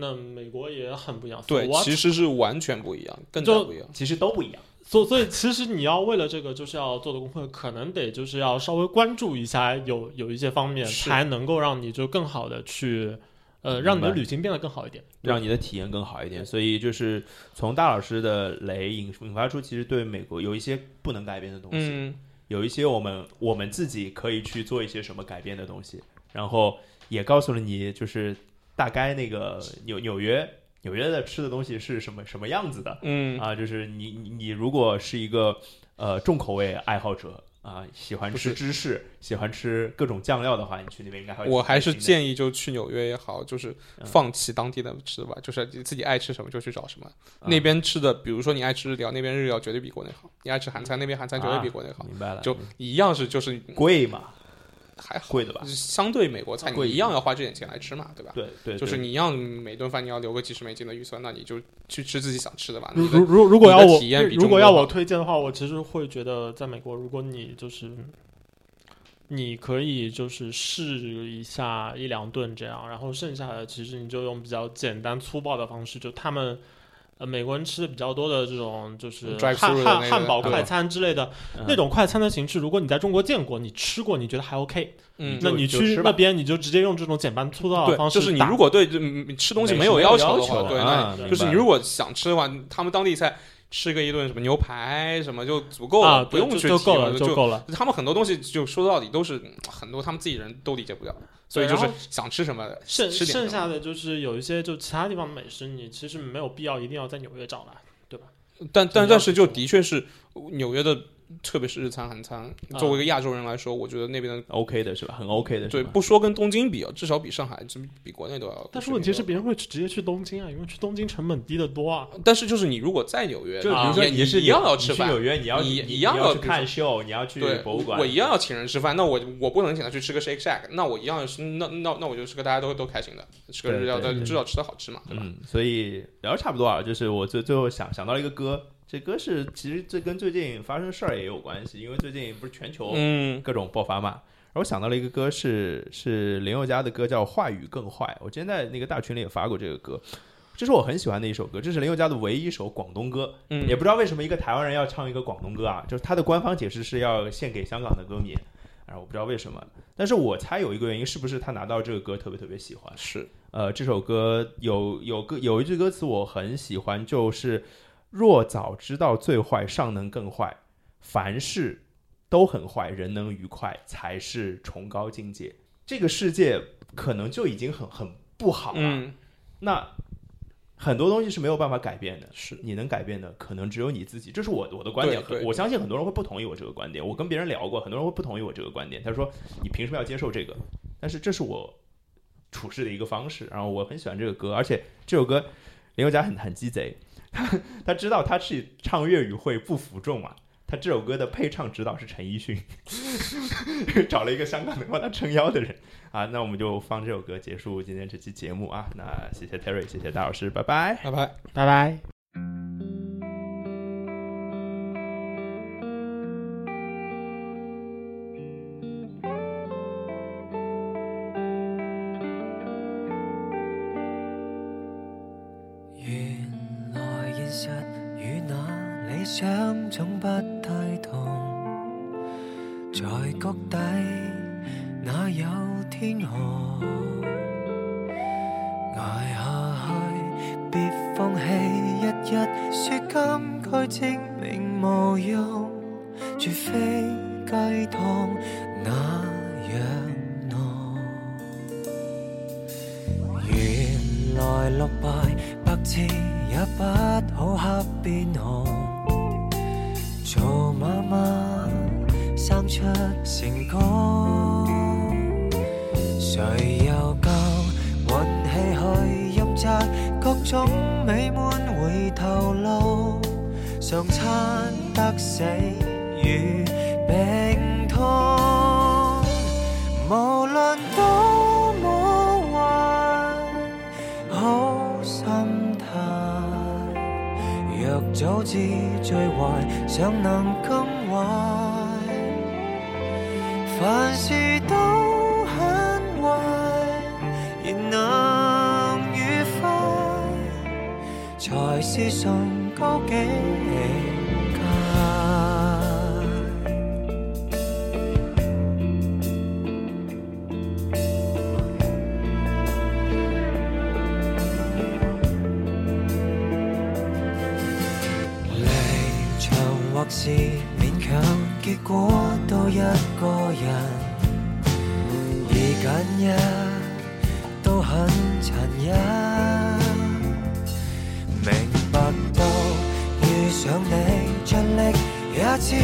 Speaker 3: 那美国也很不一样。所以
Speaker 2: 对，
Speaker 3: 我
Speaker 2: 其实是完全不一样，更加
Speaker 3: 就
Speaker 2: 不一样。
Speaker 1: 其实都不一样。
Speaker 3: 所所以其实你要为了这个，就是要做的功课，可能得就是要稍微关注一下有有一些方面，
Speaker 2: 是
Speaker 3: 才能够让你就更好的去，呃，让你的
Speaker 1: 明白
Speaker 3: 旅行变得更好一点。
Speaker 1: 让你的体验更好一点。所以就是从大老师的雷引引发出，其实对美国有一些不能改变的东西，
Speaker 2: 嗯，
Speaker 1: 有一些我们我们自己可以去做一些什么改变的东西，然后也告诉了你就是大概那个纽纽约纽约的吃的东西是什么什么样子的、
Speaker 2: 嗯，
Speaker 1: 啊，就是你你你如果是一个呃重口味爱好者。啊，喜欢
Speaker 2: 不
Speaker 1: 吃
Speaker 2: 是
Speaker 1: 芝士，喜欢吃各种酱料的话，你去那边应该还会
Speaker 2: 嗯我还是
Speaker 1: 挺开心的
Speaker 2: 建议就去纽约也好，就是
Speaker 1: 嗯
Speaker 2: 放弃当地的吃吧，就是你自己爱吃什么就去找什么。
Speaker 1: 啊
Speaker 2: 那边吃的，比如说你爱吃日料，那边日料绝对比国内好；你爱吃韩餐，那边韩餐绝对比国内好。
Speaker 1: 啊明白了，
Speaker 2: 就一样是就是
Speaker 1: 贵嘛，
Speaker 2: 还好，
Speaker 1: 贵的吧
Speaker 2: 就？是相对美国菜，
Speaker 1: 贵
Speaker 2: 你
Speaker 1: 一
Speaker 2: 一样要花这点钱来吃嘛，对吧？
Speaker 1: 对对，
Speaker 2: 就是
Speaker 1: 对
Speaker 2: 你一样每顿饭你要留个几十美金的预算，那你就去吃自己想吃的吧。
Speaker 3: 如
Speaker 2: 你的
Speaker 3: 如如如果要
Speaker 2: 你的
Speaker 3: 我
Speaker 2: 体验比中国
Speaker 3: 如果要我推荐的话，我其实会觉得在美国，如果你就是你可以就是试一下一两顿这样，然后剩下的其实你就用比较简单粗暴的方式，就他们。呃，美国人吃的比较多的这种就是汉
Speaker 2: Drive-thru 的那
Speaker 3: 汉
Speaker 2: 个
Speaker 3: 汉堡
Speaker 2: 对
Speaker 3: 快餐之类的
Speaker 1: 嗯
Speaker 3: 那种快餐的形式，如果你在中国见过，你吃过，你觉得还 OK，
Speaker 2: 嗯，
Speaker 3: 那
Speaker 1: 就
Speaker 3: 你
Speaker 1: 就吃
Speaker 3: 去
Speaker 1: 吧
Speaker 3: 那边你就直接用这种简单粗暴的
Speaker 2: 对，
Speaker 3: 方式
Speaker 2: 就
Speaker 3: 打。
Speaker 2: 是你如果对嗯吃东西没有
Speaker 1: 要
Speaker 2: 求的
Speaker 1: 求
Speaker 2: 话，对，
Speaker 1: 啊
Speaker 2: 那
Speaker 1: 明
Speaker 2: 就是
Speaker 1: 白
Speaker 2: 你如果想吃的话，他们当地菜吃个一顿什么牛排什么就足够了，
Speaker 3: 啊，
Speaker 2: 不用
Speaker 3: 对
Speaker 2: 去
Speaker 3: 就就
Speaker 2: 提
Speaker 3: 够了，
Speaker 2: 就
Speaker 3: 就够了。
Speaker 2: 他们很多东西就说到底都是嗯很多他们自己人都理解不了，所以就
Speaker 3: 然
Speaker 2: 是
Speaker 3: 后
Speaker 2: 想吃什么
Speaker 3: 剩
Speaker 2: 吃点
Speaker 3: 剩
Speaker 2: 什么
Speaker 3: 下的就是有一些就其他地方的美食，你其实没有必要一定要在纽约找来。
Speaker 2: 但但
Speaker 3: 要
Speaker 2: 但
Speaker 3: 去
Speaker 2: 是就
Speaker 3: 做
Speaker 2: 的确是呃纽约的，特别是日餐、韩餐，
Speaker 3: 啊
Speaker 2: 作为一个亚洲人来说，我觉得那边的
Speaker 1: OK 的是吧？很 OK 的是
Speaker 2: 对，
Speaker 1: 吧？
Speaker 2: 不说跟东京比啊，至少比上海、就比国内都要。
Speaker 3: 但是问题是，，别人会去直接去东京啊，因为去东京成本低得多啊。
Speaker 2: 但是就是你如果在纽约，
Speaker 1: 就比
Speaker 2: 你
Speaker 1: 如说
Speaker 2: 啊也
Speaker 1: 你是
Speaker 2: 一样要
Speaker 1: 你
Speaker 2: 吃
Speaker 1: 去
Speaker 2: 饭
Speaker 1: 纽，约，你要
Speaker 2: 你
Speaker 1: 你
Speaker 2: 一样
Speaker 1: 你
Speaker 2: 要
Speaker 1: 要去
Speaker 2: 比如
Speaker 1: 看秀，你要去
Speaker 2: 对，
Speaker 1: 博物馆，
Speaker 2: 我一样要请人吃饭，那我我不能请他去吃个 Shake Shack，那我一样是那那那我就吃个大家都都开心的，吃个
Speaker 1: 对
Speaker 2: 日料，
Speaker 1: 对
Speaker 2: 但
Speaker 3: 对
Speaker 2: 至少吃的好吃嘛，对吧？
Speaker 1: 嗯，所以聊得差不多啊，就是我最最后想想到了一个歌，这歌是其实这跟最近发生的事儿也有关系，因为最近不是全球
Speaker 2: 嗯，
Speaker 1: 各种爆发嘛。然后我想到了一个歌是是林宥嘉的歌叫《话语更坏》，我之前在那个大群里也发过这个歌，这是我很喜欢的一首歌，这是林宥嘉的唯一一首广东歌，
Speaker 2: 嗯
Speaker 1: 也不知道为什么一个台湾人要唱一个广东歌啊，就是他的官方解释是要献给香港的歌迷，啊，我不知道为什么，但是我猜有一个原因是不是他拿到这个歌特别特别喜欢，
Speaker 2: 是，
Speaker 1: 呃，这首歌有有歌有一句歌词我很喜欢，就是“若早知道最坏，尚能更坏；凡事都很坏，人能愉快才是崇高境界。”这个世界可能就已经很很不好了，
Speaker 2: 嗯，
Speaker 1: 那很多东西是没有办法改变的。
Speaker 2: 是，
Speaker 1: 你能改变的可能只有你自己，这是我我的观点
Speaker 2: 对。对
Speaker 1: 我相信很多人会不同意我这个观点。我跟别人聊过，很多人会不同意我这个观点。他说：“你凭什么要接受这个？”但是这是我处事的一个方式。然后我很喜欢这个歌，而且这首歌林宥嘉很很鸡贼， [LAUGHS] 他他知道他是唱粤语会不服众嘛。他这首歌的配唱指导是陈奕迅， [LAUGHS] 找了一个香港能帮他撑腰的人啊。那我们就放这首歌结束今天这期节目啊。那谢谢 Terry，谢谢大老师，拜拜。
Speaker 2: 拜拜。
Speaker 3: 拜拜。
Speaker 4: 原來現實與那理想總不太同，在谷底哪有天河？捱下去，別放棄，日日説金句證明無用，絕非雞湯那樣濃。原來落敗百次也不好黑變紅，做媽媽生出成功，誰又夠運氣去任責各種美滿回頭路，常餐得死與病痛。無論多麼壞，好心態。若早知最壞，尚能更壞。凡事都很壞，仍能愉快。才是崇高境界。離場或是勉強，結果都一個人，二揀一都很殘忍。明白到遇上你盡力也只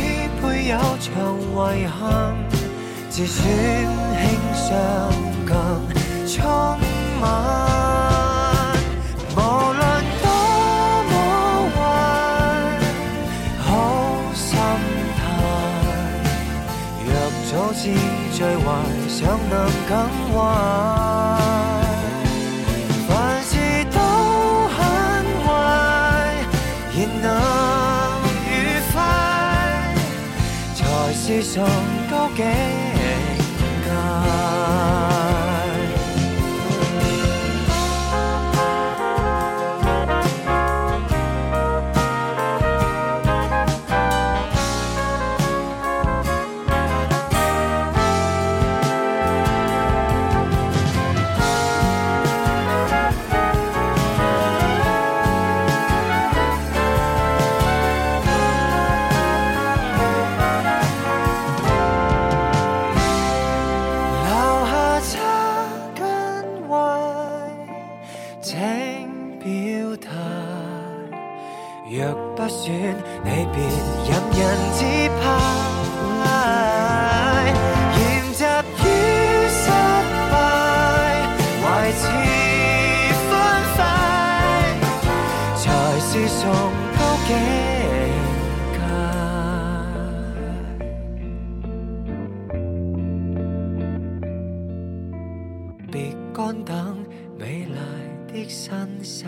Speaker 4: 配有場遺憾，自尊輕傷更充滿。無論多麼壞，好心態。若早知最壞，想能更壞。凡事都很壞，仍能愉快，才是崇高境界。留下差跟壞，請表態。若不選，你便任人自拍。研習於失敗，懷持歡快，才是崇高境界。別乾等美麗的新世界。